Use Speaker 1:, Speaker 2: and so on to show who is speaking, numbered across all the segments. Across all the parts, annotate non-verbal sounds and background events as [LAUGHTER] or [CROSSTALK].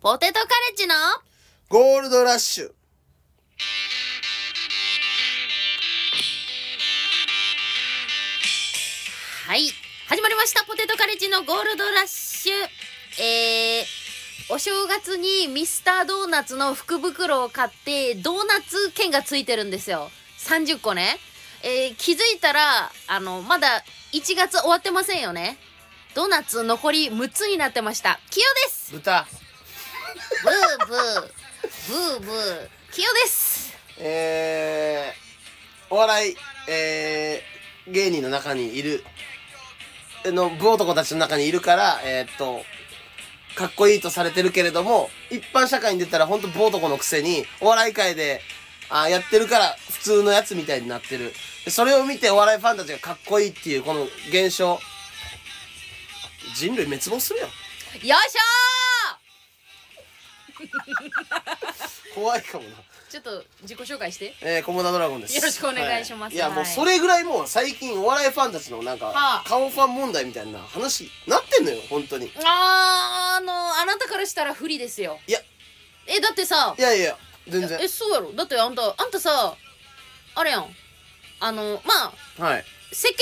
Speaker 1: ポテトカレッジの
Speaker 2: ゴールドラッシュ。
Speaker 1: はい始まりましたポテトカレッジのゴールドラッシュえー、お正月にミスタードーナツの福袋を買ってドーナツ券がついてるんですよ30個ねえー、気づいたらあのまだ1月終わってませんよねドーナツ残り6つになってましたキヨです
Speaker 2: 豚。
Speaker 1: ブーブーブーブーキヨです
Speaker 2: えー、お笑い、えー、芸人の中にいる、の、部男たちの中にいるから、えーっと、かっこいいとされてるけれども、一般社会に出たらほんと部男のくせに、お笑い界で、あーやってるから普通のやつみたいになってる。でそれを見てお笑いファンたちがかっこいいっていうこの現象。人類滅亡するよ。
Speaker 1: よいしょー
Speaker 2: 怖いかもな。
Speaker 1: ちょっと自己紹介して。
Speaker 2: えー、コモダドラゴンです。
Speaker 1: よろしくお願いします
Speaker 2: はい、いや、
Speaker 1: はい
Speaker 2: もうそれぐらいもう最近お笑いファンたちのなんか、
Speaker 1: はあ
Speaker 2: 顔ファン問題みたいな話なってんのよ、本当に。
Speaker 1: あーあのあなたからしたら不利ですよ。
Speaker 2: いや、
Speaker 1: えだってさ
Speaker 2: い、やいや、全
Speaker 1: え
Speaker 2: 然。
Speaker 1: そうやろ。だってあんたあんたさ、あれやん。あのまあ
Speaker 2: はい。
Speaker 1: 世間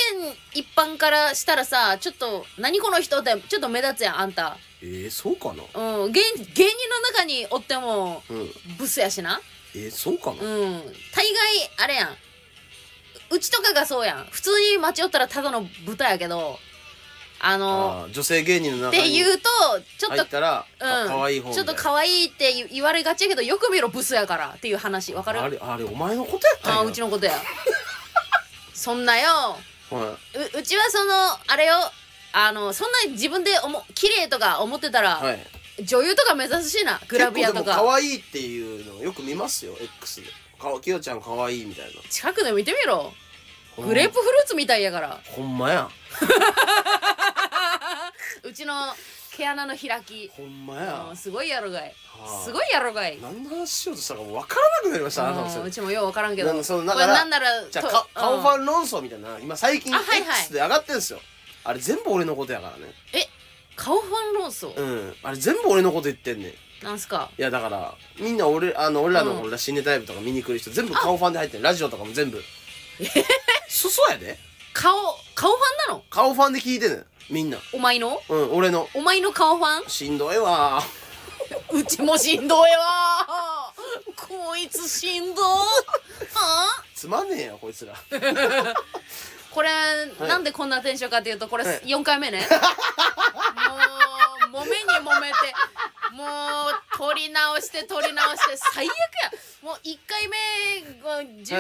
Speaker 1: 一般からしたらさ、ちょっと何この人ってちょっと目立つやんあんた。
Speaker 2: えー、そうかな
Speaker 1: うん芸芸人の中におっても
Speaker 2: うん。
Speaker 1: ブスやしな。
Speaker 2: えー、そうか
Speaker 1: う
Speaker 2: なん
Speaker 1: 大概あれやん。うちとかがそうやん。普通に街寄ったらただの豚やけど、あの
Speaker 2: あー女性芸人の
Speaker 1: っ
Speaker 2: 中に
Speaker 1: ていうとちょっ
Speaker 2: 入
Speaker 1: と
Speaker 2: ったら、あ可愛い方み
Speaker 1: ちょ
Speaker 2: たい
Speaker 1: っと
Speaker 2: な
Speaker 1: 可愛いって言言われがちやけどよく見ろブスやからっていう話わかる
Speaker 2: あれ、あれ、お前のことやったんや
Speaker 1: ああうちのことやそんなよ
Speaker 2: は
Speaker 1: ううちはそのあれよあのそんな自分でおも綺麗とか思ってたら、
Speaker 2: い。はい。
Speaker 1: 女優とか目指すしなグラビアと
Speaker 2: 結構でも
Speaker 1: か
Speaker 2: 可愛いっていうのよく見ますよ、X で。かわ、きよちゃん可愛いみたいな。
Speaker 1: 近くで見てみろ
Speaker 2: ほん
Speaker 1: グレープフルーツみたいやから
Speaker 2: ほんまや。
Speaker 1: うちの毛穴の開き
Speaker 2: ほんまや
Speaker 1: うん。すごいやろがい
Speaker 2: はあ
Speaker 1: すごいやろがい
Speaker 2: 何の話しようとしたかもう分からなくなりましたあなたのせ
Speaker 1: うん
Speaker 2: いうで
Speaker 1: ちもよう分からんけど
Speaker 2: なんかその
Speaker 1: これ
Speaker 2: だから
Speaker 1: なんなら
Speaker 2: じゃあ
Speaker 1: と
Speaker 2: か
Speaker 1: う
Speaker 2: 顔
Speaker 1: ん
Speaker 2: ファン論争みたいな今最近
Speaker 1: あはいはい
Speaker 2: X で上がってんすよあれ全部俺のことやからね
Speaker 1: え顔ファン論争、
Speaker 2: うんあれ全部俺のこと言ってんねんい
Speaker 1: なんすか
Speaker 2: やだからみんな俺あの俺らの
Speaker 1: うん
Speaker 2: ほら新ネタライブとか見に来る人全部顔ファンで入ってるラジオとかも全部
Speaker 1: [LAUGHS]
Speaker 2: そそうやで
Speaker 1: 顔顔ファンなの
Speaker 2: 顔ファンで聞いてんねんみんな
Speaker 1: お前の
Speaker 2: うん俺の
Speaker 1: お前の顔ファン
Speaker 2: しんどいわ
Speaker 1: うちもしんどいわこいつしんどあ
Speaker 2: つまんねえよこいつら
Speaker 1: これ、
Speaker 2: い
Speaker 1: なんでこんなテンションかっていうとこれ
Speaker 2: はい
Speaker 1: 4回目
Speaker 2: [LAUGHS]
Speaker 1: ね、もう揉めに揉めてもう取り直して取り直して最悪やもう1回目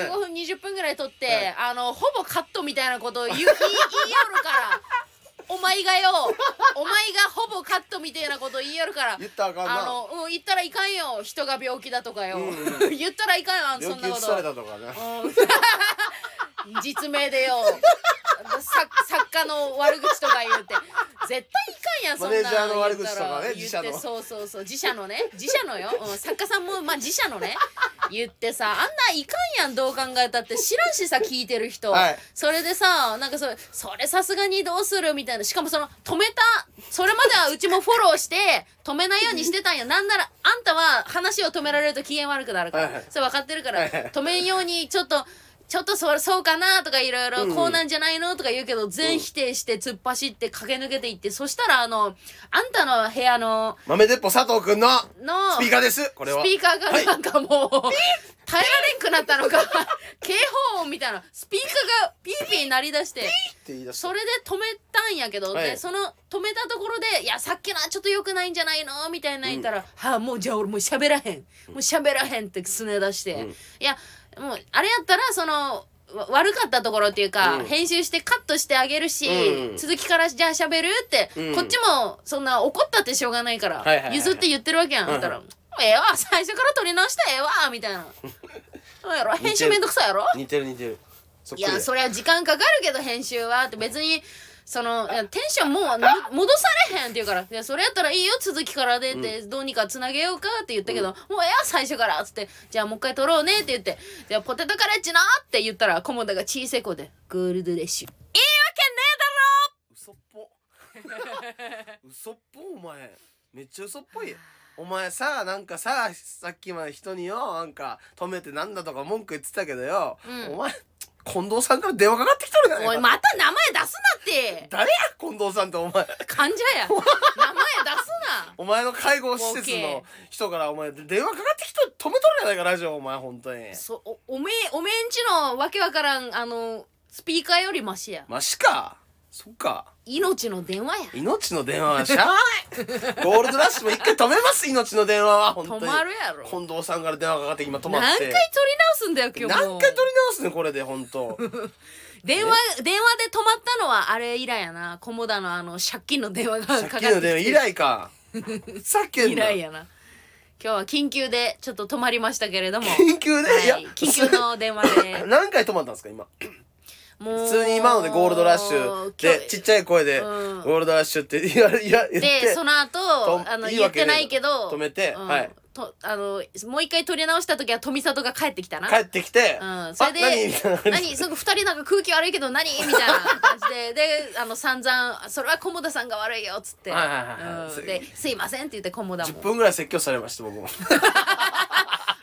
Speaker 1: を15分、20分ぐらい取って、
Speaker 2: はい
Speaker 1: あのほぼカットみたいなことを言う言い言いよるからお前がよお前がほぼカットみたいなこと言いよるから
Speaker 2: 言ったらあかん
Speaker 1: あ
Speaker 2: な
Speaker 1: の、うん、言ったらいかんよ人が病気だとかよ、
Speaker 2: うんう
Speaker 1: [LAUGHS] 言ったらいかんよあんそ
Speaker 2: 病
Speaker 1: んな
Speaker 2: 気移
Speaker 1: こと
Speaker 2: されたとかね
Speaker 1: うん実名でよさ作家の悪口とか言うて絶対いかんやんそんなん
Speaker 2: マネージャーの悪口とかね
Speaker 1: 言ったら
Speaker 2: 自社の
Speaker 1: 言ってそうそうそう自社のね自社のよ、うん、作家さんも、まあ、自社のね言ってさあんなんいかんやんどう考えたって知らんしさ聞いてる人、
Speaker 2: はい
Speaker 1: それでさなんかそれそれさすがにどうするみたいなしかもその止めたそれまではうちもフォローして止めないようにしてたんよなんならあんたは話を止められると機嫌悪くなるから、
Speaker 2: はいはい
Speaker 1: それ分かってるから
Speaker 2: はいはい
Speaker 1: [LAUGHS] 止めんようにちょっとちょっとそそうかなとかいろいろ
Speaker 2: うん
Speaker 1: こうなんじゃないのとか言うけど全否定して突っ走って駆け抜けていってそしたらあのあんたの部屋の
Speaker 2: 豆鉄砲佐藤くんの
Speaker 1: の
Speaker 2: スピーカーですこれは
Speaker 1: スピーカーがなんかもう、耐えられんくなったの
Speaker 2: [LAUGHS]
Speaker 1: か警報音みたいなスピーカーがピーピー鳴り出して
Speaker 2: って言い出した
Speaker 1: それで止めたんやけど、
Speaker 2: はい
Speaker 1: でその止めたところで「いやさっきのはちょっと良くないんじゃないの?」みたいな言ったら「はあもうじゃあ俺もう喋らへんもう喋らへん」ってすね出して、
Speaker 2: うん
Speaker 1: いやもうあれやったらそのわ悪かったところっていうか、
Speaker 2: うん
Speaker 1: 編集してカットしてあげるし、
Speaker 2: うん
Speaker 1: 続きからじゃあ喋るって、
Speaker 2: うん
Speaker 1: こっちもそんな怒ったってしょうがないから、
Speaker 2: はいはいはい
Speaker 1: 譲って言ってるわけやん、
Speaker 2: うん
Speaker 1: だったら「もうええわ最初から撮り直したらええわ」みたい
Speaker 2: [LAUGHS]
Speaker 1: な「そうやろ編集めんどくさいやろ」
Speaker 2: 似てる似てるそっ
Speaker 1: い
Speaker 2: くりだ
Speaker 1: やそりゃ時間かかるけど編集はって別にそのいやテンションもうも戻されへんって言うから「いやそれやったらいいよ続きからで」って、どうにかつなげようか」って言ったけど「もうええや最初から」っつって「じゃあもう一回撮ろうね」って言って「じゃあポテトカレッジな」って言ったらコモダが小さい子で「ゴールドレッシュ」いいわけね
Speaker 2: [LAUGHS]
Speaker 1: [SIGHS]
Speaker 2: 嘘っぽ嘘っぽお前めっちゃ嘘っぽいや
Speaker 1: え
Speaker 2: お前さ、なんかさ、さっきまで人によ、なんか、止めてなんだとか文句言ってたけどよ、
Speaker 1: うん
Speaker 2: お前、近藤さんから電話かかってきとるじゃない
Speaker 1: おい
Speaker 2: か。
Speaker 1: また名前出すなって
Speaker 2: 誰や、近藤さんってお前。
Speaker 1: 患者
Speaker 2: [LAUGHS]
Speaker 1: や名前出すな
Speaker 2: お前の介護施設の人からお前電話かかってきと止めとるじゃないかラジオお前本当に
Speaker 1: そおおめえおめえんちのわけわからんあのスピーカーよりマシや
Speaker 2: マシかそっか
Speaker 1: 命の電話や
Speaker 2: 命の電話はしゃあ [LAUGHS] ないゴールドラッシュも一回止めます命の電話は本当に
Speaker 1: 止まるやろ
Speaker 2: 近藤さんから電話かかって今止まっ
Speaker 1: 何回
Speaker 2: て
Speaker 1: 取り直すんだよ今日も
Speaker 2: 何回取り直すねこれで本
Speaker 1: [LAUGHS]
Speaker 2: 当
Speaker 1: 電話電話で止まったのはあれ以来やな菰田のあの借金の電話がかか
Speaker 2: さ
Speaker 1: っ
Speaker 2: っ
Speaker 1: き
Speaker 2: てき
Speaker 1: て
Speaker 2: の電話以来かさっきの
Speaker 1: 以来やな今日は緊急でちょっと止まりましたけれども
Speaker 2: 緊急で、
Speaker 1: はい
Speaker 2: い、や
Speaker 1: 緊急の電話で
Speaker 2: 何回止まったんですか今
Speaker 1: もう
Speaker 2: 普通に今のでゴールドラッシュでちっちゃい声で
Speaker 1: う
Speaker 2: ゴ
Speaker 1: ん
Speaker 2: ールドラッシュって言われいや言っ
Speaker 1: で
Speaker 2: て
Speaker 1: その後
Speaker 2: と
Speaker 1: あの
Speaker 2: いい
Speaker 1: 言
Speaker 2: わ
Speaker 1: っ
Speaker 2: けね
Speaker 1: てないけど
Speaker 2: 止めて
Speaker 1: うん
Speaker 2: はい
Speaker 1: とあのもう一回取り直した時は富里が帰ってきたな
Speaker 2: 帰ってきて、
Speaker 1: うん、それで
Speaker 2: あ何み [LAUGHS] たいな
Speaker 1: 「何その2人なんか空気悪いけど何?」みたいな感じでであの散々「それは菰田さんが悪いよ」っつって
Speaker 2: はいはいはいはい
Speaker 1: うんですいません」って言って菰田
Speaker 2: 10
Speaker 1: も
Speaker 2: 分ぐらい説教されました僕も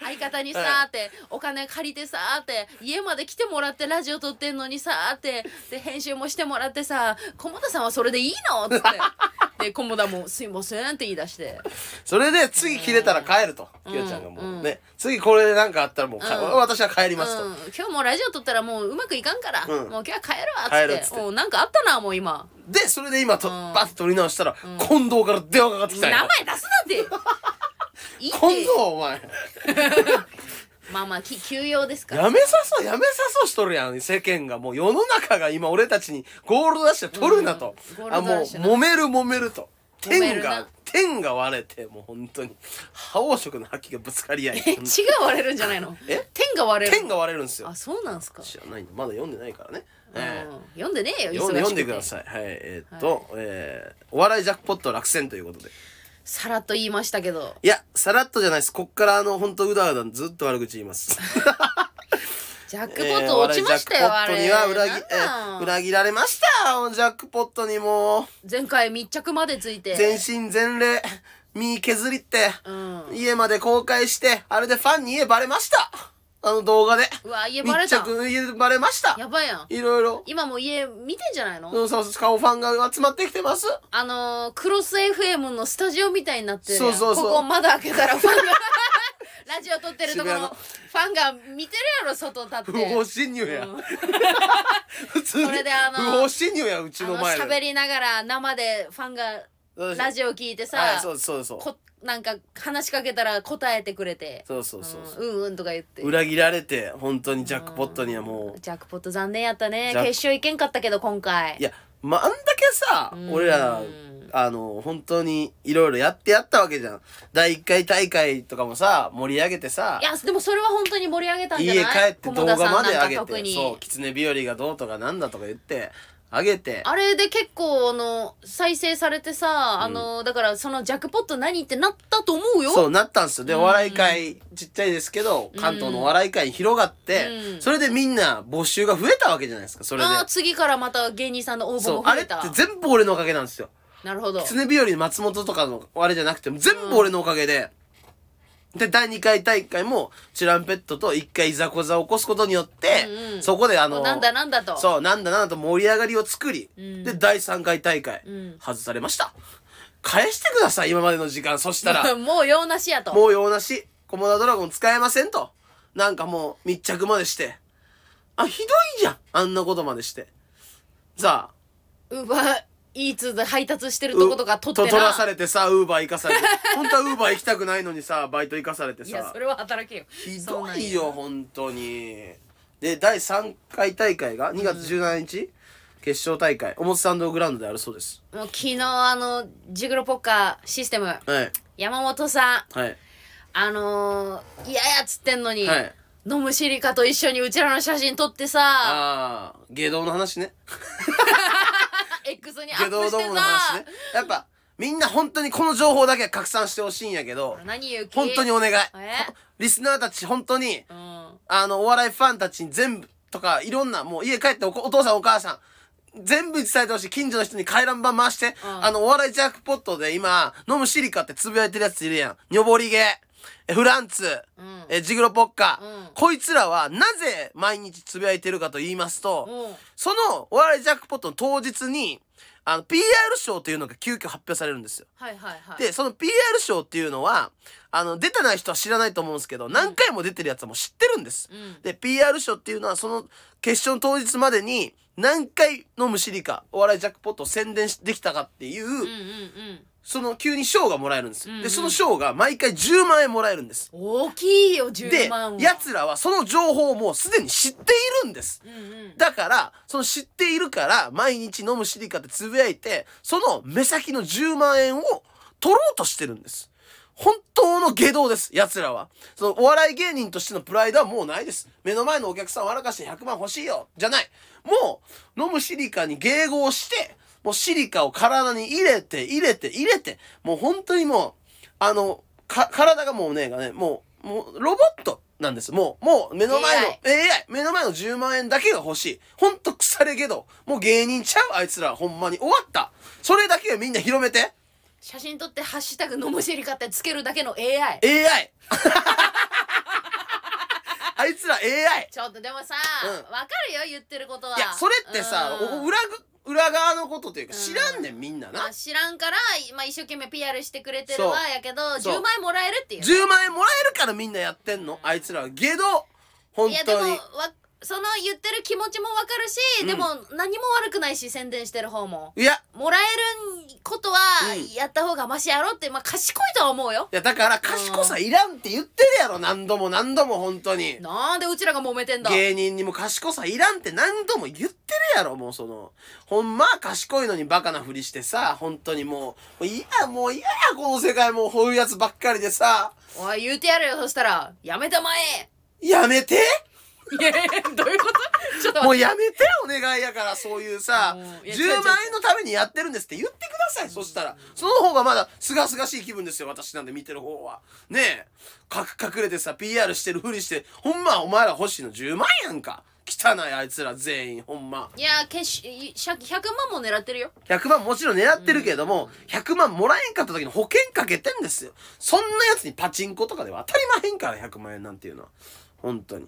Speaker 1: 相方にさ
Speaker 2: は
Speaker 1: ーってお金借りてさーって家まで来てもらってラジオ撮ってんのにさーってで編集もしてもらってさ「菰田さんはそれでいいの?」っつってで菰田も「すいません」って言い出して
Speaker 2: それで次切れたら帰ると、
Speaker 1: うん
Speaker 2: きよちゃんがもう、
Speaker 1: うん
Speaker 2: ね次これなんかあったらもうか、
Speaker 1: うん
Speaker 2: 私は帰り
Speaker 1: う
Speaker 2: ますと、
Speaker 1: ん、今日もうラジオ撮ったらもううまくいかんから、
Speaker 2: うん
Speaker 1: もう今日は帰るわっつ
Speaker 2: 帰る
Speaker 1: っ
Speaker 2: ってつって
Speaker 1: おうなんかあったなもう今
Speaker 2: でそれで今と、
Speaker 1: うん
Speaker 2: バッと取り直したら、近藤から電話かかってきた
Speaker 1: 名前
Speaker 2: んや
Speaker 1: 出すなって
Speaker 2: [LAUGHS]
Speaker 1: いいって
Speaker 2: 近藤お前
Speaker 1: まあまあき休養ですから
Speaker 2: やめさそうやめさそうしとるやん世間がもう世の中が今俺たちにゴールドラッシュで取るなと、
Speaker 1: うんうん
Speaker 2: あ
Speaker 1: ゴールド
Speaker 2: も
Speaker 1: ラ
Speaker 2: う
Speaker 1: ッシュな
Speaker 2: 揉める揉めると
Speaker 1: 揉め
Speaker 2: 天
Speaker 1: るな
Speaker 2: が天が割れてもう本当に覇王色の覇気がぶつかり合い
Speaker 1: え血が割れるんじゃないの
Speaker 2: え
Speaker 1: 天が割れる
Speaker 2: 天が割れるんですよ
Speaker 1: あそうなんすか、
Speaker 2: 知らないんだまだ読んでないからね、
Speaker 1: うん
Speaker 2: ええ
Speaker 1: 読んでねえよ
Speaker 2: 読んで
Speaker 1: 忙し
Speaker 2: 読んで
Speaker 1: て
Speaker 2: くださいはいえーっと、えーお笑いジャックポット落選ということで
Speaker 1: さらっと言いましたけど
Speaker 2: いやさらっとじゃないですこっからあの本当うだうだずっと悪口言います
Speaker 1: [LAUGHS] ジャックポット落ちましたよ、
Speaker 2: えーお
Speaker 1: あれ
Speaker 2: 笑いジャックポットには裏切,、え
Speaker 1: なんなん
Speaker 2: ー裏切られましたよジャックポットにもう
Speaker 1: 前回密着までついて
Speaker 2: 全身全霊身削りって、
Speaker 1: うん
Speaker 2: 家まで公開してあれでファンに家バレましたあの動画で
Speaker 1: うわ家バレ
Speaker 2: 密
Speaker 1: た
Speaker 2: 着家バレました
Speaker 1: やばいやん
Speaker 2: いろいろ
Speaker 1: 今もう家見てんじゃないの、
Speaker 2: そうそう顔ファンが集まってきてます
Speaker 1: あのー、クロス FM のスタジオみたいになってるやん
Speaker 2: そうそうそう
Speaker 1: ここ窓開けたらファンが [LAUGHS] ラジオ撮ってるとこ
Speaker 2: 渋谷
Speaker 1: ろ
Speaker 2: の
Speaker 1: ファンが見てるやろ外立
Speaker 2: [LAUGHS]
Speaker 1: って
Speaker 2: 不法侵入や、
Speaker 1: う
Speaker 2: 普通に
Speaker 1: それであの
Speaker 2: 不法侵入やうち
Speaker 1: あ
Speaker 2: の
Speaker 1: の
Speaker 2: 前
Speaker 1: 喋りながら生でファンがラジオ聞いてさ、
Speaker 2: はいそうそうそう
Speaker 1: こなんか話しかけたら答えてくれて
Speaker 2: そうそうそうそう
Speaker 1: うんうんうんとか言って
Speaker 2: 裏切られて本当にジャックポットにはもう
Speaker 1: ジャックポット残念やったね
Speaker 2: ジャッ
Speaker 1: 決
Speaker 2: ク
Speaker 1: 勝行けんかったけど今回
Speaker 2: いやまああんだけさ
Speaker 1: うん
Speaker 2: 俺らあの本当にいろいろやってやったわけじゃん第1回大会とかもさ盛り上げてさ
Speaker 1: いやでもそれは本当に盛り上げたんじゃ
Speaker 2: 家
Speaker 1: な
Speaker 2: 帰
Speaker 1: い
Speaker 2: って動画まで
Speaker 1: 菰田さん
Speaker 2: 上
Speaker 1: なんか
Speaker 2: げ
Speaker 1: 特
Speaker 2: て
Speaker 1: に
Speaker 2: そう狐日和がどうとかなんだとか言って上げて
Speaker 1: あれで結構あの再生されてさあの、だからそのジャックポット何ってなったと思うよ
Speaker 2: そうなったんですよでお笑い会ちっちゃいですけど関東のお笑い会に広がって
Speaker 1: うん
Speaker 2: それでみんな募集が増えたわけじゃないですかそれで
Speaker 1: あー次からまた芸人さんの応募
Speaker 2: そう
Speaker 1: も
Speaker 2: あ
Speaker 1: 増
Speaker 2: れっ
Speaker 1: え
Speaker 2: て
Speaker 1: た
Speaker 2: 全部俺のおかげなんですよ
Speaker 1: なるほど
Speaker 2: 常日和松本とかのあれじゃなくても全部俺のおかげで、で第2回大会もチュランペットと1回いざこざを起こすことによって、
Speaker 1: うんうん
Speaker 2: そこであの
Speaker 1: なんだなんだと
Speaker 2: そうなんだなんだと盛り上がりを作り、
Speaker 1: ん
Speaker 2: で第3回大会、
Speaker 1: ん
Speaker 2: 外されました返してください今までの時間そし
Speaker 1: [LAUGHS]
Speaker 2: たら
Speaker 1: もう用なしやと
Speaker 2: もう用なしコモダドラゴン使えませんとなんかもう密着までしてあひどいじゃんあんなことまでしてさあ
Speaker 1: ウーバーイーツで配達してるとことか取ってな
Speaker 2: 取らされてさウーバー行かされて [LAUGHS] 本当はウーバー行きたくないのにさバイト行かされて
Speaker 1: いや
Speaker 2: さ
Speaker 1: それは働けよ
Speaker 2: ひ
Speaker 1: そう
Speaker 2: ど
Speaker 1: なんや
Speaker 2: いよ本当にで第3回大会が2月17日、決勝大会表参道グラウンドであるそうです
Speaker 1: もう昨日あのジグロポッカーシステム
Speaker 2: はい
Speaker 1: 山本さん
Speaker 2: はい
Speaker 1: あのー、嫌やっつってんのに、
Speaker 2: はい
Speaker 1: ノムシリカと一緒にうちらの写真撮ってさ
Speaker 2: ああ芸道の話ね
Speaker 1: X にアッ
Speaker 2: 芸
Speaker 1: プ
Speaker 2: 道
Speaker 1: し
Speaker 2: ども
Speaker 1: て
Speaker 2: の
Speaker 1: さ
Speaker 2: 話ねやっぱみんな本当にこの情報だけは拡散してほしいんやけど
Speaker 1: 何言う気
Speaker 2: 本当にお願い
Speaker 1: え
Speaker 2: リスナーたち本当に
Speaker 1: うん
Speaker 2: あの、お笑いファンたちに全部とか、いろんな、もう家帰っておこお父さんお母さん、全部に伝えてほしい。近所の人に回覧板回して。
Speaker 1: うん
Speaker 2: あの、お笑いジャックポットで今、飲むシリカってつぶやいてるやついるやん。ニョボリゲ、えフランツ、
Speaker 1: うん
Speaker 2: えジグロポッカ、
Speaker 1: うん
Speaker 2: こいつらはなぜ毎日つぶやいてるかと言いますと、
Speaker 1: うん
Speaker 2: そのお笑いジャックポットの当日に、あの、PR 賞というのが急遽発表されるんですよ。
Speaker 1: はいはいはい
Speaker 2: で、その PR 賞っていうのは、あの、出てない人は知らないと思うんですけど、何回も出てるやつはもう知ってるんです。
Speaker 1: うん
Speaker 2: で、PR 賞っていうのは、その決勝の当日までに、何回のむしりか、お笑いジャックポットを宣伝しできたかっていう、
Speaker 1: うんうんうん
Speaker 2: その急に賞がもらえるんですよ。
Speaker 1: うんう
Speaker 2: で、
Speaker 1: ん
Speaker 2: その賞が毎回10万円もらえるんです。
Speaker 1: 大きいよ10
Speaker 2: で
Speaker 1: 万は、
Speaker 2: 奴らはその情報をもうすでに知っているんです。
Speaker 1: うんうん
Speaker 2: だから、その知っているから、毎日飲むシリカってつぶやいて、その目先の10万円を取ろうとしてるんです。本当の下道です、奴らは。そのお笑い芸人としてのプライドはもうないです。目の前のお客さんを笑かして100万欲しいよ、じゃない。もう、飲むシリカに迎合して、もうシリカを体に入れて、入れて、入れて、もう本当にもう、あの、か、体がもうね、がね、もう、もう、ロボットなんです。もう、もう、目の前の、
Speaker 1: AI
Speaker 2: AI、目の前の10万円だけが欲しい。ほんと腐れけど、もう芸人ちゃう、あいつら、ほんまに。終わった。それだけはみんな広めて。
Speaker 1: 写真撮って「ハッシュタグのむしりか」ってつけるだけの AI
Speaker 2: AI! あいつら AI!
Speaker 1: ちょっとでもさ
Speaker 2: うん
Speaker 1: わかるよ言ってることはい
Speaker 2: や、それってさ、
Speaker 1: うん
Speaker 2: お裏ぐ、裏側のことというか
Speaker 1: うん
Speaker 2: 知らんねん、みんな
Speaker 1: ま
Speaker 2: な
Speaker 1: あ、。知らんから、まあ、一生懸命 PR してくれてる
Speaker 2: そ
Speaker 1: わ
Speaker 2: う
Speaker 1: やけど
Speaker 2: そう
Speaker 1: 10万円もらえるっていう
Speaker 2: 10万円もらえるからみんなやってんの、あいつらは。けど、本
Speaker 1: いやでも
Speaker 2: 当
Speaker 1: わ
Speaker 2: に。
Speaker 1: その言ってる気持ちもわかるし、
Speaker 2: うん
Speaker 1: でも何も悪くないし宣伝してる方も
Speaker 2: いや、
Speaker 1: もらえることは
Speaker 2: うん
Speaker 1: やった方がマシやろって、まあ、賢いとは思うよ
Speaker 2: いやだから賢さいらんって言ってるやろ、何度も何度も本当に。
Speaker 1: なんでうちらが揉めてんだ
Speaker 2: 芸人にも賢さいらんって何度も言ってるやろもうそのほんまは賢いのにバカなふりしてさ本当にもうもういやもういやこの世界もうこういうやつばっかりでさ
Speaker 1: おい言うてやるよそしたらやめたま
Speaker 2: [LAUGHS]
Speaker 1: え
Speaker 2: やめて
Speaker 1: いやどういうことちょっと
Speaker 2: も
Speaker 1: 待って
Speaker 2: うやめてお願いやからそういうさ
Speaker 1: うん
Speaker 2: 10
Speaker 1: いや
Speaker 2: 万円のためにやってるんですって言ってくださいそしたらその方がまだ清々しい気分ですよ私なんで見てる方はねえか隠れてさ PR してるふりしてほんまはお前ら欲しいの10万やんか汚いあいつら全員ほんま
Speaker 1: いや決ししゃ100万も狙ってるよ
Speaker 2: 100万もちろん狙ってるけれども、100万もらえんかった時に保険かけてんですよ。そんなやつにパチンコとかでは当たりまへんから、100万円なんていうのは。本当に。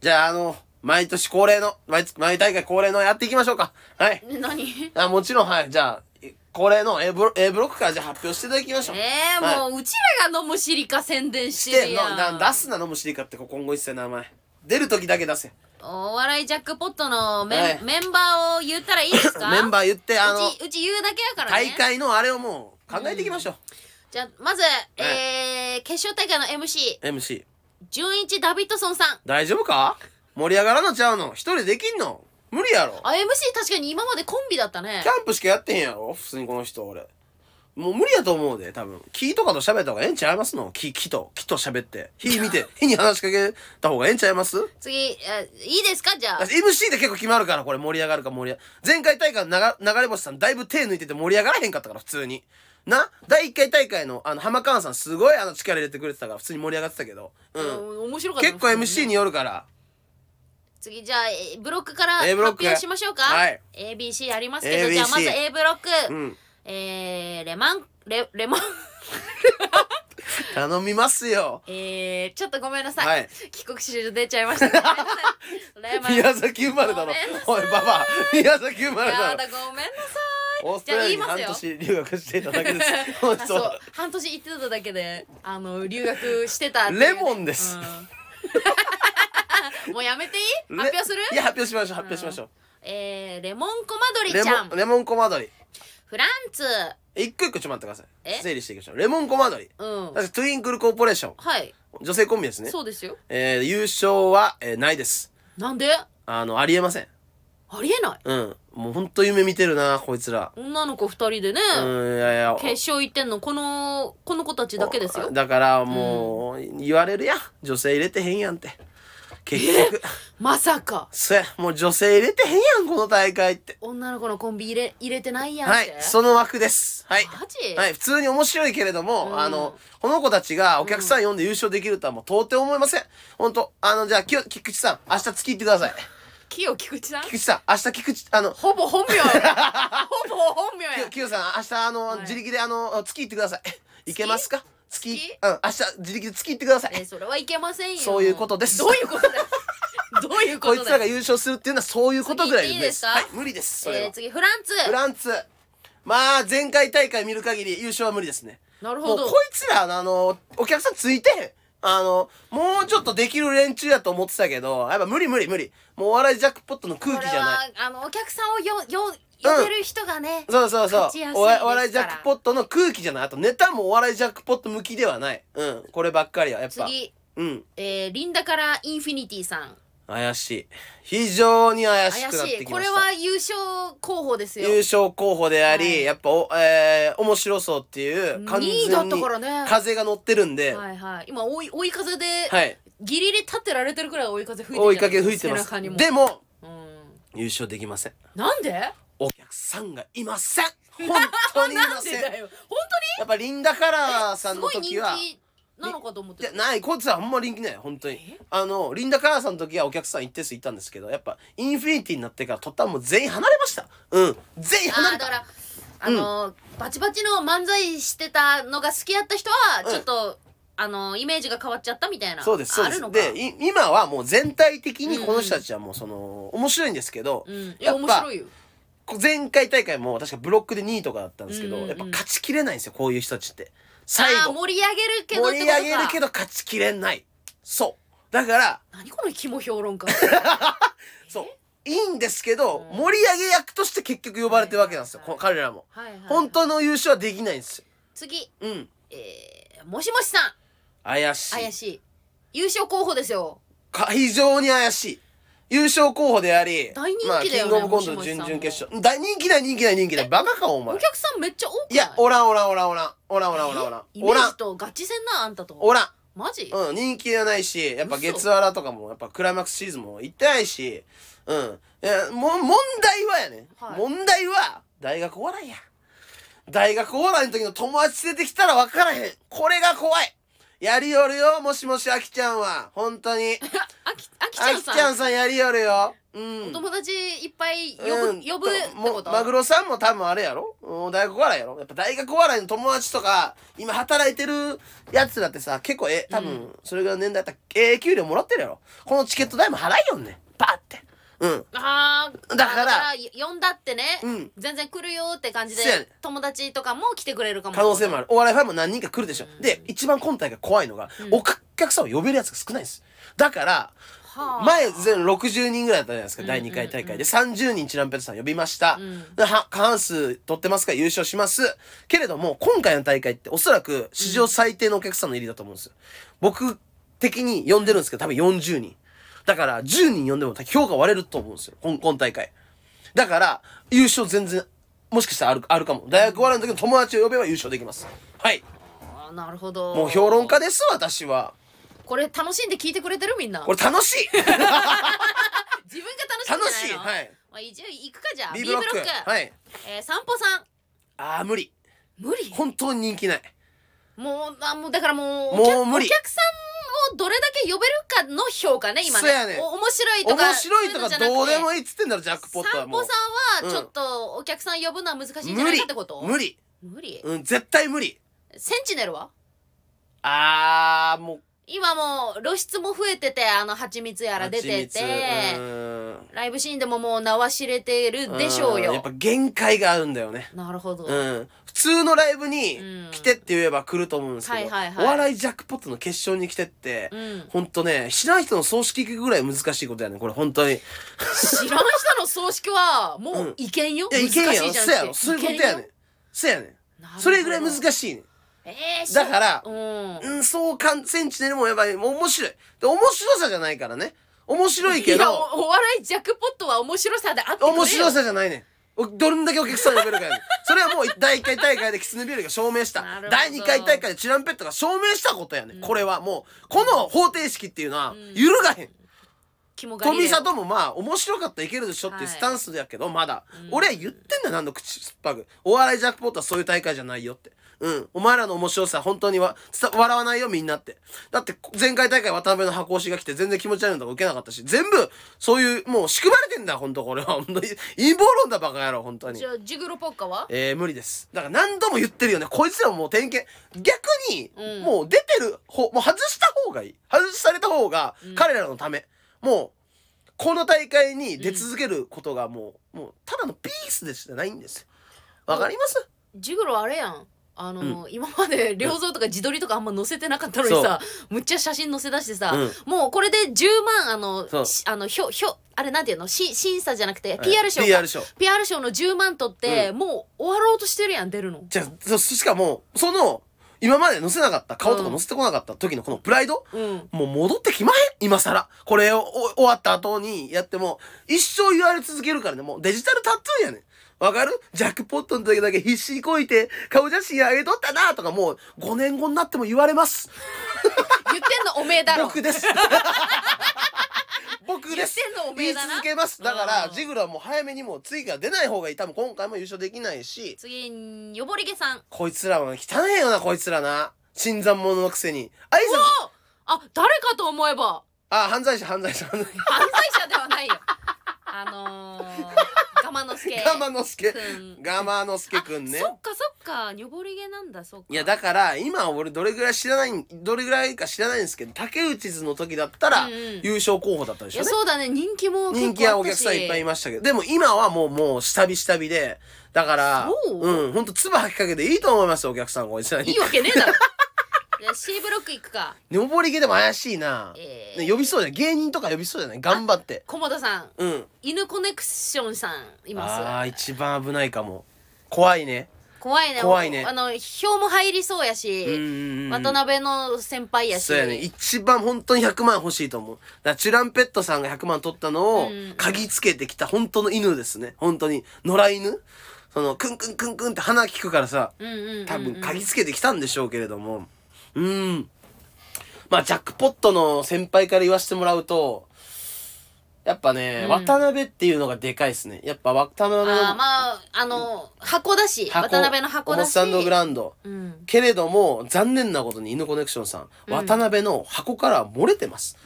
Speaker 2: じゃあ、あの、毎年恒例の、毎月、毎大会恒例のやっていきましょうか。はい。
Speaker 1: ね何
Speaker 2: あもちろん、はい。じゃあ、え恒例の A ブロ A ブロックからじゃあ発表していただきましょう。
Speaker 1: えー、
Speaker 2: はい
Speaker 1: もううちらが飲むシリカ宣伝し
Speaker 2: してて
Speaker 1: る
Speaker 2: ん
Speaker 1: や
Speaker 2: の、
Speaker 1: ん
Speaker 2: な出すなのむしりかって、今後一切名前。出る時だけ出せ。
Speaker 1: お笑いジャックポットのメン,、
Speaker 2: はい
Speaker 1: メンバーを言ったらいいです
Speaker 2: [COUGHS]
Speaker 1: か
Speaker 2: メンバー言って、あの
Speaker 1: う、ちうち言うだけやから
Speaker 2: 大
Speaker 1: ね
Speaker 2: 会のあれをもう考えていきましょう。
Speaker 1: じゃあまず、えー、決勝大会の MC
Speaker 2: MC。
Speaker 1: 純一ダビッドソンさん
Speaker 2: 大丈夫か盛り上がらなちゃうの一人できんの無理やろ
Speaker 1: あ MC 確かに今までコンビだったね
Speaker 2: キャンプしかやってへんやろ普通にこの人俺もう無理やと思うで多分木とかと喋った方がええんちゃいますの木木と木と喋って火見 [LAUGHS] て火に話しかけた方がええんちゃいます
Speaker 1: 次えいいですかじゃあ
Speaker 2: だって MC で結構決まるからこれ盛り上がるか盛り上前回大会のなが流れ星さんだいぶ手抜いてて盛り上がらへんかったから普通にな第1回大会のあの浜川さんすごいあの力入れてくれてたから普通に盛り上がってたけどうん
Speaker 1: うん面白かった
Speaker 2: 結構 MC によるから
Speaker 1: 次じゃあえブロックから発
Speaker 2: A ブロック
Speaker 1: 表しましょうか、
Speaker 2: はい
Speaker 1: ABC ありますけど
Speaker 2: ABC
Speaker 1: じゃあまず A ブロック、
Speaker 2: うん
Speaker 1: えー、レマンレレモン
Speaker 2: 頼みますよ
Speaker 1: えー、ちょっとごめんなさい、
Speaker 2: はい
Speaker 1: 帰国子女出ちゃい
Speaker 2: [LAUGHS]
Speaker 1: ましたごめんなさいレモン
Speaker 2: 宮崎生まれだ
Speaker 1: ご
Speaker 2: ろ
Speaker 1: めんなさい
Speaker 2: おいババア宮崎生まれだ
Speaker 1: や
Speaker 2: ろ
Speaker 1: だごめんなさい
Speaker 2: オーストラリアに
Speaker 1: じゃあ
Speaker 2: 半
Speaker 1: 言いますよ
Speaker 2: 年留学していただけです
Speaker 1: [LAUGHS] あ
Speaker 2: 本
Speaker 1: そ
Speaker 2: 当
Speaker 1: う半年行ってただけであの留学してたっていうね
Speaker 2: レモンです、
Speaker 1: うん [LAUGHS] もうやめていい
Speaker 2: レ
Speaker 1: 発表する
Speaker 2: いや発表しましょう発表しましょ
Speaker 1: えー、レモンコマド
Speaker 2: う
Speaker 1: リ
Speaker 2: レ
Speaker 1: ちゃん
Speaker 2: モンレモンコマドリ
Speaker 1: フランツ
Speaker 2: 一個一個ちょっと待ってくださ
Speaker 1: え
Speaker 2: い整理していきましょうレモンコマドリ
Speaker 1: うん
Speaker 2: だってトゥインクルコーポレーション
Speaker 1: はい
Speaker 2: 女性コンビですね
Speaker 1: そうですよ
Speaker 2: えー優勝は、えーないです
Speaker 1: なんであ
Speaker 2: あのありえません
Speaker 1: りえない
Speaker 2: うんもうほんと夢見てるなこいつら
Speaker 1: 女の子二人でね、
Speaker 2: うんいやいや
Speaker 1: 決勝行ってんのこのこの子たちだけですよ
Speaker 2: だからもう、言われるやん女性入れてへんやんって結局
Speaker 1: まさか
Speaker 2: そやもう女性入れてへんやんこの大会って
Speaker 1: 女の子のコンビ入れ入れてないやんっ
Speaker 2: はい
Speaker 1: て、
Speaker 2: その枠です。はい。
Speaker 1: マジ
Speaker 2: はい、普通に面白いけれども、
Speaker 1: うん
Speaker 2: あの、この子たちがお客さん呼んで優勝できるとはもう到底思いません。ほんと、あの、じゃあ、きよ菊池さん、明日月行ってください。
Speaker 1: キヨ菊池さん
Speaker 2: 菊池さん、明日菊池、あの、
Speaker 1: ほぼ本
Speaker 2: [LAUGHS]
Speaker 1: 名やほぼ本名や
Speaker 2: きよさん、明日あの、
Speaker 1: はい
Speaker 2: 自力であの、月行ってください。行けますか月
Speaker 1: 月
Speaker 2: うん、明日自力で月行ってくださ
Speaker 1: え
Speaker 2: い。
Speaker 1: それはいけませんよ
Speaker 2: そういうことです
Speaker 1: どういうことだよ [LAUGHS] どういうこ
Speaker 2: ことい
Speaker 1: だ
Speaker 2: つらが優勝するっていうのはそういうことぐらい
Speaker 1: 次行っていいですか
Speaker 2: はい、無理です。それは
Speaker 1: えー、次フランツ
Speaker 2: フランツ。まあ、前回大会見る限り優勝は無理ですね。
Speaker 1: なる
Speaker 2: も
Speaker 1: ほ
Speaker 2: うこ
Speaker 1: ど
Speaker 2: いつらの、あの、お客さんついてへん。あの、もうちょっとできる連中やと思ってたけど、やっぱ無理無理無理。もうお笑いジャックポットの空気じゃない。
Speaker 1: いあのお客さんをよよ呼べる人がね、
Speaker 2: そうそうそう
Speaker 1: 勝ちやすいですから
Speaker 2: お笑い。お笑いジャックポットの空気じゃない。あとネタもお笑いジャックポット向きではない。うん。こればっかりは、やっぱ。
Speaker 1: 次、
Speaker 2: うん。
Speaker 1: えー、リンダからインフィニティさん
Speaker 2: 怪しい。非常に怪し
Speaker 1: 怪
Speaker 2: くなっ
Speaker 1: してい
Speaker 2: きま
Speaker 1: こ
Speaker 2: し
Speaker 1: れ
Speaker 2: た。
Speaker 1: は優勝候補ですよ
Speaker 2: 優勝候補であり、
Speaker 1: はい
Speaker 2: やっぱお、えー、面白そうっていう、完
Speaker 1: 2位だ
Speaker 2: 全
Speaker 1: った
Speaker 2: に
Speaker 1: からね
Speaker 2: 風が乗ってるんで、
Speaker 1: はいはい今追い追い風で、
Speaker 2: はい。
Speaker 1: ギリギリ立ってられてるくらい追い風吹いてる
Speaker 2: [LAUGHS] 追いかけ吹いてま
Speaker 1: 背中
Speaker 2: す。
Speaker 1: にも
Speaker 2: でも、
Speaker 1: うん
Speaker 2: 優勝できません。
Speaker 1: なんで
Speaker 2: お客さんがいません本当に
Speaker 1: [LAUGHS]
Speaker 2: い
Speaker 1: な
Speaker 2: ま
Speaker 1: んで
Speaker 2: せんや
Speaker 1: だよ
Speaker 2: っぱリンダカラーさ
Speaker 1: 本
Speaker 2: ん
Speaker 1: 当
Speaker 2: の
Speaker 1: にすごい
Speaker 2: 時
Speaker 1: 人
Speaker 2: は、
Speaker 1: 気なのかと思っ
Speaker 2: じ
Speaker 1: て
Speaker 2: ゃない、こいつはほんま人気ない、本当に
Speaker 1: え。
Speaker 2: あの、リンダカラーさんの時はお客さん一定数いたんですけど、やっぱ、インフィニティになってから、とったもう全員離れました。うん。全員離
Speaker 1: あ
Speaker 2: れ
Speaker 1: ーだか
Speaker 2: た。
Speaker 1: らあのー、バチバチの漫才してたのが好きやった人は
Speaker 2: うん
Speaker 1: ちょっと、あのーイメージが変わっちゃったみたいな
Speaker 2: そうです、そう
Speaker 1: あ
Speaker 2: で
Speaker 1: るの
Speaker 2: す。
Speaker 1: か
Speaker 2: で、い今はもう全体的にこの人たちはもうその、面白いんですけど、
Speaker 1: うんい
Speaker 2: や
Speaker 1: や
Speaker 2: っ
Speaker 1: 面
Speaker 2: ぱ
Speaker 1: 白、いよ
Speaker 2: 前回大会も確かブロックで2位とかだったんですけ
Speaker 1: うんうん
Speaker 2: ど、
Speaker 1: うん
Speaker 2: やっぱ勝ちきれないんですよ、こういう人たちって。最
Speaker 1: ああー
Speaker 2: 後。
Speaker 1: 盛り上げるけどっ
Speaker 2: 盛
Speaker 1: てこ
Speaker 2: り上
Speaker 1: とか
Speaker 2: げるけど勝ちきれない。そう。だから、
Speaker 1: 何この肝評論
Speaker 2: [LAUGHS]
Speaker 1: 家
Speaker 2: そう。いいんですけど、
Speaker 1: うん
Speaker 2: 盛り上げ役として結局呼ばれてるわけなんですよ、
Speaker 1: はい
Speaker 2: こ彼らも。
Speaker 1: はいはい、はい、
Speaker 2: 本当の優勝はできないんですよ。
Speaker 1: 次
Speaker 2: うん。
Speaker 1: えー、もしもしさん
Speaker 2: 怪しい。
Speaker 1: 怪しい優勝候補ですよ
Speaker 2: か非常に怪しい。優勝候補であり、
Speaker 1: 大人気だよね
Speaker 2: まあ、キングオブコント準々決勝。大人気だ、人気だ、人気だ。バカか、お前
Speaker 1: お。客さんめっちゃ多くない
Speaker 2: いや、おらん、おらん、おらん、おらん。おらん、おらん、おらん、おらん
Speaker 1: え。イメ
Speaker 2: おら
Speaker 1: ー
Speaker 2: ん
Speaker 1: ジ。とガチ戦なあんたと
Speaker 2: おらん。
Speaker 1: マジ、
Speaker 2: うん、人気はないし、やっぱ
Speaker 1: 嘘
Speaker 2: 月原とかも、やっぱクライマックスシーズンも行ってないし、うん。いや、も、問題はやね。
Speaker 1: はい
Speaker 2: 問題は、大学お笑いや。大学お笑いの時の友達出てきたら分からへん。これが怖い。やりよるよ、もしもし、あきちゃんは。本当に。
Speaker 1: あきあきち
Speaker 2: あ
Speaker 1: ゃん
Speaker 2: き
Speaker 1: さ
Speaker 2: ちゃ
Speaker 1: ん
Speaker 2: んさんやりよるよ。うん。
Speaker 1: お友達いっぱい呼ぶ、
Speaker 2: うん
Speaker 1: 呼ぶって
Speaker 2: も
Speaker 1: こと
Speaker 2: マグロさんも多分あれやろうん大学お笑いやろやっぱ大学お笑いの友達とか今働いてるやつだってさ結構え多
Speaker 1: う
Speaker 2: 分それぐらいの年代だったらええ給料もらってるやろこのチケット代も払いよんねんパーってうん
Speaker 1: あー
Speaker 2: だから
Speaker 1: 呼んだってね、
Speaker 2: うん
Speaker 1: 全然来るよって感じで
Speaker 2: そうやね
Speaker 1: 友達とかも来てくれるかも
Speaker 2: 可能性もあるお笑いファンも何人か来るでしょ
Speaker 1: うん
Speaker 2: で一番今大会怖いのが
Speaker 1: うん
Speaker 2: お客さんを呼べるやつが少ないんですだから
Speaker 1: はあ
Speaker 2: 前全60人ぐらいだったじゃないですか
Speaker 1: うん
Speaker 2: 第2回大
Speaker 1: うん
Speaker 2: 会で30人チランペットさん呼びました
Speaker 1: うん
Speaker 2: では過半数取ってますから優勝します。けれども、今回の大会っておそらく史上最低のお客さんの入りだと思うんですよ。僕的に呼んでるんですけど、多分40人。だから、10人呼んでも評価割れると思うんですよ。今今大会。だから、優勝全然、もしかしたらあるあるかも。大学終わるの時の友達を呼べば優勝できます。はい。
Speaker 1: あーなるほど
Speaker 2: もう評論家です、私は。
Speaker 1: これ楽しんで聞いてくれてるみんな
Speaker 2: これ楽しい
Speaker 1: 自分が
Speaker 2: 楽
Speaker 1: 楽しいん
Speaker 2: しい
Speaker 1: じゃないの
Speaker 2: はい。
Speaker 1: まあ、一応行くかじゃあ
Speaker 2: B ブロック。はい。
Speaker 1: えー、散歩さん
Speaker 2: あー、無理。
Speaker 1: 無理
Speaker 2: 本当に人気ない。
Speaker 1: もうあもうだからもう
Speaker 2: もう
Speaker 1: お客
Speaker 2: 無理
Speaker 1: お客さんをどれだけ呼べるかの評価ね今
Speaker 2: そうやねん
Speaker 1: お面白いとか
Speaker 2: 面白いとかどうでも
Speaker 1: い
Speaker 2: いいっつってんだろ、ジャックポットは
Speaker 1: 散
Speaker 2: も
Speaker 1: 歩
Speaker 2: う。
Speaker 1: さんはちょっとお客さん呼ぶのは難しいんじゃ
Speaker 2: 無
Speaker 1: ない
Speaker 2: 理
Speaker 1: かってこと
Speaker 2: 無理
Speaker 1: 無理
Speaker 2: うん絶対無理
Speaker 1: センチネルは
Speaker 2: あーもう
Speaker 1: 今もう露出も増えててあの蜂蜜やら出てて
Speaker 2: 蜂蜜うん
Speaker 1: ライブシーンでももう名は知れてるでしょうよ
Speaker 2: んやっぱ限界があるんだよね
Speaker 1: なるほど、
Speaker 2: うん普通のライブ
Speaker 1: う
Speaker 2: に
Speaker 1: ん
Speaker 2: 来てって言えば来ると思うんですけど、
Speaker 1: はいはいはい
Speaker 2: お笑いジャックポットの決勝に来てって、
Speaker 1: うん
Speaker 2: ほんとね知らん人の葬式行くぐらい難しいことやねこれ本当にい
Speaker 1: 知らん人の葬式はもういけんよ、
Speaker 2: やいけん
Speaker 1: 難
Speaker 2: や
Speaker 1: し
Speaker 2: ろ
Speaker 1: いじゃ
Speaker 2: そうや
Speaker 1: ん
Speaker 2: ろそういうことやねんそうやねんそれぐらい難しいねん
Speaker 1: えー、
Speaker 2: だから
Speaker 1: そううん
Speaker 2: うん、そうかん、センチネルもやっぱりもう面白い。で、面白さじゃないからね。面白いけ
Speaker 1: いや
Speaker 2: ど、
Speaker 1: おお笑いジャックポットは面白さであってくれよ
Speaker 2: 面白さじゃないねん。おどれだけお客さん呼べるかやねん。それはもう第1回大会でキツネビューが証明した
Speaker 1: なるほど。
Speaker 2: 第2回大会でチュランペットが証明したことやねん。これはもう、この方程式っていうのは
Speaker 1: ん
Speaker 2: 揺るがへん。
Speaker 1: 肝が
Speaker 2: 富里もまあ、面白かったらいけるでしょっていうスタンスやけど、まだ。俺は言ってんだよ、何度口酸っぱく。お笑いジャックポットはそういう大会じゃないよって。うん。お前らの面白さ、本当にわ、伝笑わないよ、みんなって。だって、前回大会渡辺の箱押しが来て、全然気持ち悪いのとか受けなかったし、全部、そういう、もう仕組まれてんだ、本当これは。本当に陰謀論だ、バカ野郎、本当に
Speaker 1: じ。ゃあジグロポッカは
Speaker 2: えー、無理です。だから何度も言ってるよね。こいつらももう点検。逆に
Speaker 1: うん、
Speaker 2: もう出てる方、もう外した方がいい。外された方が
Speaker 1: うん、
Speaker 2: 彼らのため。もう、この大会に出続けることがもう、もう、ただのピースでしかないんですよ。わかります
Speaker 1: ジグロあれやんあの、今まで良造とか自撮りとかあんま載せてなかったのにさむっちゃ写真載せ出してさ、
Speaker 2: うん
Speaker 1: もうこれで10万あ
Speaker 2: そう
Speaker 1: のしあのひょひょあれなんていうのし審査じゃなくて
Speaker 2: はい
Speaker 1: PR 賞か、
Speaker 2: PR 賞。
Speaker 1: PR 賞の10万取って、もう終わろうとしてるやん出るの
Speaker 2: じゃあそ、しかも、その、今まで載せなかった、顔とか載せてこなかった時のこのプライド、
Speaker 1: うん
Speaker 2: もう戻ってきまへん今更。これをお終わった後にやっても、一生言われ続けるからね。もうデジタルタトゥーやねん。わかるジャックポットの時だけ必死にこいて、顔写真あげとったなとかもう5年後になっても言われます。
Speaker 1: 言ってんのおめえ
Speaker 2: [LAUGHS]
Speaker 1: だろ [LAUGHS]
Speaker 2: 僕です。僕です。
Speaker 1: 言ってんのおめえだな
Speaker 2: 言い続けます。だから
Speaker 1: う、ん
Speaker 2: ジグラもう早めにもう次から出ない方がいい。多分今回も優勝できないし、
Speaker 1: 次によぼりげさん
Speaker 2: こいつらは汚いよな、こいつらな。新参者のくせに。挨
Speaker 1: うわ
Speaker 2: 拶、
Speaker 1: あ誰かと思えば
Speaker 2: あ、犯罪者、犯罪者、犯罪者。
Speaker 1: 犯罪者ではないよあのー、ガマの助
Speaker 2: ガマノスケ
Speaker 1: く。ん
Speaker 2: ガマノスケくんね
Speaker 1: あ。そっかそっかにょぼりげなんだそっか
Speaker 2: いや、だから、今俺どれぐらい知らないん、どれぐらいか知らないんですけど、竹内図の時だったら
Speaker 1: うんうん、
Speaker 2: 優勝候補だったで
Speaker 1: い
Speaker 2: しょ
Speaker 1: や
Speaker 2: うね。
Speaker 1: そうだね人気も結
Speaker 2: 人気
Speaker 1: 構
Speaker 2: は
Speaker 1: あ
Speaker 2: お
Speaker 1: った
Speaker 2: 客
Speaker 1: し
Speaker 2: さんいっぱいいましたけど、でも今はもう、もう、下火下火で、だから、
Speaker 1: そう
Speaker 2: うん、ほんと、唾吐きかけていいと思いますよ、お客さん、こいつら
Speaker 1: い
Speaker 2: に
Speaker 1: い。わけねえだろ [LAUGHS] じゃあ C ブロック行くか
Speaker 2: 登り毛でも怪しいな。
Speaker 1: えー
Speaker 2: ね呼びそうじゃない芸人とか呼びそうじゃない頑張って。
Speaker 1: 菰田さん
Speaker 2: うん。
Speaker 1: 犬コネクションさんい
Speaker 2: あ
Speaker 1: ま
Speaker 2: あ、
Speaker 1: す
Speaker 2: 一番危ないかも。怖いね。
Speaker 1: 怖いね
Speaker 2: 怖いね
Speaker 1: あの票も入りそうやし、
Speaker 2: うんうんうん
Speaker 1: 渡辺の先輩やし
Speaker 2: そうやね一番本当に100万欲しいと思うだからチュランペットさんが100万取ったのを
Speaker 1: うん
Speaker 2: 嗅ぎつけてきた本当の犬ですね本当に野良犬そのクンクンクンクンって鼻聞くからさ
Speaker 1: うんうんうんうん
Speaker 2: 多分嗅ぎつけてきたんでしょうけれどもうんまあジャックポットの先輩から言わせてもらうとやっぱね、
Speaker 1: うん
Speaker 2: 渡辺っていうのがでかいですねやっぱ渡辺の
Speaker 1: あーまああの箱だし渡辺の箱だし
Speaker 2: スタンドグラウンド
Speaker 1: うん、
Speaker 2: けれども残念なことに犬コネクションさん、
Speaker 1: うん
Speaker 2: 渡辺の箱から漏れてます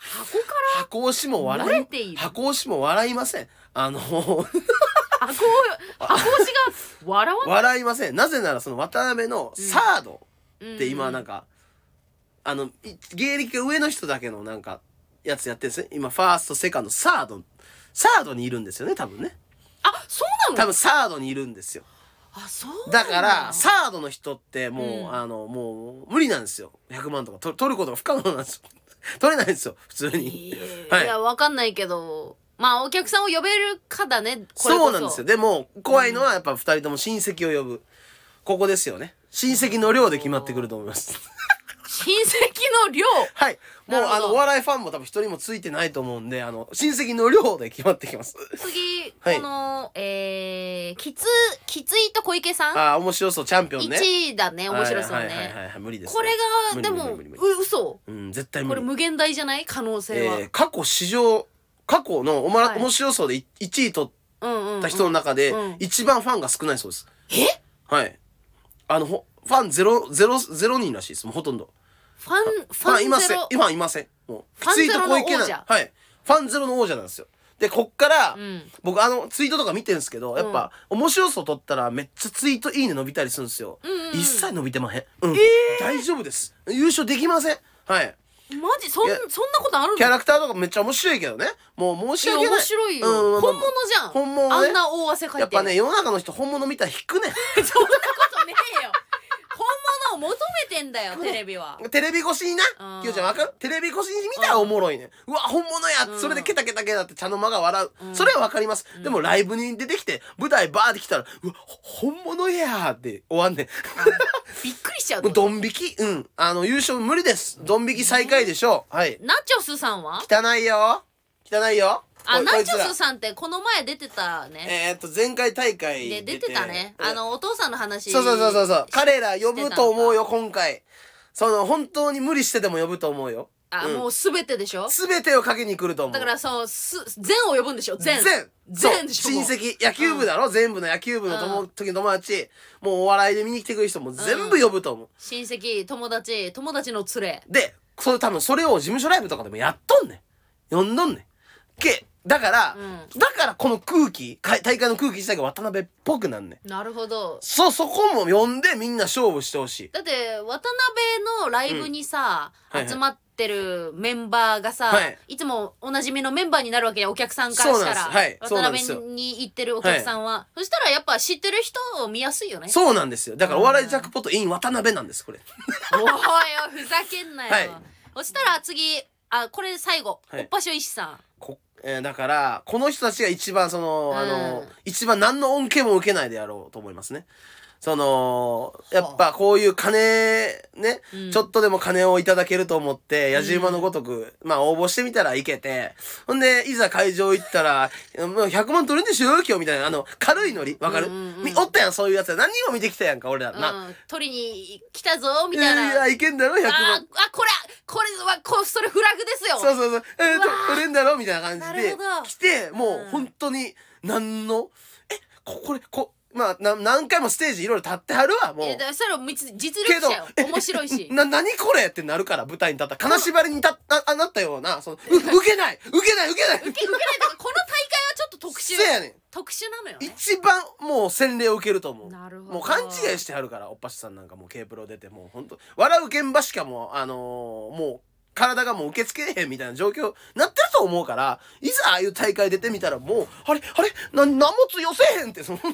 Speaker 1: 箱か
Speaker 2: 箱押しも
Speaker 1: 漏
Speaker 2: 笑
Speaker 1: れてい
Speaker 2: い
Speaker 1: る
Speaker 2: 箱押しも笑いませんあの [LAUGHS]
Speaker 1: ら箱を箱推し
Speaker 2: [LAUGHS]
Speaker 1: が笑わ
Speaker 2: 笑いませんなぜならその渡辺のサード
Speaker 1: ない
Speaker 2: って今なん
Speaker 1: か
Speaker 2: か、あのい芸歴が上の人だけのなんかやつやってるんですね今ファーストセカンドサードサードにいるんですよね多分ね
Speaker 1: あそうな
Speaker 2: 多
Speaker 1: の
Speaker 2: 分サードにいるんですよ
Speaker 1: あそうな
Speaker 2: だ
Speaker 1: ん
Speaker 2: からサードの人ってもう、
Speaker 1: うん
Speaker 2: あのもう無理なんですよ100万とかと取ることが不可能なんですよ [LAUGHS] 取れないんですよ普通に、
Speaker 1: えー
Speaker 2: [LAUGHS] はい
Speaker 1: いやわかんないけどまあお客さんを呼べるかだねこれこそ
Speaker 2: そうなんですよでも怖いのはやっぱ2人とも親戚を呼ぶここですよね親戚の量で決まってくると思います
Speaker 1: [LAUGHS] 親戚の量
Speaker 2: はい [LAUGHS] も
Speaker 1: な
Speaker 2: う
Speaker 1: るほ
Speaker 2: あ
Speaker 1: ど
Speaker 2: のお笑いファンも多分一人もついてないと思うんであの親戚の量で決まって
Speaker 1: [LAUGHS]
Speaker 2: きます
Speaker 1: [LAUGHS] 次、
Speaker 2: はい
Speaker 1: このえー、きつきついと小池さん、
Speaker 2: ああ面白そうチャンピオンね
Speaker 1: 1位だね面白そうね、
Speaker 2: はいはいはいはい、無理です、ね、
Speaker 1: これが
Speaker 2: 無
Speaker 1: で
Speaker 2: 理
Speaker 1: も
Speaker 2: 無理無理無
Speaker 1: う嘘
Speaker 2: 理うん絶対無
Speaker 1: これ
Speaker 2: 理
Speaker 1: 無限大じゃない可能性は、
Speaker 2: えー過去史上過去のおまら、
Speaker 1: はい
Speaker 2: 面白そうでい1位取っ
Speaker 1: うんうん、うん、
Speaker 2: た人の中で、
Speaker 1: うん
Speaker 2: 一番ファンが少ないそうです
Speaker 1: え
Speaker 2: はいあのほファンゼロゼロゼロ人らしいですもうほとんど
Speaker 1: ファン
Speaker 2: フ
Speaker 1: フ
Speaker 2: ァン
Speaker 1: ァ
Speaker 2: い
Speaker 1: ン
Speaker 2: ま
Speaker 1: ゼ
Speaker 2: せん
Speaker 1: ロ
Speaker 2: 今いませんもう
Speaker 1: ファンゼロの王者
Speaker 2: ツイートなはいファンゼロの王者なんですよでこっから、
Speaker 1: うん
Speaker 2: 僕あのツイートとか見てるんですけどやっぱ、面白そう撮ったらめっちゃツイートいいね伸びたりするんですよ、
Speaker 1: んうんうん
Speaker 2: 一切伸びてまへん、うん大丈夫です優勝できませんはい
Speaker 1: マジそんそん
Speaker 2: いや
Speaker 1: なことあるの
Speaker 2: キャラクターとかめっちゃ面白いけどねもう申し訳ない
Speaker 1: いや面白いよ、
Speaker 2: うんまあまあ
Speaker 1: 本物じゃん
Speaker 2: 本物ね
Speaker 1: あんな大汗かいてる
Speaker 2: やっぱね世の中の人本物見たら引くね
Speaker 1: そんなことねえよ本物を求めてんだよテレビは
Speaker 2: テレビ越しにな
Speaker 1: うん、
Speaker 2: きよちゃんわかるテレビ越しに見たらおもろいね。うわ、本物や、
Speaker 1: うん
Speaker 2: それでケタケタケタって茶の間が笑う。
Speaker 1: うん
Speaker 2: それはわかります。でもライブに出てきて、舞台バーって来たら、うわ、ほ本物やーって終わんねん。
Speaker 1: びっくりしちゃう
Speaker 2: もう [LAUGHS] ドン引きうん。あの、優勝無理です。ドン引き最下位でしょう。はい。
Speaker 1: ナチョスさんは
Speaker 2: 汚いよ。汚いよ。
Speaker 1: あ
Speaker 2: こい
Speaker 1: ナチ
Speaker 2: こい
Speaker 1: ョ
Speaker 2: つら
Speaker 1: スさんってこの前出てたね
Speaker 2: えーっと、前回大会
Speaker 1: で出てたねあ、のお父さんの話
Speaker 2: そうそうそうそうそう。彼ら呼ぶと思う
Speaker 1: よ
Speaker 2: よ、今回。その、本当に無理してでも呼ぶと思うよ。
Speaker 1: あ、
Speaker 2: うん
Speaker 1: もう全てでしょ
Speaker 2: 全てをかけに来ると思う
Speaker 1: だからそうす全を呼ぶんでしょ全
Speaker 2: 全
Speaker 1: 全でしょ
Speaker 2: そう親戚野球部だろ、全部の野球部の友、
Speaker 1: うん
Speaker 2: 時の友達もうお笑いで見に来てくる人も全部呼ぶと思う、
Speaker 1: 親戚友達友達の連れ
Speaker 2: でそれ多分それを事務所ライブとかでもやっとんねん呼んどんねんけだから、
Speaker 1: う
Speaker 2: だからこの空気か大会の空気自体が渡辺っぽくなんねん
Speaker 1: なるほど
Speaker 2: そそこも呼んでみんな勝負してほしい
Speaker 1: だって渡辺のライブにさ、
Speaker 2: うんはいはい
Speaker 1: 集まってるメンバーがさ、
Speaker 2: はいい、
Speaker 1: つもおなじみのメンバーになるわけやお客さんからしたら、
Speaker 2: そうなんですはいそう
Speaker 1: 渡
Speaker 2: なんですよ
Speaker 1: 辺に行ってるお客さんは、そしたらやっぱ知ってる人を見やすいよね
Speaker 2: そうなんですよだからお笑いジャックポット in 渡辺なんですこれ
Speaker 1: おいおいふざけんなよ、
Speaker 2: はい
Speaker 1: そしたら次あこれ最後、
Speaker 2: はい
Speaker 1: おっぱしょ石さ
Speaker 2: こ、えーだからこの人たちが一番その、
Speaker 1: うん
Speaker 2: あの一番何の恩恵も受けないであろうと思いますねそのやっぱこういう金ね、
Speaker 1: うん
Speaker 2: ちょっとでも金をいただけると思って野じ馬のごとく、まあ応募してみたらいけてほんでいざ会場行ったら「もう100万取れんでしょ今日」みたいなあの軽いノリわかる、
Speaker 1: うんうんうん
Speaker 2: みおったやんそういうやつ何人も見てきたやんか俺ら
Speaker 1: ん、
Speaker 2: な、
Speaker 1: うん、取りに来たぞみたいな、
Speaker 2: いやいけんだろ100
Speaker 1: あ
Speaker 2: 万
Speaker 1: あこれこれはこそれフラグですよ
Speaker 2: そうそうそう。えー
Speaker 1: うわ
Speaker 2: と
Speaker 1: ー、
Speaker 2: 取れんだろみたいな感じ
Speaker 1: なる
Speaker 2: で
Speaker 1: ほど、
Speaker 2: 来て、も
Speaker 1: う
Speaker 2: うん本当に、なんの、え、こ、これ、こ、まあ、な何回もステージいろいろ立ってはるわ、も
Speaker 1: えだ
Speaker 2: う。
Speaker 1: からそれは実実力者よ
Speaker 2: けど
Speaker 1: 面白いし
Speaker 2: な、何これってなるから、舞台に立った。金縛りに立った、あなったような、その、う、受けない受けない受けない
Speaker 1: 受け受けないとかこの大会はちょっと特殊
Speaker 2: せやねん。
Speaker 1: 特殊なのよね
Speaker 2: 一番もう洗礼を受けると思う。
Speaker 1: なるほど
Speaker 2: もう勘違いしてはるから、おっぱしさんなんかもう K プロ出て、もう本当笑う現場しかもう、あのーもう、体がもう受け付けれへんみたいな状況になってると思うから、 [LAUGHS] いざああいう大会出てみたらもう、あれあれな、何も強せへんって、そんな、
Speaker 1: あ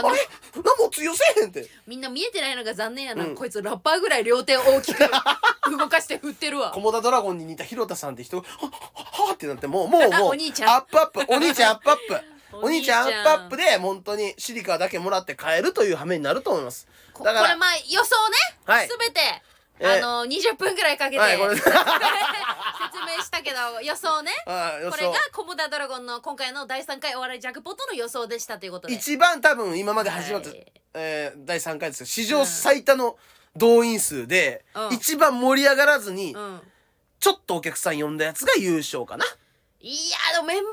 Speaker 2: [LAUGHS] あ
Speaker 1: の
Speaker 2: れ何も強せへんって。
Speaker 1: みんな見えてないのが残念やな、
Speaker 2: うん
Speaker 1: こいつラッパーぐらい両手を大きく動かして振ってるわ
Speaker 2: コモダドラゴンに似た広田さんって人が、はははってなって、もう、もう、もう、
Speaker 1: [LAUGHS] お兄ちゃん
Speaker 2: アップアップ、お兄ちゃんアッ
Speaker 1: [LAUGHS]
Speaker 2: プアップ。
Speaker 1: お
Speaker 2: お
Speaker 1: 兄
Speaker 2: 兄
Speaker 1: ち
Speaker 2: ち
Speaker 1: ゃん
Speaker 2: ゃんアップアップで、本当にシリカだけもらって帰るという羽目になると思います。
Speaker 1: こ
Speaker 2: だか
Speaker 1: こ
Speaker 2: ら
Speaker 1: れまあ予想ね、
Speaker 2: はい
Speaker 1: 全て
Speaker 2: えー
Speaker 1: あの20分ぐらいかけて、
Speaker 2: はいごめん
Speaker 1: [LAUGHS]
Speaker 2: な
Speaker 1: 説
Speaker 2: さい
Speaker 1: 明したけど予想ね
Speaker 2: ああ、予
Speaker 1: これ
Speaker 2: 想
Speaker 1: が。コモダドラゴンの今回の第3回お笑いジャックポットの予想でしたということで
Speaker 2: 一番多分今まで始まった、
Speaker 1: はい
Speaker 2: えー第3回ですけど史上最多の動員数で、
Speaker 1: うん
Speaker 2: 一番盛り上がらずに、
Speaker 1: うん
Speaker 2: ちょっとお客さん呼んだやつが優勝かな、
Speaker 1: いやでもメンバー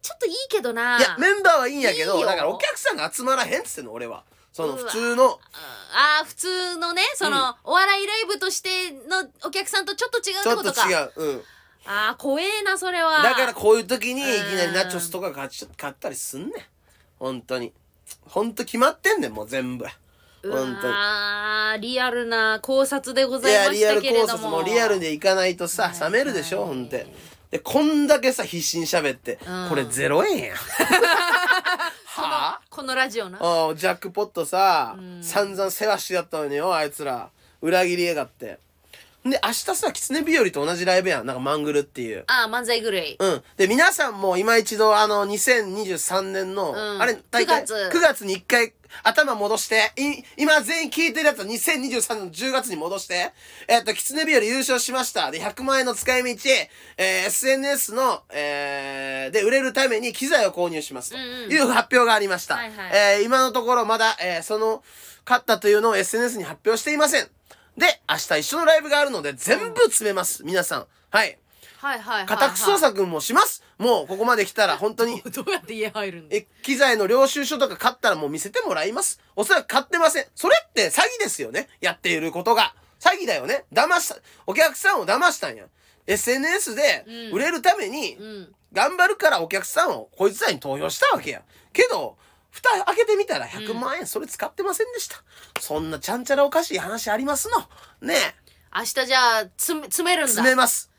Speaker 1: ちょっといいけどない
Speaker 2: やメンバーはいいんやけど
Speaker 1: いいよ
Speaker 2: だからお客さんが集まらへんっつってんの俺はその
Speaker 1: うわ
Speaker 2: 普通の
Speaker 1: ああー普通のねその、
Speaker 2: うん
Speaker 1: お笑いライブとしてのお客さんとちょっと違うっ
Speaker 2: ち
Speaker 1: て
Speaker 2: ょ
Speaker 1: こ
Speaker 2: っと
Speaker 1: とか
Speaker 2: 違う、うん、
Speaker 1: ああ怖えなそれは
Speaker 2: だからこういう時にいきな
Speaker 1: うん
Speaker 2: りナチョスとかが勝ち買ったりすんねん本当に本当決まってんねんもう全部
Speaker 1: う
Speaker 2: 本当に
Speaker 1: わーリアルな考察でご
Speaker 2: い
Speaker 1: ざい
Speaker 2: や
Speaker 1: ま
Speaker 2: リ
Speaker 1: し
Speaker 2: ア
Speaker 1: た
Speaker 2: ル
Speaker 1: けれ
Speaker 2: 考
Speaker 1: ど
Speaker 2: 察
Speaker 1: も
Speaker 2: もリアルでいかないとさ
Speaker 1: はい
Speaker 2: 冷めるでしょほん
Speaker 1: は
Speaker 2: で
Speaker 1: い
Speaker 2: でこんだけさ必死に喋って
Speaker 1: うん
Speaker 2: これ0円
Speaker 1: [LAUGHS]
Speaker 2: やん
Speaker 1: この
Speaker 2: は
Speaker 1: このラジオな
Speaker 2: あおうジャックポットさ
Speaker 1: うん
Speaker 2: 散々世話してやったのによあいつら裏切りやがってで明日さ狐日和と同じライブやんなんかマングルっていう
Speaker 1: ああ漫才狂い
Speaker 2: うん。で、皆さんも今一度、あの、2023年の、
Speaker 1: うん
Speaker 2: あれ、大体
Speaker 1: 9月
Speaker 2: 9月に一回、頭戻して、い、今全員聞いてるやつは2023年の10月に戻して、えっと、狐日和優勝しました。で、100万円の使い道、えー SNS の、えーで、売れるために機材を購入しますと
Speaker 1: うんうん
Speaker 2: いう発表がありました。
Speaker 1: はいはい
Speaker 2: えー今のところまだ、えーその、勝ったというのを SNS に発表していません。で、明日一緒のライブがあるので、全部詰めます。皆さん。はい。
Speaker 1: はいはいはい、はい、
Speaker 2: 家宅捜索もしますもうここまで来たら本当に
Speaker 1: [LAUGHS] どうやって家入るんだ
Speaker 2: え機材の領収書とか買ったらもう見せてもらいますおそらく買ってませんそれって詐欺ですよねやっていることが詐欺だよね騙したお客さんを騙したんや SNS で
Speaker 1: うん
Speaker 2: 売れるために
Speaker 1: うん
Speaker 2: 頑張るからお客さんをこいつらに投票したわけやけど蓋開けてみたら100万円それ使ってませんでした、そんなちゃんちゃらおかしい話ありますのねえ
Speaker 1: 明日じゃあ詰め詰めるん
Speaker 2: 詰め
Speaker 1: だ
Speaker 2: ます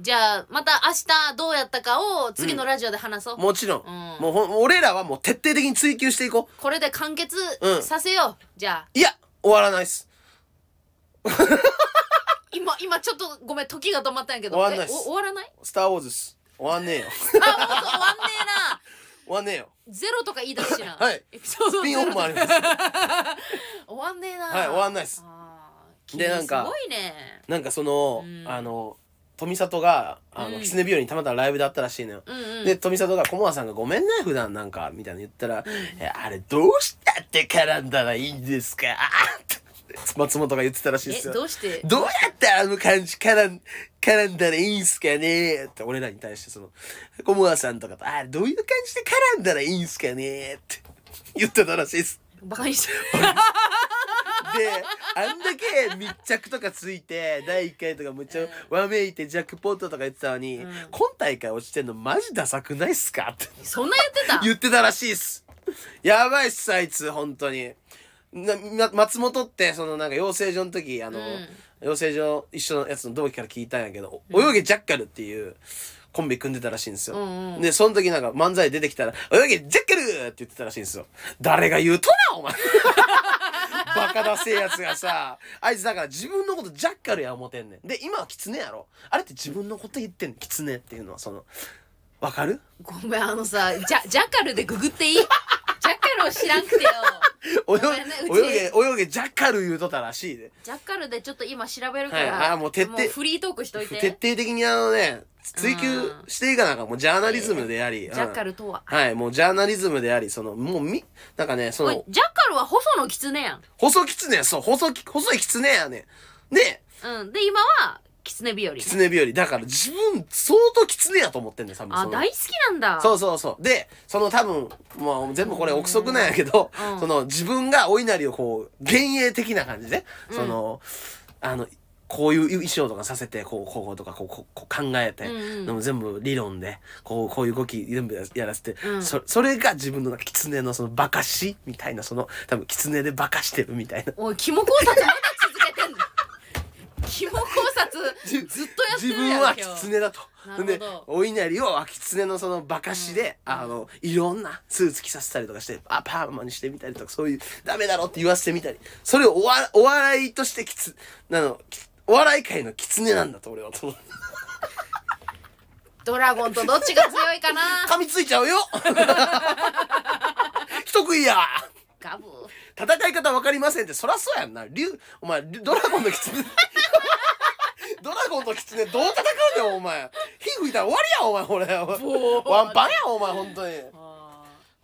Speaker 1: じゃあまた明日どうやったかを次のラジオで話そう、
Speaker 2: もちろん、
Speaker 1: うん
Speaker 2: もうほん俺らはもう徹底的に追求していこう
Speaker 1: これで完結
Speaker 2: うん
Speaker 1: させよう、じゃあ
Speaker 2: いや、終わらないっす。
Speaker 1: 今今ちょっとごめん時が止まったんやけど
Speaker 2: 終わんないっ
Speaker 1: え
Speaker 2: す
Speaker 1: お終わらない [LAUGHS]
Speaker 2: スター・ウォーズっす。終わんねえ
Speaker 1: あ
Speaker 2: よ。
Speaker 1: もう終わんねえな
Speaker 2: 終わんねえよ。
Speaker 1: ゼロとか言い出すしな。
Speaker 2: はい
Speaker 1: エピソード
Speaker 2: スピン
Speaker 1: ゼ
Speaker 2: オ
Speaker 1: ロと
Speaker 2: フも
Speaker 1: か
Speaker 2: あります。
Speaker 1: [LAUGHS] 終わんねえな。
Speaker 2: はい終わんないっす
Speaker 1: あー。
Speaker 2: でなんか
Speaker 1: 君すごいね。
Speaker 2: なんかその、
Speaker 1: うん
Speaker 2: あの、富里が、あ
Speaker 1: う
Speaker 2: の、
Speaker 1: ん
Speaker 2: キツネ日和にたまたまライブで会ったらしいのよ。
Speaker 1: うんうん。
Speaker 2: で、富里が、コモアさんがごめんね、普段なんか、みたいなの言ったら、えあれどうしたって絡んだらいいんですかって松本が言ってたらしいで
Speaker 1: え
Speaker 2: すよ。
Speaker 1: どうして
Speaker 2: どうやったらあの感じからん、絡んだらいいんすかねって俺らに対してその、小村さんとかと、あれどういう感じで絡んだらいいんすかねって言ってたらしいです。
Speaker 1: バカにして
Speaker 2: で、あんだけ密着とかついて、第1回とかむっちゃわめいてジャックポットとか言ってたのに、
Speaker 1: うん
Speaker 2: 今大会落ちてんのマジダサくないっすかって
Speaker 1: そんなやってた
Speaker 2: 言ってたらしいっす。やばいっす、あいつ、本当に。なな松本って、そのなんか養成所の時、あの、
Speaker 1: うん
Speaker 2: 養成所一緒のやつの同期から聞いたんやけど、泳げジャッカルっていうコンビ組んでたらしいんですよ。
Speaker 1: うんうん
Speaker 2: で、その時なんか漫才出てきたら、泳げジャッカルって言ってたらしいんですよ。誰が言うとな、
Speaker 1: [LAUGHS]
Speaker 2: お前。バカだせえやつがさ、あいつだから自分のことジャッカルや思てんねん。で、今はキツネやろ。あれって自分のこと言ってんねん、キツネっていうのはその、わかる
Speaker 1: ごめんあのさジャジャカルでググっていいジャカルを知らんくてよご
Speaker 2: 泳
Speaker 1: めんねうち
Speaker 2: げ、泳げ、泳げ、ジャッカル言うとったらしいで。
Speaker 1: ジャカルでちょっと今調べるか
Speaker 2: はいあ
Speaker 1: ら
Speaker 2: ーもう徹底
Speaker 1: フリートークしといて
Speaker 2: 徹底的にあのね、追求していかなあかん。もうジャーナリズムであり。
Speaker 1: ジャカ
Speaker 2: ル。
Speaker 1: ルとは
Speaker 2: はい、もうジャーナリズムであり、その、もうみ、なんかね、そ
Speaker 1: おい
Speaker 2: の、
Speaker 1: ジャカルは細野狐やん
Speaker 2: 細キツネ、そう、細き、細いキツネやねん。で、
Speaker 1: うんで今は狐日和
Speaker 2: キツネ日和。だから自分、相当キツネやと思ってんねん、多分
Speaker 1: あ
Speaker 2: その
Speaker 1: 大好きなんだ
Speaker 2: そうそうそう。で、その多分、まあ全部これ憶測なんやけど、
Speaker 1: うん
Speaker 2: その自分がお稲荷をこう、幻影的な感じで、
Speaker 1: うん
Speaker 2: その、あの、こういう衣装とかさせて、こう、こうとか、こう、こうこう考えて、
Speaker 1: うんうん
Speaker 2: でも全部理論で、こう、こういう動き全部やらせて、
Speaker 1: うん
Speaker 2: そそれが自分のなんか狐のそのバカしみたいな、その、多分狐でバカしてるみたいな。
Speaker 1: おいキモ考察まだ続けてんのキモ考察ずっとやって
Speaker 2: 自
Speaker 1: る
Speaker 2: 分
Speaker 1: や
Speaker 2: は
Speaker 1: んけよ
Speaker 2: 狐だと
Speaker 1: なる。ほど
Speaker 2: で、お稲荷を狐のそのバカしで、あの、いろんなスーツ着させたりとかして、あ、パーマにしてみたりとか、そういう、ダメだろって言わせてみたり、それをおわお笑いとしてきつ、なの、きお笑い界の狐なんだと俺はと思って。
Speaker 1: ドラゴンとどっちが強いかな
Speaker 2: [LAUGHS] 噛みついちゃうよ人食いや
Speaker 1: ガブ
Speaker 2: 戦い方わかりませんって、そらそうやんな。竜、お前、竜ドラゴンの狐。 [LAUGHS] ドラゴンと狐どう戦うんだよ、お前。火吹いたら終わりや、お前、俺。ワンパンや、お前、本当に。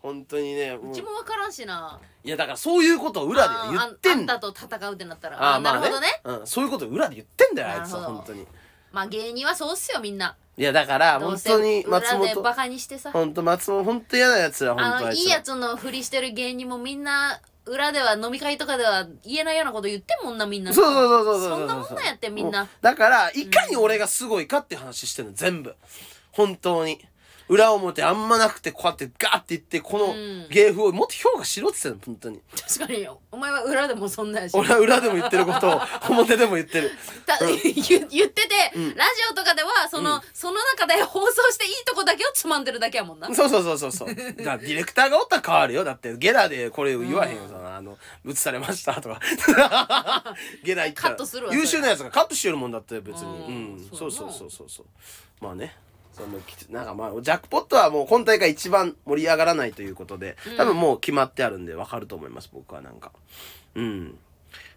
Speaker 2: 本当にね、も
Speaker 1: う
Speaker 2: う
Speaker 1: ちもわからんしない
Speaker 2: やだからそういうことを裏では言ってん
Speaker 1: あ
Speaker 2: だ
Speaker 1: あんたと戦うってなったら
Speaker 2: あ
Speaker 1: あ
Speaker 2: あ
Speaker 1: あ、なるほどね、
Speaker 2: うん、そういうことを裏で言ってんだよあいつは
Speaker 1: なるほど
Speaker 2: 本当に
Speaker 1: まあ芸人はそうっすよみんない
Speaker 2: やだから
Speaker 1: ど
Speaker 2: 本
Speaker 1: うせ
Speaker 2: 当に松
Speaker 1: 裏でバ
Speaker 2: 本
Speaker 1: カにしてさ
Speaker 2: 本当松本本当嫌なやつは本
Speaker 1: あ
Speaker 2: 当
Speaker 1: の
Speaker 2: あい
Speaker 1: いい
Speaker 2: つ
Speaker 1: や
Speaker 2: は
Speaker 1: つのふりしてる芸人もみんな裏では飲み会とかでは言えないようなこと言ってんもんなみんな
Speaker 2: そうそうそうそうう
Speaker 1: そんなもんなんやってみんな
Speaker 2: もうだからいかに俺がすごいかって話してんの全部本当に裏表あんまなくてこうやってガーって言ってこの
Speaker 1: うん
Speaker 2: 芸風をもっと評価しろって言ってたの本当に
Speaker 1: 確かによお前は裏でもそんなんやし
Speaker 2: 俺は裏でも言ってることを表でも言ってる
Speaker 1: た
Speaker 2: うん
Speaker 1: 言言ってて、ラジオとかではその、その中で放送していいとこだけをつまんでるだけやもんな
Speaker 2: [LAUGHS] そうそうそうそうそう。だからディレクターがおったら変わるよ。だってゲラでこれ言わへんよ。そのあの、映されましたと
Speaker 1: [LAUGHS]
Speaker 2: か。ゲラ言ったら。
Speaker 1: カットするわそれ
Speaker 2: 優秀なやつがカットしてるもんだって別に。
Speaker 1: う
Speaker 2: うんん。
Speaker 1: そ
Speaker 2: そうう
Speaker 1: やな
Speaker 2: そうそうそうそう。まあね。そのきつなんかまあジャックポットはもう今大会一番盛り上がらないということで多分もう決まってあるんでわかると思います僕はなんかうん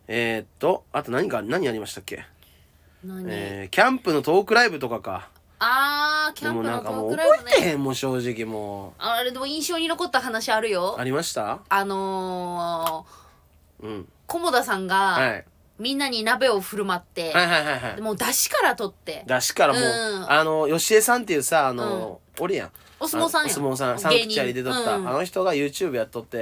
Speaker 2: えー、っとあと何か何やりましたっけ、
Speaker 1: 何、
Speaker 2: えー、キャンプのトークライブとかか
Speaker 1: あーキャンプ
Speaker 2: でも
Speaker 1: の
Speaker 2: なん
Speaker 1: ト
Speaker 2: かも
Speaker 1: ー
Speaker 2: う
Speaker 1: クラ
Speaker 2: 覚
Speaker 1: イブ
Speaker 2: えて
Speaker 1: ね
Speaker 2: へんもう正直も
Speaker 1: あれでも印象に残った話あるよ
Speaker 2: うありました
Speaker 1: あの
Speaker 2: うん
Speaker 1: ー、菰田さんが、
Speaker 2: はい
Speaker 1: みんなに鍋を振る舞って、
Speaker 2: はいはいはいはい
Speaker 1: もう出汁から取って
Speaker 2: 出汁からもう、
Speaker 1: うん
Speaker 2: あの吉江さんっていうさあの、俺やん
Speaker 1: お相撲さんやん
Speaker 2: あのお相撲さんサンクチャリで撮った、
Speaker 1: 芸人うん
Speaker 2: あの人が YouTube やっとって、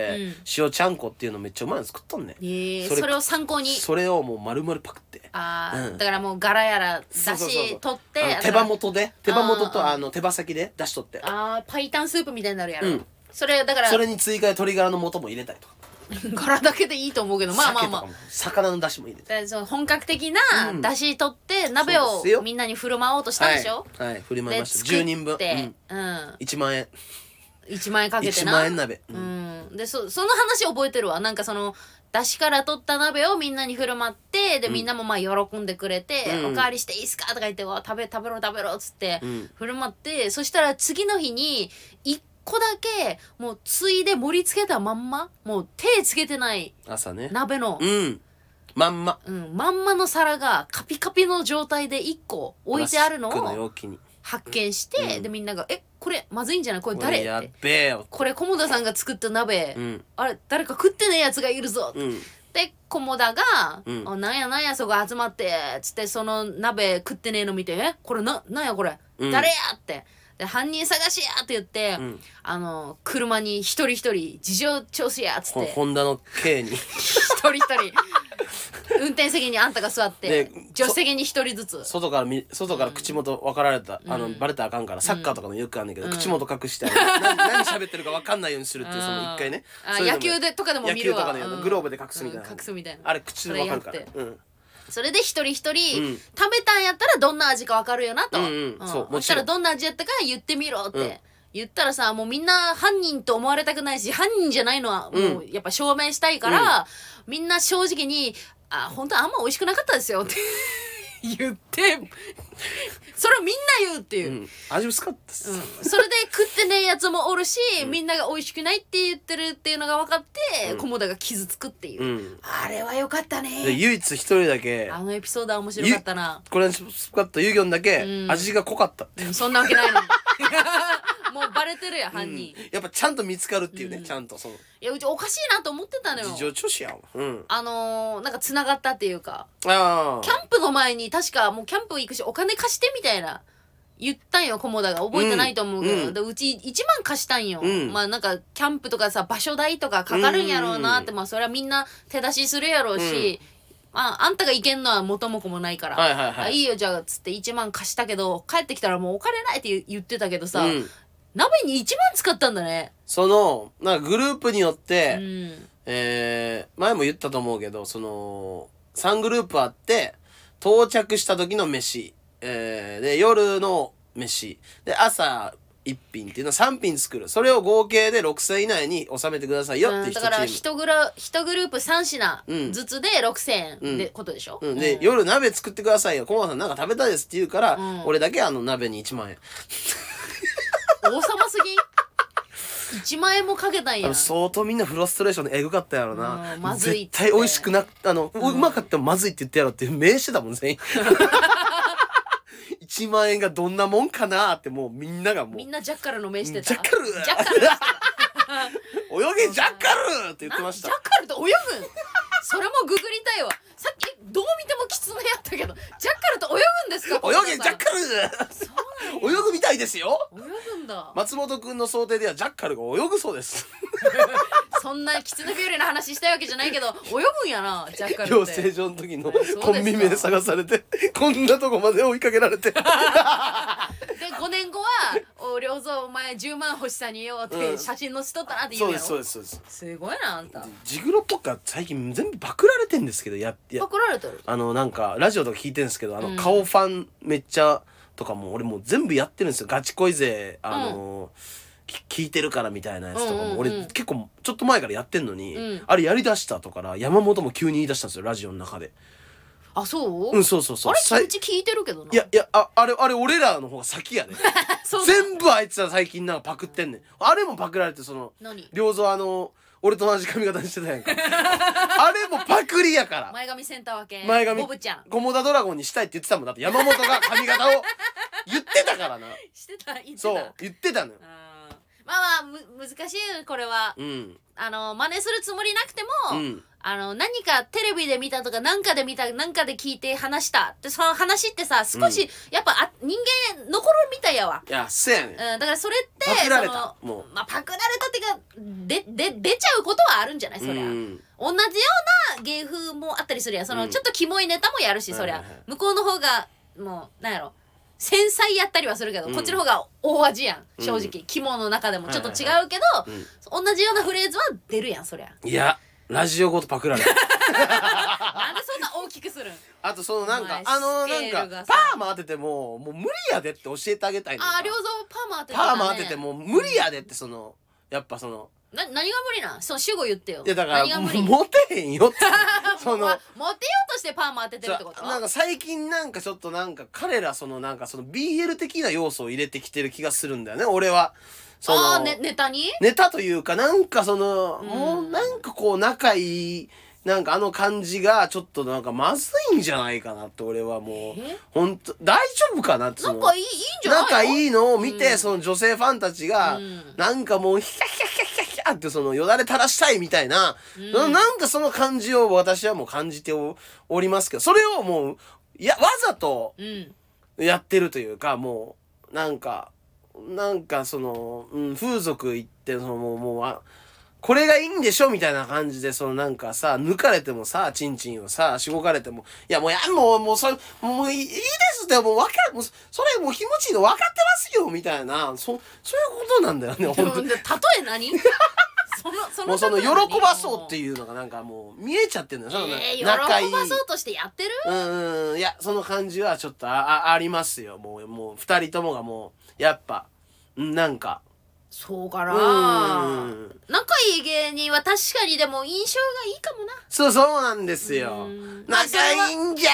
Speaker 1: うん
Speaker 2: 塩ちゃんこっていうのめっちゃうまいの作っとんねん、
Speaker 1: ええ
Speaker 2: そ
Speaker 1: そ
Speaker 2: れ
Speaker 1: れを参考に
Speaker 2: それをもう丸々パクって
Speaker 1: ああ、
Speaker 2: うん
Speaker 1: だからもう柄やら出
Speaker 2: そうそうそうそ
Speaker 1: 汁
Speaker 2: う
Speaker 1: 取っ
Speaker 2: あ
Speaker 1: て
Speaker 2: の手羽元で手羽元
Speaker 1: うん
Speaker 2: とあの手羽先で出しとって
Speaker 1: ああパイタンスープみたいになるやろ、
Speaker 2: うん
Speaker 1: それだから
Speaker 2: それに追加で鶏ガラの素も入れたりとか
Speaker 1: 柄だけでいいと思うけどまあまあまあ
Speaker 2: 鮭とかも魚の出汁も入れて
Speaker 1: だからその本格的な
Speaker 2: うん
Speaker 1: 出汁取って鍋
Speaker 2: そう
Speaker 1: を
Speaker 2: ですよ
Speaker 1: みんなに振る舞おうとしたでしょ、
Speaker 2: はい、はい、振り回りま
Speaker 1: で
Speaker 2: した
Speaker 1: 作って
Speaker 2: 10人分、うん、
Speaker 1: うん、
Speaker 2: 1万円
Speaker 1: 1万円かけて
Speaker 2: 1
Speaker 1: な
Speaker 2: 万円鍋、うん
Speaker 1: うん、でそその話覚えてるわなんかその出汁から取った鍋をみんなに振る舞ってでみんなもまあ喜んでくれて「
Speaker 2: うん
Speaker 1: おかわりしていいっすか?」とか言って「わ食べ食べろ食べろ」っつって
Speaker 2: うん
Speaker 1: 振る舞ってそしたら次の日に1個だけもうついで盛り付けたまんまもう手つけてない
Speaker 2: 朝ね
Speaker 1: 鍋の
Speaker 2: う、んまんま
Speaker 1: うん、まんまの皿がカピカピの状態で1個置いてあるの
Speaker 2: プラスチックの
Speaker 1: を
Speaker 2: 容器に
Speaker 1: 発見して、
Speaker 2: うん
Speaker 1: でみんなが「えこれまずいんじゃないこれ
Speaker 2: これ
Speaker 1: 誰?」
Speaker 2: や
Speaker 1: っ。
Speaker 2: ってべえよ
Speaker 1: これ菰田さんが作った鍋、
Speaker 2: うん
Speaker 1: あれ誰か食ってねえやつがいるぞ、
Speaker 2: うん
Speaker 1: で菰田が「
Speaker 2: うん
Speaker 1: あなんやなんやそこ集まって」つってその鍋食ってねえの見て「えこれななんやこれ、
Speaker 2: うん
Speaker 1: 誰や?」ってで「犯人探しや!」って言って、
Speaker 2: うん
Speaker 1: あの車に一人一人事情聴取やっつっ
Speaker 2: ほ
Speaker 1: て
Speaker 2: ホンダの K に
Speaker 1: 一
Speaker 2: [LAUGHS]
Speaker 1: 人一人 [LAUGHS] 運転席にあんたが座って
Speaker 2: で
Speaker 1: 助手席に一人ずつ
Speaker 2: 外からみ外から口元分かられた、あのバレたらあかんからサッカーとかのよくあんねんけど、口元
Speaker 1: [LAUGHS]
Speaker 2: 隠してあのな何喋ってるか分かんないようにするっていうその一回ね
Speaker 1: あ
Speaker 2: そうい
Speaker 1: 野
Speaker 2: うのも
Speaker 1: 球でとかでも見
Speaker 2: 野球
Speaker 1: る
Speaker 2: と
Speaker 1: わ
Speaker 2: かのような
Speaker 1: うん
Speaker 2: グローブで隠すみたいな、
Speaker 1: うん隠すみたいな
Speaker 2: あれ口で分かる
Speaker 1: そ
Speaker 2: から
Speaker 1: れやって
Speaker 2: うん
Speaker 1: それで一人一人、
Speaker 2: うん
Speaker 1: 食べたんやったらどんな味かわかるよなと、
Speaker 2: うんうんそうもちろん
Speaker 1: したらどんな味やったか言ってみろって、
Speaker 2: うん
Speaker 1: 言ったらさもうみんな犯人と思われたくないし犯人じゃないのはもうやっぱ証明したいから、みんな正直に「あ本当あんま美味しくなかったですよ」って [LAUGHS] 言ってそれをみんな言うっていうう。
Speaker 2: ん味薄かったっす、
Speaker 1: うんそれで食ってねえやつもおるし、みんなが美味しくないって言ってるっていうのが分かって、
Speaker 2: うん
Speaker 1: 菰田が傷つくっていう、
Speaker 2: うん
Speaker 1: あれは良かった
Speaker 2: で
Speaker 1: ね
Speaker 2: 唯一一人だけ
Speaker 1: あのエピソードは面白かったな
Speaker 2: これにスカッとユギョンだけ
Speaker 1: うん
Speaker 2: 味が濃かったって、
Speaker 1: うんそんなわけない
Speaker 2: [LAUGHS]
Speaker 1: のにもうバレてるや犯人、い
Speaker 2: やっぱちゃんと見つかるっていうね、
Speaker 1: うん
Speaker 2: ちゃんとその
Speaker 1: やうちおかしいなと思ってたの
Speaker 2: 事情
Speaker 1: よ
Speaker 2: 聴取やんうん
Speaker 1: あのー、なんか繋がったっていうか
Speaker 2: ああ
Speaker 1: キャンプの前に確かもうキャンプ行くしお金貸してみたいな言ったんよ菰田が覚えてないと思うけど、
Speaker 2: うん
Speaker 1: う
Speaker 2: うん
Speaker 1: でうち1万貸したんよ、
Speaker 2: うん
Speaker 1: まあなんかキャンプとかさ場所代とかかかるんやろうなって、
Speaker 2: う
Speaker 1: まあそれはみんな手出しするやろうし、まああんたが行けんのは元も子もないから、
Speaker 2: はいはいは
Speaker 1: あ
Speaker 2: い
Speaker 1: いいよじゃあつって1万貸したけど帰ってきたらもうお金ないって言ってたけどさ、
Speaker 2: うん、
Speaker 1: 鍋に1万使ったんだね
Speaker 2: そのなんかグループによって、
Speaker 1: うん
Speaker 2: えー前も言ったと思うけどその3グループあって到着した時の飯、えーで夜の飯で朝1品っていうのは3品作るそれを合計で6000以内に収めてくださいよって
Speaker 1: う
Speaker 2: い
Speaker 1: ん
Speaker 2: う
Speaker 1: だか
Speaker 2: 人
Speaker 1: ら
Speaker 2: チー
Speaker 1: 1グラ一グループ3
Speaker 2: う
Speaker 1: 品
Speaker 2: ん
Speaker 1: ずつで6,000円ってことでしょ、
Speaker 2: ム、うん、で、
Speaker 1: うん
Speaker 2: 夜鍋作ってくださいよ駒場さんなんか食べたいですって言うから、
Speaker 1: うん
Speaker 2: 俺だけあの鍋に1万円
Speaker 1: 王様すぎん1万円もかけたん
Speaker 2: 多
Speaker 1: や
Speaker 2: 分相当みんなフラストレーションでエグかったやろな、
Speaker 1: うんまずいっ
Speaker 2: 絶
Speaker 1: て
Speaker 2: 対美味しくなくあの、うまかったらまずいって言ってやろうって名してたもん
Speaker 1: [LAUGHS]
Speaker 2: 全員1万円がどんなもんかなってもうみんながもう
Speaker 1: みんなジャッカルの目してた
Speaker 2: ジャッカル
Speaker 1: ジャッカルして
Speaker 2: [LAUGHS] 泳げジャッカルって言って
Speaker 1: た
Speaker 2: まし
Speaker 1: ジャ
Speaker 2: た
Speaker 1: ッカルと泳ぐんそれもググりたいわさっきどう見てもキツネやったけどジャッカルと泳ぐんですか
Speaker 2: 泳げジャッ
Speaker 1: ル
Speaker 2: カル
Speaker 1: そう
Speaker 2: 泳ぐみたいですよ
Speaker 1: なんや泳ぐんだ、
Speaker 2: 松本くんの想定ではジャッカルが泳ぐそうです
Speaker 1: そんなキツネ日和の話したいわけじゃないけど泳ぐんやなジャッカルって
Speaker 2: 養成所の時の
Speaker 1: ですか
Speaker 2: コンビ名探されてこんなとこまで追いかけられて
Speaker 1: で5年後は「お良造お前10万欲しさによ」っ
Speaker 2: う
Speaker 1: て
Speaker 2: ん
Speaker 1: 写真載せとったなって言
Speaker 2: そうう
Speaker 1: や
Speaker 2: で
Speaker 1: ろ、
Speaker 2: すそうですそうです
Speaker 1: すごいなあんた
Speaker 2: ジグロポッカ最近全部パクられてんですけどやや
Speaker 1: パクられてる
Speaker 2: あのなんかラジオとか聞いてるんですけどあの、
Speaker 1: うん
Speaker 2: 顔ファンめっちゃとかも俺もう全部やってるんですよガチ恋勢あの、き聞いてるからみたいなやつとかも、
Speaker 1: うんうんうん
Speaker 2: 俺結構ちょっと前からやってんのに、
Speaker 1: うん
Speaker 2: あれやりだしたとから山本も急に言い出したんですよラジオの中で
Speaker 1: あそう、
Speaker 2: うんそうそうそ
Speaker 1: あ
Speaker 2: う
Speaker 1: れ
Speaker 2: さいう
Speaker 1: ち聞いてるけどない
Speaker 2: やいやああれあれ俺らの方が先やね
Speaker 1: [LAUGHS] そうなの
Speaker 2: 全部あいつら最近なんかパクってんねんあれもパクられてその
Speaker 1: 何
Speaker 2: 良三あの俺と同じ髪型にしてたやんか [LAUGHS] あれもパクリやから
Speaker 1: 前髪センター分け
Speaker 2: 前髪
Speaker 1: ボブちゃん
Speaker 2: ゴモダドラゴンにしたいって言ってたもんだって山本が髪型を言ってたからな
Speaker 1: してた言ってた
Speaker 2: そう言ってたのよ
Speaker 1: うんまあまあむ難しいよこれは
Speaker 2: うん
Speaker 1: あの真似するつもりなくて
Speaker 2: う
Speaker 1: も、
Speaker 2: ん
Speaker 1: あの何かテレビで見たとか何かで見た何かで聞いて話したってその話ってさ少し、
Speaker 2: う
Speaker 1: やっぱあ人間残るみたいやわ
Speaker 2: いやせやねん
Speaker 1: うん、だからそれって
Speaker 2: パクられた
Speaker 1: その
Speaker 2: もう
Speaker 1: まあ、パクられたっていうかでで出ちゃうことはあるんじゃないそりゃ、
Speaker 2: うん
Speaker 1: 同じような芸風もあったりするやんその、
Speaker 2: うん
Speaker 1: ちょっとキモいネタもやるしそりゃ、
Speaker 2: はいはいはい
Speaker 1: 向こうの方がもうなんやろ繊細やったりはするけど、
Speaker 2: うん
Speaker 1: こっちの方が大味やん
Speaker 2: うん
Speaker 1: 正直、キモの中でもちょっと違うけど、
Speaker 2: うん
Speaker 1: 同じようなフレーズは出るやんそりゃ
Speaker 2: いやラジオごとパク
Speaker 1: [LAUGHS]
Speaker 2: られた
Speaker 1: なんでそんな大きくするん
Speaker 2: あとそのなんか
Speaker 1: お前
Speaker 2: あの
Speaker 1: スケー
Speaker 2: な
Speaker 1: ル
Speaker 2: んか
Speaker 1: がさ
Speaker 2: パーマ当ててももう無理やでって教えてあげたいのよ
Speaker 1: ああ両蔵パーマ当ててたね
Speaker 2: パーマ当てても無理やでってそのやっぱその
Speaker 1: な何が無理なんその主語言ってよ
Speaker 2: いやだから
Speaker 1: 何が無理
Speaker 2: モテへ
Speaker 1: [LAUGHS]
Speaker 2: んよってその
Speaker 1: まモテようとしてパーマ当ててるってこと
Speaker 2: なんか最近なんかちょっとなんか彼らそのなんかその BL 的な要素を入れてきてる気がするんだよね俺はその
Speaker 1: ああ、ね、ネタに
Speaker 2: ネタというかなんかその、
Speaker 1: うん
Speaker 2: もうなんかこう仲いいなんかあの感じがちょっとなんかまずいんじゃないかなって俺はもう
Speaker 1: え
Speaker 2: 本当大丈夫かなってそ
Speaker 1: な
Speaker 2: の
Speaker 1: んかいいいいんじゃないの
Speaker 2: 仲いいのを見て、
Speaker 1: うん
Speaker 2: その女性ファンたちが、
Speaker 1: うん
Speaker 2: なんかもうヒャヒャヒャヒャヒャあってそのよだれ垂らしたいみたいな、
Speaker 1: うん
Speaker 2: ななんかその感じを私はもう感じておおりますけど、それをもう、いや、わざと
Speaker 1: うん。
Speaker 2: やってるというか、もう、なんか、なんかその、うん、風俗行って、そのもう、もう、あこれがいいんでしょみたいな感じで、そのなんかさ、抜かれてもさ、チンチンをさ、しごかれても、いやもうやん、もう、もうそれ、もういいいですって、もうわか、もうそそれもう気持ちいいの分かってますよみたいな、そ、そういうことなんだよね、
Speaker 1: で
Speaker 2: 本
Speaker 1: も
Speaker 2: 当に
Speaker 1: 例。え何 [LAUGHS] その、その、
Speaker 2: もうその喜ばそうっていうのがなんかもう見えちゃってるんだよ、そのね
Speaker 1: えー、喜
Speaker 2: 仲いい。
Speaker 1: ばそうとしてやってる
Speaker 2: うんうんいやその感じはちょっとああありますよもうもう二人ともがもうやっぱうんなんか
Speaker 1: そうかな
Speaker 2: うん
Speaker 1: 仲いい芸人は確かにでも印象がいいかもな。
Speaker 2: そうそうなんです
Speaker 1: う
Speaker 2: よ
Speaker 1: ん
Speaker 2: 仲いいんじゃ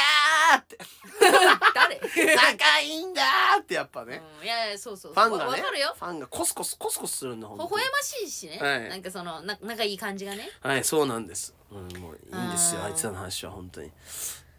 Speaker 2: ーって [LAUGHS]
Speaker 1: 誰、
Speaker 2: 仲いいんだーってやっぱね
Speaker 1: うんいやいや、そうそう。
Speaker 2: ファンが
Speaker 1: わ
Speaker 2: ね
Speaker 1: かるよ。
Speaker 2: ファンがコスコスコスコスするんだほ
Speaker 1: 微
Speaker 2: ん
Speaker 1: 笑ましいしね。
Speaker 2: はい
Speaker 1: なんかその、な仲いい感じがね。
Speaker 2: はいそうなんです、うん、もういいんですよ
Speaker 1: あー
Speaker 2: あいつらの話は本当に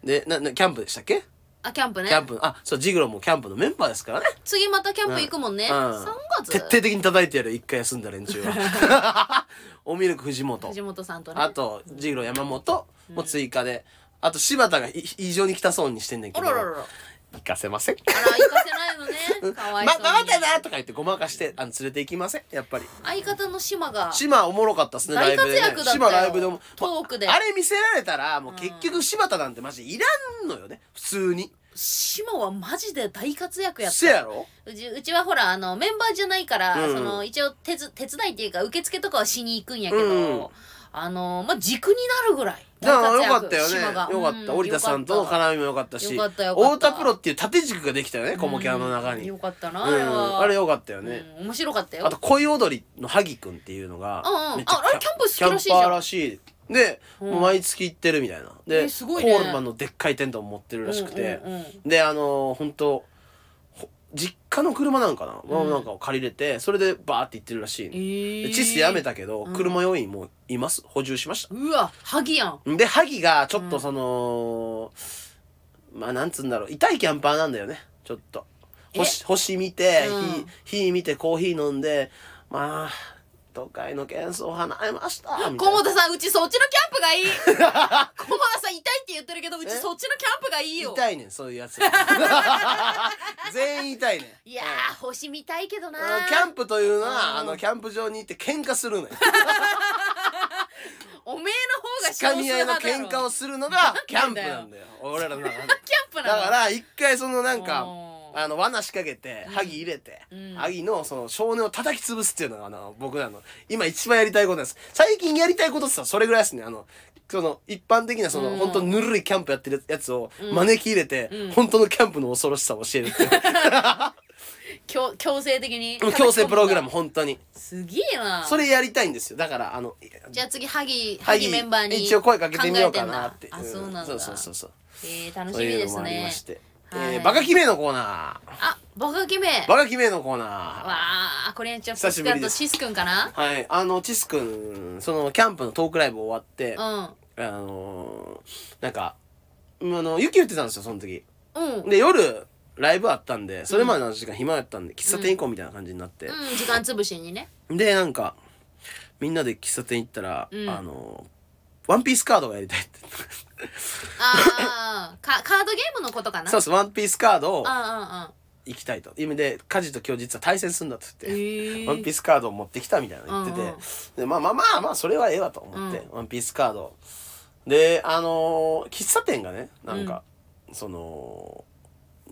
Speaker 2: でななキャンプでしたっけ
Speaker 1: あ、キャンプね
Speaker 2: キ。ャンプあそうジグロもキャンプのメンバーですからね
Speaker 1: 次またキャンプ行くもんね。
Speaker 2: うん
Speaker 1: 3月。
Speaker 2: 徹底的に叩いてやる一回休んだ連中
Speaker 1: [LAUGHS]
Speaker 2: はおミルク藤本
Speaker 1: 藤本さんとね。
Speaker 2: あとジグロ山本も追加で、あと柴田がい異常に来たそうにしてんだけ
Speaker 1: あ
Speaker 2: ど
Speaker 1: らららら。
Speaker 2: 行かせません
Speaker 1: あら、行かせないの
Speaker 2: [LAUGHS]
Speaker 1: ね。かわい
Speaker 2: ま
Speaker 1: そうに。
Speaker 2: 待てなとか言ってごまかしてあの連れて行きませんやっぱり
Speaker 1: 相方の島が。
Speaker 2: 島おもろかったっすねライ
Speaker 1: 大
Speaker 2: ブ
Speaker 1: 活
Speaker 2: で、ね、
Speaker 1: 躍だったよ
Speaker 2: 島ライブでも
Speaker 1: トークで
Speaker 2: まあれ見せられたらもう結局柴田なんてマジいらんのよね普通に
Speaker 1: 島はマジで大活躍やっ
Speaker 2: せ
Speaker 1: た。
Speaker 2: やろ
Speaker 1: うちうちはほらあのメンバーじゃないから、
Speaker 2: うん
Speaker 1: その一応手つ手伝いっていうか受付とかはしに行くんやけど、
Speaker 2: うん
Speaker 1: あのまあ軸になるぐらい
Speaker 2: だから
Speaker 1: 大
Speaker 2: よ
Speaker 1: 活躍
Speaker 2: かったよね。
Speaker 1: 島
Speaker 2: よ
Speaker 1: が
Speaker 2: かった。
Speaker 1: うん
Speaker 2: 織田さんとの
Speaker 1: よかっ
Speaker 2: 絡みもよかったし、
Speaker 1: よかったよかった
Speaker 2: 太田プロっていう縦軸ができたよね、
Speaker 1: た
Speaker 2: 小モキャの中に。
Speaker 1: よかったな、
Speaker 2: うんあれよかったよ
Speaker 1: か
Speaker 2: ね。
Speaker 1: 面白かったよ
Speaker 2: あと、恋踊りの萩くんっていうのが
Speaker 1: うんうん、
Speaker 2: めっちゃ
Speaker 1: ああれキャンプ好きらしいじゃん
Speaker 2: キャンパーらしい。で、
Speaker 1: うん
Speaker 2: もう毎月行ってるみたいな。で、
Speaker 1: えすごいね
Speaker 2: コールマンのでっかいテントを持ってるらしくて
Speaker 1: う。んうんうん
Speaker 2: で、あのー、本当ほ実家の車なんかな、まあなんかを借りれて、それでバーって行ってるらしい
Speaker 1: え
Speaker 2: ね。
Speaker 1: ー
Speaker 2: でチッスやめたけど、
Speaker 1: うん
Speaker 2: 車用意もういます。補充しました。
Speaker 1: うわ萩やん
Speaker 2: で、萩が、ちょっとその、まあ、なんつうんだろう、痛いキャンパーなんだよね、ちょっと。
Speaker 1: え
Speaker 2: 星、星見て、
Speaker 1: うん
Speaker 2: 火、火見て、コーヒー飲んで、まあ、都会の喧騒を離れました、みた
Speaker 1: 小
Speaker 2: いな。
Speaker 1: 本さんうちそっちのキャンプがいい
Speaker 2: [LAUGHS]
Speaker 1: 小本さん痛いって言ってるけどうち
Speaker 2: え
Speaker 1: そっちのキャンプがいいよ
Speaker 2: 痛いねん、そういう
Speaker 1: [LAUGHS]
Speaker 2: やつ。全員痛いねん。
Speaker 1: いやー星見たいけどな
Speaker 2: うんキャンプというの
Speaker 1: うん
Speaker 2: は、あの、キャンプ場に行って喧嘩
Speaker 1: [LAUGHS]
Speaker 2: するのよ。
Speaker 1: おめえの方が
Speaker 2: 掴み合いの
Speaker 1: 派だろ
Speaker 2: 喧嘩をするのが、キャン
Speaker 1: [LAUGHS]
Speaker 2: プ
Speaker 1: な
Speaker 2: なんんだよ。俺らの中で。
Speaker 1: キャンプな
Speaker 2: だ
Speaker 1: の
Speaker 2: から、一回そのなんか、
Speaker 1: うん
Speaker 2: あの罠仕掛けて萩入れて、
Speaker 1: うん
Speaker 2: 萩のその少年を叩き潰すっていうのがあの僕らの今一番やりたいことなんです最近やりたいことって言ったらそれぐらいですねあのその一般的なその、
Speaker 1: うん
Speaker 2: 本当ぬるいキャンプやってるやつを
Speaker 1: うん
Speaker 2: 招き入れて、
Speaker 1: うん
Speaker 2: 本当のキャンプの恐ろしさを教えるっていう
Speaker 1: 強強制的に [LAUGHS]
Speaker 2: もう強制プログラム本当に
Speaker 1: すげえな
Speaker 2: それやりたいんですよだからあの
Speaker 1: じゃあ次ハギハ
Speaker 2: 萩
Speaker 1: ギメンバーに
Speaker 2: 一応声かけてみようかなって
Speaker 1: 考えんだあそうなんだ
Speaker 2: そうそうそうそう
Speaker 1: えー、楽
Speaker 2: そう
Speaker 1: しみ
Speaker 2: いう
Speaker 1: で
Speaker 2: の
Speaker 1: す
Speaker 2: もあり
Speaker 1: ね
Speaker 2: まして、
Speaker 1: はい
Speaker 2: えーバカキメのコーナー
Speaker 1: あバカ決めわ
Speaker 2: バカキメのコーナー
Speaker 1: あこれちょっと
Speaker 2: 久しぶり
Speaker 1: と
Speaker 2: です
Speaker 1: シス君かな
Speaker 2: はい、あの、チスくん、その、キャンプのトークライブ終わって、あのーなんか、うんあの、雪降ってたんですよ、その時。
Speaker 1: うんうん
Speaker 2: で、夜、ライブあったんで、それまでの時間暇やったんで、喫茶店行こうみたいな感じになって。
Speaker 1: うん時間つぶしに
Speaker 2: [LAUGHS]
Speaker 1: ね
Speaker 2: で、なんか、みんなで喫茶店行ったら、
Speaker 1: うん
Speaker 2: あのーワンピースカードがやりたいって。
Speaker 1: ああカカードゲームのことかな
Speaker 2: そうそう、ワンピースカードを
Speaker 1: うんうんうん
Speaker 2: 行きたいと。夢で、カジと今日実は対戦するんだって言って。
Speaker 1: え
Speaker 2: ワンピースカードを持ってきたみたいなの言ってて、
Speaker 1: うんうん
Speaker 2: でまあまあまあまあそれはええわと思って、
Speaker 1: う
Speaker 2: ワンピースカードをであのー喫茶店がねなんか、その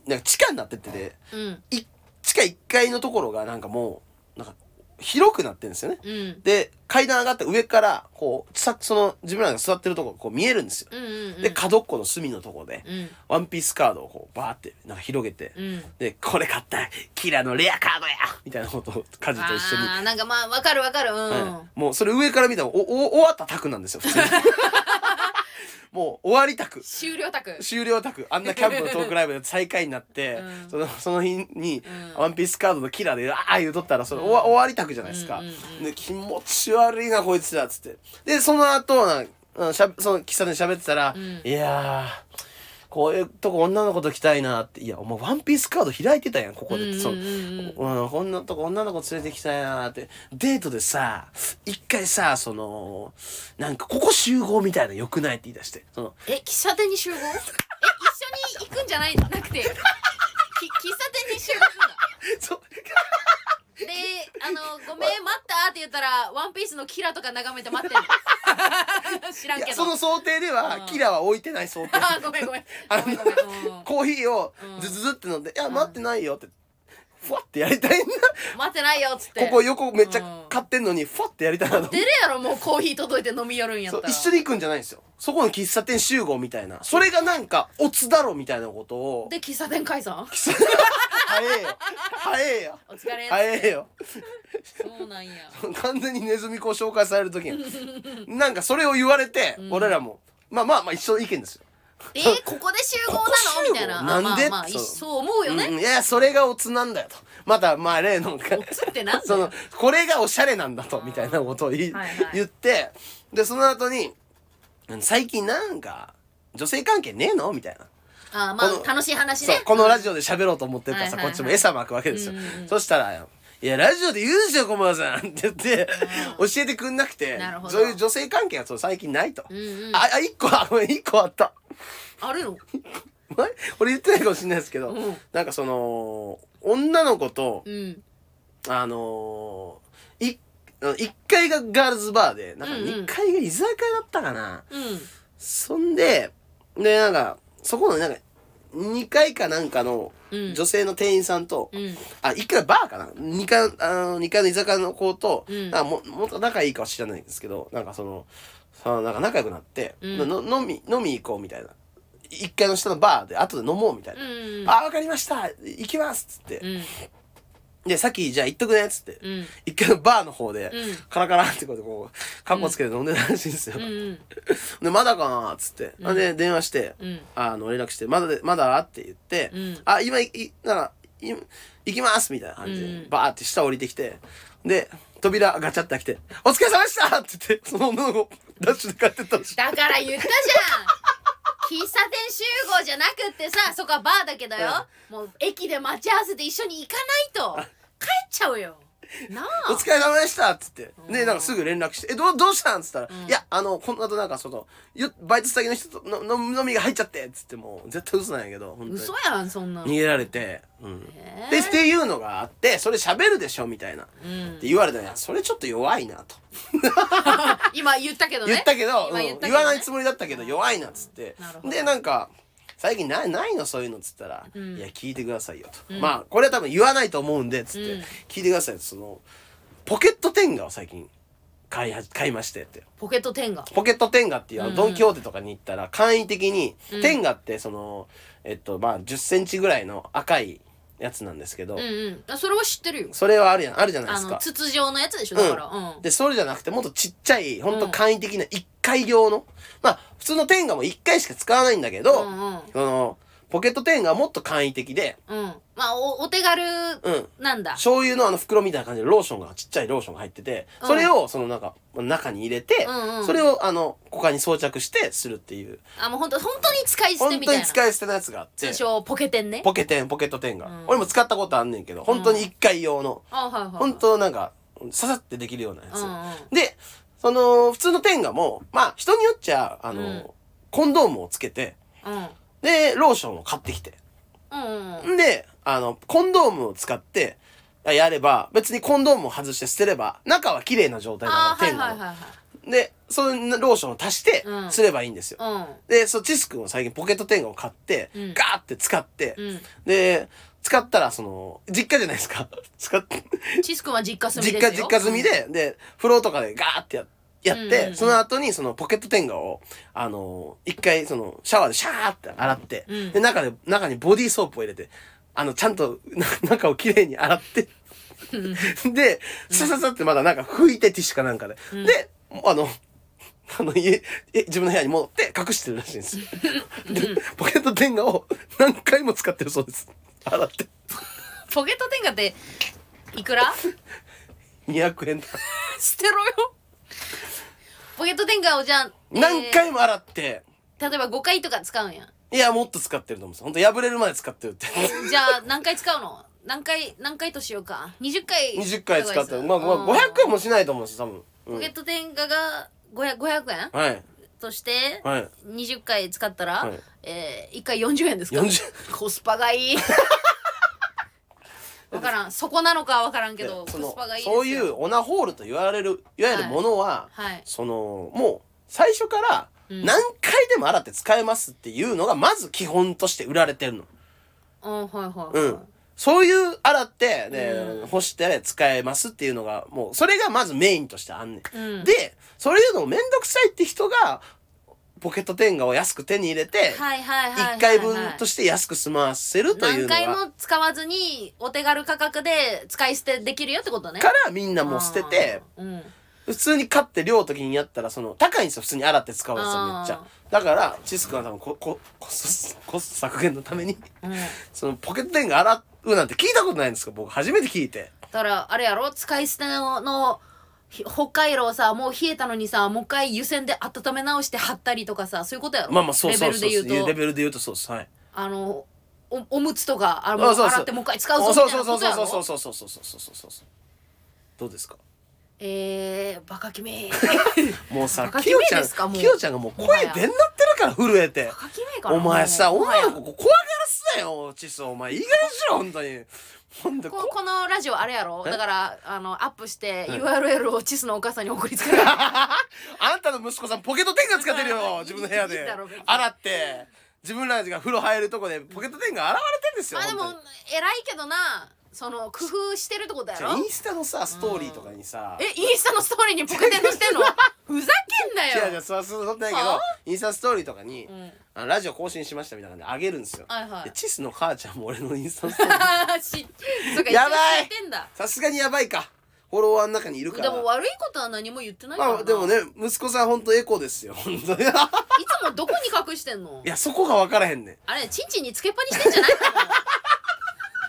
Speaker 2: なんか地下になってってて
Speaker 1: うん
Speaker 2: い地下1階のところがなんかもうなんか広くなってるんですよね
Speaker 1: うん
Speaker 2: で階段上がって上からこうさその自分らが座ってるとこがこう見えるんですよ
Speaker 1: うんうんうん
Speaker 2: で角っこの隅のとこで、
Speaker 1: うん
Speaker 2: ワンピースカードをこうバーってなんか広げて、
Speaker 1: うん
Speaker 2: で、これ買った、キラのレアカードやみたいなことをカジと一緒に
Speaker 1: あーなんかまあわかるわかるうん、
Speaker 2: はい、もうそれ上から見たらおお終わったタクなんですよ普
Speaker 1: [LAUGHS]
Speaker 2: 通にもう終わりタク
Speaker 1: 終了タク
Speaker 2: 終了タクあんなキャンプのトークライブで最下位になって、
Speaker 1: うん
Speaker 2: そのその日に、
Speaker 1: うん
Speaker 2: ワンピースカードのキラーでああ言うとったらそれ、終わ終わりタクじゃないですか、
Speaker 1: うんうんうん
Speaker 2: で気持ち悪いなこいつらっつってでその後なんうんしゃその喫茶店で喋ってたら、
Speaker 1: ん
Speaker 2: いやーこういうとこ女の子と来たいなって、いや、お前ワンピースカード開いてたやん、ここでって。その
Speaker 1: うんうんうんうん
Speaker 2: うん、こんなとこ女の子連れてきたいなって。デートでさ、一回さ、その、なんかここ集合みたいな良くないって言い出して。その、
Speaker 1: え喫茶店に集合え [LAUGHS] 一緒に行くんじゃないなくてき喫 [LAUGHS] 茶店に集合するの
Speaker 2: そ
Speaker 1: であの「ごめん待った」って言ったら「ワンピースのキラとか眺めて待ってる [LAUGHS] 知らん
Speaker 2: い
Speaker 1: け
Speaker 2: や
Speaker 1: ど
Speaker 2: その想定で
Speaker 1: うん
Speaker 2: は、キラは置いてない想定。
Speaker 1: あーごめんごめん
Speaker 2: あ
Speaker 1: ごめんごめんうん
Speaker 2: の、コーヒーを
Speaker 1: うん
Speaker 2: ズズズって飲んで、いや、待ってないよって、ふわってやりたいな。
Speaker 1: 待ってないよっつって
Speaker 2: ここ横めっち
Speaker 1: う
Speaker 2: ゃ
Speaker 1: ん
Speaker 2: 買ってんのに、ふわってやりたいなと思って
Speaker 1: 出るやろもうコーヒー届いて飲み寄るんや
Speaker 2: そ
Speaker 1: っ
Speaker 2: う
Speaker 1: たら
Speaker 2: 一緒に行くんじゃないんですよそこの喫茶店集合みたいなそれがなんかオツだろみたいなことを
Speaker 1: で喫茶店解散
Speaker 2: [LAUGHS] 早えよ早えよ
Speaker 1: お疲れ
Speaker 2: 早えよ
Speaker 1: そうなんや
Speaker 2: 完全にネズミ子を紹介される時になんかそれを言われて、俺らもまあまあまあ一緒の意見ですよ
Speaker 1: えーここで集合な
Speaker 2: ここ集
Speaker 1: の
Speaker 2: 合
Speaker 1: みたいなあ
Speaker 2: なんで
Speaker 1: まあまあい
Speaker 2: そう
Speaker 1: そう思うよ
Speaker 2: うん
Speaker 1: ね
Speaker 2: いやそれがオツなんだよとまたまあ例の
Speaker 1: オツってなんだよ
Speaker 2: [LAUGHS] そのこれがおしゃれなんだとみたいなことを言い
Speaker 1: はいはい
Speaker 2: 言ってでその後に最近なんか女性関係ねえのみたいな
Speaker 1: あーまあ
Speaker 2: この
Speaker 1: 楽しい話
Speaker 2: そ
Speaker 1: ね
Speaker 2: うこのラジオで喋ろうと思ってるからさ、
Speaker 1: はいはいはい
Speaker 2: こっちも餌巻くわけですよ、
Speaker 1: うんうんうん
Speaker 2: そしたら「いやラジオで言うでしょ駒場さん」って言って、
Speaker 1: う
Speaker 2: 教えてくんなくて
Speaker 1: なるほど
Speaker 2: そういう女性関係がそう最近ないと、
Speaker 1: うんうん
Speaker 2: ああ1個あごめん1個あった
Speaker 1: あるの
Speaker 2: 前俺言ってないかもしれないですけど、
Speaker 1: うん
Speaker 2: なんかその女の子と
Speaker 1: うん
Speaker 2: あのー、い1階がガールズバーでなんか
Speaker 1: うんうん
Speaker 2: 2階が居酒屋だったかな、
Speaker 1: うん
Speaker 2: そんで、で、なんか、そこの、なんか、2階かなんかの
Speaker 1: うん
Speaker 2: 女性の店員さんと、
Speaker 1: うん
Speaker 2: あ、1階はバーかな ?2 階、あの、二階の居酒屋の子と、
Speaker 1: うん
Speaker 2: なんかも、もっと仲いいかは知らないんですけど、なんかその、さなんか仲良くなって、
Speaker 1: うん
Speaker 2: のの飲み、飲み行こうみたいな。1階の下のバーで、後で飲もうみたいな。
Speaker 1: うん
Speaker 2: あ、わかりました行きますっつって
Speaker 1: う。ん
Speaker 2: で、さっき、じゃあ行っとくねっつって。
Speaker 1: うん
Speaker 2: 一回のバーの方で、
Speaker 1: うん
Speaker 2: カラカラってこうやってこう、カッコつけて飲んでたらしいんですよ。
Speaker 1: うんうん
Speaker 2: で、まだかなっつって。
Speaker 1: うん
Speaker 2: で、電話して、
Speaker 1: うん
Speaker 2: あの、連絡して、まだで、まだって言って、
Speaker 1: うん
Speaker 2: あ、今い、いなんか、い行きますみたいな感じで、
Speaker 1: うん
Speaker 2: バーって下降りてきて、で、扉ガチャって開けて、お疲れ様でしたって言って、その女の子、ダッシュで帰ってったらしい。
Speaker 1: だから言ったじゃん喫茶店集合じゃなくって
Speaker 2: [LAUGHS]
Speaker 1: さそこはバーだけどよ、もう駅で待ち合わせて一緒に行かないと帰っちゃうよなあ
Speaker 2: お疲れ様でしたっつって。
Speaker 1: う
Speaker 2: で、
Speaker 1: ん
Speaker 2: なんかすぐ連絡して、え、どう、どうしたんっつったら、
Speaker 1: うん
Speaker 2: いや、あの、この後なんかその、よバイト先の人とのの飲みが入っちゃってっつって、もう絶対嘘なんやけど、本当に。
Speaker 1: 嘘やんそんなの
Speaker 2: 逃げられて、うん。
Speaker 1: え
Speaker 2: で、っていうのがあって、それ喋るでしょみたいな。
Speaker 1: う
Speaker 2: って
Speaker 1: ん、
Speaker 2: 言われたら、それちょっと弱いなと。
Speaker 1: 今言ったけどね
Speaker 2: 言ったけど、うん
Speaker 1: 今言
Speaker 2: 言
Speaker 1: ったけどね
Speaker 2: わないつもりだったけど弱いなっつって
Speaker 1: なるほど
Speaker 2: でなんか最近ないないのそういうのっつったら、
Speaker 1: ん
Speaker 2: いや聞いてくださいよと、
Speaker 1: ん
Speaker 2: まあこれは多分言わないと思うんでっつって、
Speaker 1: うん
Speaker 2: 聞いてくださいよそのポケットテンガを最近買いは買いましてって
Speaker 1: ポケット天が
Speaker 2: ポケットテンガっていうあ
Speaker 1: う
Speaker 2: の
Speaker 1: ん
Speaker 2: ドン・キホーテとかに行ったら簡易的に、
Speaker 1: うん
Speaker 2: テンガってそのえっとまあ1 0ンチぐらいの赤いやつなんですけど、
Speaker 1: うんうんあそれは知ってるよ
Speaker 2: それはあるやんあるじゃないで
Speaker 1: あ
Speaker 2: す
Speaker 1: の
Speaker 2: か
Speaker 1: 筒状のやつでしょだからうん、
Speaker 2: で、それじゃなくて、もっとちっちゃい、ほん
Speaker 1: う
Speaker 2: と
Speaker 1: ん
Speaker 2: 簡易的な1回用の。まあ、普通のテンガも1回しか使わないんだけど、
Speaker 1: うんうん
Speaker 2: その、ポケットテンガはもっと簡易的で、
Speaker 1: うんまあおお手軽
Speaker 2: うん。
Speaker 1: なんだ、
Speaker 2: 醤油のあの袋みたいな感じでローションが、ちっちゃいローションが入ってて、
Speaker 1: うん
Speaker 2: それをそのなんか、中に入れて、
Speaker 1: うんうん
Speaker 2: それをあの、股間に装着してするっていう、
Speaker 1: あもう本当本当に使い捨て
Speaker 2: 本
Speaker 1: みた
Speaker 2: 当
Speaker 1: い
Speaker 2: に
Speaker 1: な
Speaker 2: 使い捨てのやつがあって
Speaker 1: 通、称ポケテンね
Speaker 2: ポケテン、ポケットテンガ。
Speaker 1: うん
Speaker 2: 俺も使ったことあんねんけど、本当に1回用の、
Speaker 1: あはいはいはい
Speaker 2: 本当なんか、ささってできるようなやつ。
Speaker 1: うんうん
Speaker 2: で、その、普通のテンガも、まあ、人によっちゃ、あの、
Speaker 1: うん
Speaker 2: コンドームをつけて、
Speaker 1: うん
Speaker 2: で、ローションを買ってきて。
Speaker 1: うんうん
Speaker 2: んで、あの、コンドームを使って、やれば、別にコンドームを外して捨てれば、中は綺麗な状態
Speaker 1: あ
Speaker 2: だか
Speaker 1: ー
Speaker 2: ら、
Speaker 1: は
Speaker 2: テ
Speaker 1: いは
Speaker 2: ンガの。
Speaker 1: いはいはい
Speaker 2: で、そのローションを足して
Speaker 1: う、ん
Speaker 2: すればいいんですよ。
Speaker 1: う
Speaker 2: で、そう、チス君は最近ポケットテンガを買って、
Speaker 1: うん
Speaker 2: ガーって使って、
Speaker 1: ん。
Speaker 2: で、使ったら、その、実家じゃないですか。使っ
Speaker 1: うん。チス君は実家住みで
Speaker 2: 実
Speaker 1: すよ
Speaker 2: 家、実家済み。で、で、風呂とかでガーってややって、
Speaker 1: うんうんうん
Speaker 2: その後にそのポケットテンガを、あのー一回そのシャワーでシャーって洗って、
Speaker 1: うん
Speaker 2: で、中で、中にボディーソープを入れて、あの、ちゃんとな [LAUGHS] 中をきれいに洗って、で、さささってまだなんか拭いてティッシュかなんかで、
Speaker 1: ん
Speaker 2: で、あの、あの家、え自分の部屋に戻って隠してるらしいんですよ。でポケットテンガを何回も使ってるそうです。洗って。
Speaker 1: ポケット天下って、いく
Speaker 2: [LAUGHS]
Speaker 1: ら
Speaker 2: 200円だ。
Speaker 1: [LAUGHS] 捨てろよ。ポケット天下をじゃあ、えー
Speaker 2: 何回も洗って、
Speaker 1: 例えば5回とか使うんや。
Speaker 2: いや、もっと使ってると思うんですよ。ほんと破れるまで使っ
Speaker 1: [LAUGHS]
Speaker 2: てるって。
Speaker 1: じゃあ何回使うの何回何回としようか20回
Speaker 2: 20回使ってる。まあ、まあ、500
Speaker 1: 500
Speaker 2: 円もしないと思うんですよ、多分。
Speaker 1: ポ
Speaker 2: う
Speaker 1: ケッ
Speaker 2: ん、
Speaker 1: ト天下が500 500円
Speaker 2: はい。
Speaker 1: として
Speaker 2: はい。
Speaker 1: 20回使ったら、
Speaker 2: はい
Speaker 1: えー、1回40円ですか
Speaker 2: 40
Speaker 1: コスパが
Speaker 2: [LAUGHS]
Speaker 1: いいわからんそこなのかはわからんけどコ
Speaker 2: そ
Speaker 1: ス
Speaker 2: の
Speaker 1: パがいいですよ
Speaker 2: そういうオナホールと言われる、いわゆるものは、
Speaker 1: はい
Speaker 2: その、もう、最初か
Speaker 1: う
Speaker 2: ら、
Speaker 1: ん
Speaker 2: 何回でも洗って使えますっていうのが、まず基本として売られてるの。
Speaker 1: うんはいはい、
Speaker 2: う
Speaker 1: はい
Speaker 2: ん。そういう洗って、ね
Speaker 1: う、ん
Speaker 2: 干して使えますっていうのが、もう、それがまずメインとしてあんねん。
Speaker 1: うん
Speaker 2: で、そういうのをめんどくさいって人が、ポケット天下を安く手に入れて、
Speaker 1: はいはいはいはいはい
Speaker 2: 1回分として安く済ませるという
Speaker 1: 何
Speaker 2: の
Speaker 1: 回
Speaker 2: が、
Speaker 1: も使わずにお手軽価格で使い捨てできるよってことね
Speaker 2: からみんなもう捨てて、
Speaker 1: あーうん
Speaker 2: 普通に買って量と時にやったら、その、高いんですよ、普通に洗って使うやつはめっち
Speaker 1: あ
Speaker 2: ゃ。だから、チス君は多分こ、 [LAUGHS] こ、コスト、コスト削減のために、
Speaker 1: うん、だ
Speaker 2: その、ポケット天が洗うなんて聞いたことないんですか僕、初めて聞いて。
Speaker 1: からあれやろ使い捨てのひ北海道さもう冷えたのにさもう一回湯煎で温め直して貼ったりとかさそういうことやろ
Speaker 2: まあまあ、そうそう
Speaker 1: レ
Speaker 2: そ
Speaker 1: ベ
Speaker 2: うそう。
Speaker 1: ルで言う
Speaker 2: レ
Speaker 1: と
Speaker 2: ベルで言うとそうです。はい。
Speaker 1: あのおおむつとかあ
Speaker 2: あそうそう
Speaker 1: 洗ってもう一回使うぞみ
Speaker 2: そう
Speaker 1: たいな
Speaker 2: そうそ
Speaker 1: こ
Speaker 2: う
Speaker 1: とや
Speaker 2: そう
Speaker 1: ろ
Speaker 2: そうそうそうそうそうそうそうそうどうですか
Speaker 1: えー、バカ君
Speaker 2: [LAUGHS]
Speaker 1: バ
Speaker 2: もうさ
Speaker 1: 高木
Speaker 2: きよち
Speaker 1: 芽
Speaker 2: ゃ
Speaker 1: で
Speaker 2: ん
Speaker 1: すかもう
Speaker 2: きよちゃんがもう声出んなってるから震えて
Speaker 1: カ君かな
Speaker 2: お前さ
Speaker 1: もう
Speaker 2: お前のここ怖がらすなよチスお前いい加減にしろ本当に本当
Speaker 1: こ
Speaker 2: こ
Speaker 1: このラジオあれやろだからあのアップして
Speaker 2: はい
Speaker 1: URL をチスのお母さんに送り [LAUGHS] つける
Speaker 2: [LAUGHS] あんたの息子さんポケット天下使ってるよ自分の部屋
Speaker 1: [LAUGHS] いい
Speaker 2: で
Speaker 1: だろ別に
Speaker 2: 洗って自分らが風呂入るとこでポケット天下現れてんですよ
Speaker 1: まあでも
Speaker 2: 本
Speaker 1: 偉いけどなその工夫してるってことや
Speaker 2: 当
Speaker 1: ろ
Speaker 2: にインスタのさストーリーとかにさ
Speaker 1: えインスタのストーリーにポケテンとしてんの [LAUGHS] ふざけんな
Speaker 2: 違う違う
Speaker 1: よ
Speaker 2: そうそうそうないけ
Speaker 1: は
Speaker 2: ど
Speaker 1: あ
Speaker 2: インスタストーリーとかに、
Speaker 1: ん
Speaker 2: あのラジオ更新しましたみたいなんであげるんですよ、
Speaker 1: はいはい
Speaker 2: でチスの母ちゃんも俺のインスタスト
Speaker 1: [LAUGHS]
Speaker 2: ーリー
Speaker 1: [LAUGHS] しそうか
Speaker 2: やば
Speaker 1: 一応知
Speaker 2: い
Speaker 1: ってんだ
Speaker 2: さすがにやばいかフォロワーの中にいるか
Speaker 1: で
Speaker 2: ら
Speaker 1: も悪いことは何も言ってないか
Speaker 2: ま
Speaker 1: らな、
Speaker 2: あでもね息子さんほんとエコですよ本当に [LAUGHS] い
Speaker 1: いつもどこに隠してんの
Speaker 2: やそこが分からへんねん
Speaker 1: あれチンチンにつけっぱにしてんじゃないの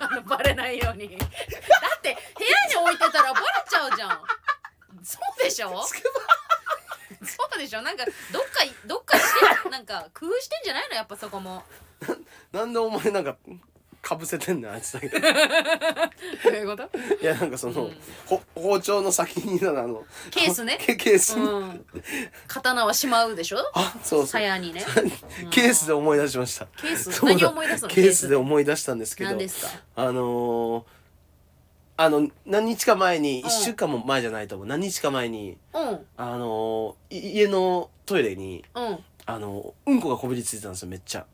Speaker 1: あのバレないようにだって部屋に置いてたらバレちゃうじゃんそうでしょ
Speaker 2: つけ
Speaker 1: そうでしょなんかどっかどっかしてなんか工夫してんじゃないのやっぱそこも
Speaker 2: なんでお前なんかかぶせてんねんあいつ
Speaker 1: [LAUGHS]
Speaker 2: だけ
Speaker 1: どういうこと
Speaker 2: いやなんかその、ほ包丁の先にあの
Speaker 1: ケースね
Speaker 2: [LAUGHS] ケケースに、
Speaker 1: うん刀はしまうでしょ
Speaker 2: あそうそう
Speaker 1: 鞘にね
Speaker 2: ケースで思い出しました
Speaker 1: ケース
Speaker 2: そうだ
Speaker 1: 何を思い出すの
Speaker 2: ケースで思い出したんですけど
Speaker 1: 何ですか
Speaker 2: あのーあの何日か前に
Speaker 1: うん
Speaker 2: 1週間も前じゃないと思う何日か前に
Speaker 1: うんうん
Speaker 2: あのーい家のトイレにあのーうんこがこびりついてたんですよめっちゃ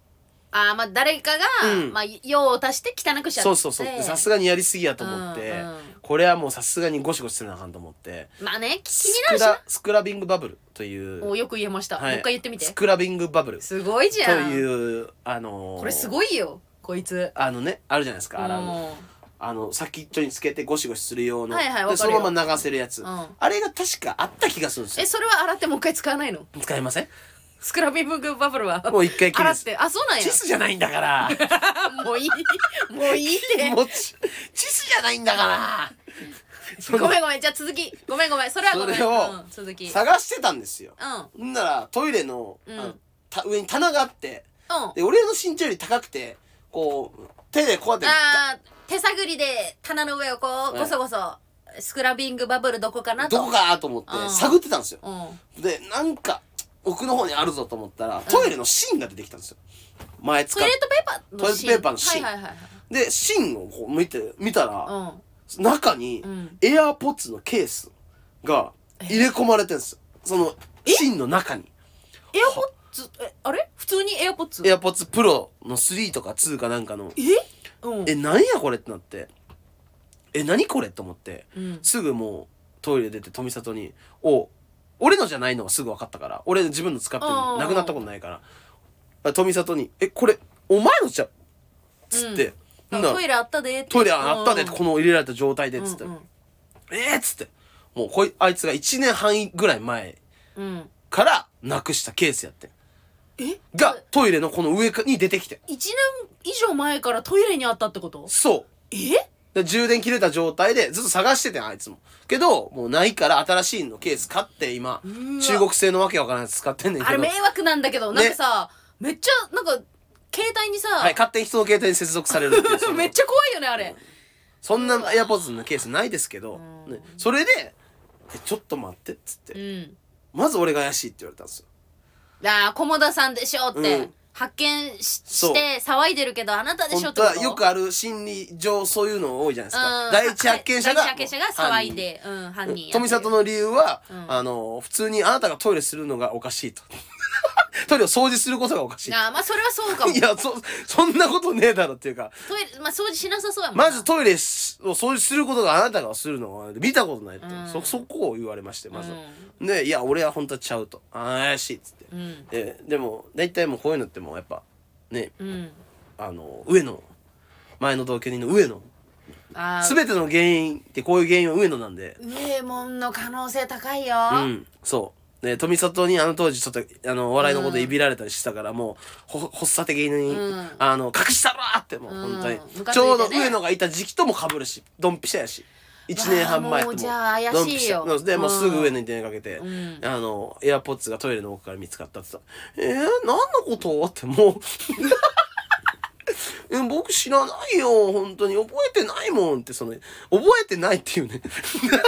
Speaker 1: あーまあ誰かが、
Speaker 2: うん
Speaker 1: まあ用を足して汚くしちゃって
Speaker 2: そうそうそうでさすがにやりすぎやと思って、
Speaker 1: うんうん
Speaker 2: これはもうさすがにゴシゴシせなあかんと思って
Speaker 1: まあねき気
Speaker 2: ス
Speaker 1: にな
Speaker 2: ク
Speaker 1: るしな
Speaker 2: ラスクラビングバブルという
Speaker 1: およく言えました、
Speaker 2: はい
Speaker 1: もう一回言ってみて
Speaker 2: スクラビングバブル
Speaker 1: すごいじ
Speaker 2: と
Speaker 1: ゃん
Speaker 2: いうあのー
Speaker 1: これすごいよこいつ
Speaker 2: あのねあるじゃないですか洗うの
Speaker 1: う
Speaker 2: あの先っちょにつけてゴシゴシする用の、
Speaker 1: はいはいわか
Speaker 2: でそ
Speaker 1: るよ
Speaker 2: のまま流せるやつ、
Speaker 1: ん
Speaker 2: あれが確かあった気がするんです
Speaker 1: え
Speaker 2: よ
Speaker 1: それは洗ってもう一回使わないの
Speaker 2: 使えません
Speaker 1: スクラビングバブルは
Speaker 2: もう一回きり
Speaker 1: 洗
Speaker 2: で
Speaker 1: っ
Speaker 2: す
Speaker 1: てあそうなんや
Speaker 2: チスじゃないんだから
Speaker 1: あもういい [LAUGHS] もういいって
Speaker 2: もうチチスじゃないんだからその
Speaker 1: ごめんごめんじゃあ続きごめんごめんそれはごめん
Speaker 2: それを
Speaker 1: うん、続きうん
Speaker 2: 探してたんですよ
Speaker 1: うん
Speaker 2: んならトイレの,、あ
Speaker 1: う
Speaker 2: の
Speaker 1: ん
Speaker 2: た上に棚があってで俺の身長より高くてこう手でこうやって
Speaker 1: あー手探りで棚の上をこうごそごそスクラビングバブルどこかなと
Speaker 2: どこかと思って
Speaker 1: うん
Speaker 2: 探ってたんですよ
Speaker 1: うん
Speaker 2: でなんか奥の方にあるぞと思ったらトイレの芯が出てきたんですよ前使
Speaker 1: ト
Speaker 2: っ
Speaker 1: イレットペーパーの
Speaker 2: トイレットペーパーの芯
Speaker 1: はいはいはい
Speaker 2: で芯をこう見て見たら、
Speaker 1: はい
Speaker 2: 中に
Speaker 1: うん、
Speaker 2: エアーポッツのケースが入れ込まれてるんですよ。その、芯の中に。
Speaker 1: エアポッツえあれ普通にエアポッツ
Speaker 2: エアポッツプロの3とか2かなんかの、
Speaker 1: えうん
Speaker 2: え、なんやこれってなって、え、何これって思って、
Speaker 1: うん
Speaker 2: すぐもうトイレ出て富里に、お、俺のじゃないのがすぐ分かったから、俺自分の使ってる
Speaker 1: う
Speaker 2: の
Speaker 1: ん
Speaker 2: なくなったことないからあ、富里に、え、これ、お前のじゃ、つって、
Speaker 1: あ
Speaker 2: ほんなら
Speaker 1: トイレあったでって
Speaker 2: トイレあったでって、
Speaker 1: うん
Speaker 2: この入れられた状態で、つって、
Speaker 1: うん
Speaker 2: えーっつって、もうこい、あいつが1年半ぐらい前
Speaker 1: うんうん
Speaker 2: からなくしたケースやってん
Speaker 1: え
Speaker 2: が、トイレのこの上かに出てきてん。
Speaker 1: 1年以上前からトイレにあったってこと
Speaker 2: そう。
Speaker 1: え
Speaker 2: で充電切れた状態でずっと探しててん、あいつも。けど、もうないから新しいのケース買って今、
Speaker 1: わ
Speaker 2: 中国製のわけわからないやつ使ってんねんけど。
Speaker 1: あれ迷惑なんだけどなんかさめっちゃなんか携帯にさ、
Speaker 2: はい、勝手に人の携帯に接続されるっていうそ
Speaker 1: [LAUGHS]
Speaker 2: の
Speaker 1: めっちゃ怖いよねあれ、
Speaker 2: そんなエアポッズのケースないですけど、
Speaker 1: うん
Speaker 2: ね、それで「えちょっと待って」っつって、
Speaker 1: うん、
Speaker 2: まず俺が怪しいって言われたんですよ
Speaker 1: ああ菰田さんでしょ」って、
Speaker 2: うん
Speaker 1: 発見し
Speaker 2: そう
Speaker 1: して騒いでるけどあなたでしょ
Speaker 2: 本
Speaker 1: って
Speaker 2: 当
Speaker 1: こ
Speaker 2: は
Speaker 1: と
Speaker 2: よくある心理上そういうの多いじゃないですか、
Speaker 1: うん
Speaker 2: 第一発見者が
Speaker 1: 第一発見者が騒いで、うん、犯人やってる
Speaker 2: 富里の理由は、
Speaker 1: うん
Speaker 2: あの普通にあなたがトイレするのがおかしいと [LAUGHS] トイレを掃除することがおかしい
Speaker 1: あーまあそれはそうかも
Speaker 2: いやそそんなことねえだろっていうか
Speaker 1: トイレ、まあ、掃除しなさそうやもんな
Speaker 2: まずトイレを掃除することがあなたがするのは見たことないって、
Speaker 1: うん
Speaker 2: そそこを言われましてまず、
Speaker 1: う
Speaker 2: でいや俺は本当はちゃうとあー怪しいっつって、
Speaker 1: ん
Speaker 2: ででも大体もうこういうのってもうやっぱね
Speaker 1: うん、うん、
Speaker 2: あの上野前の同居人の上野
Speaker 1: あー
Speaker 2: 全ての原因ってこういう原因は上野なんで
Speaker 1: 上門の可能性高いよ、
Speaker 2: うんそうで富里にあの当時ちょっとあのお笑いのこといびられたりしてたから、もうほ発作的に、
Speaker 1: うん
Speaker 2: あの隠したろーってもう本当に、
Speaker 1: うんムカついてね
Speaker 2: ちょうど上野がいた時期ともかぶるしドンピシャやし1年半前
Speaker 1: も
Speaker 2: と
Speaker 1: うじゃあ怪しいよ
Speaker 2: ドンピシャうんでもうすぐ
Speaker 1: うん
Speaker 2: 上野に電話かけて、
Speaker 1: ん
Speaker 2: あのエアポッツがトイレの奥から見つかったって言ったら「えー、何のこと?」ってもう。 [LAUGHS] え僕知らないよ本当に覚えてないもんってその覚えてないっていうね
Speaker 1: 覚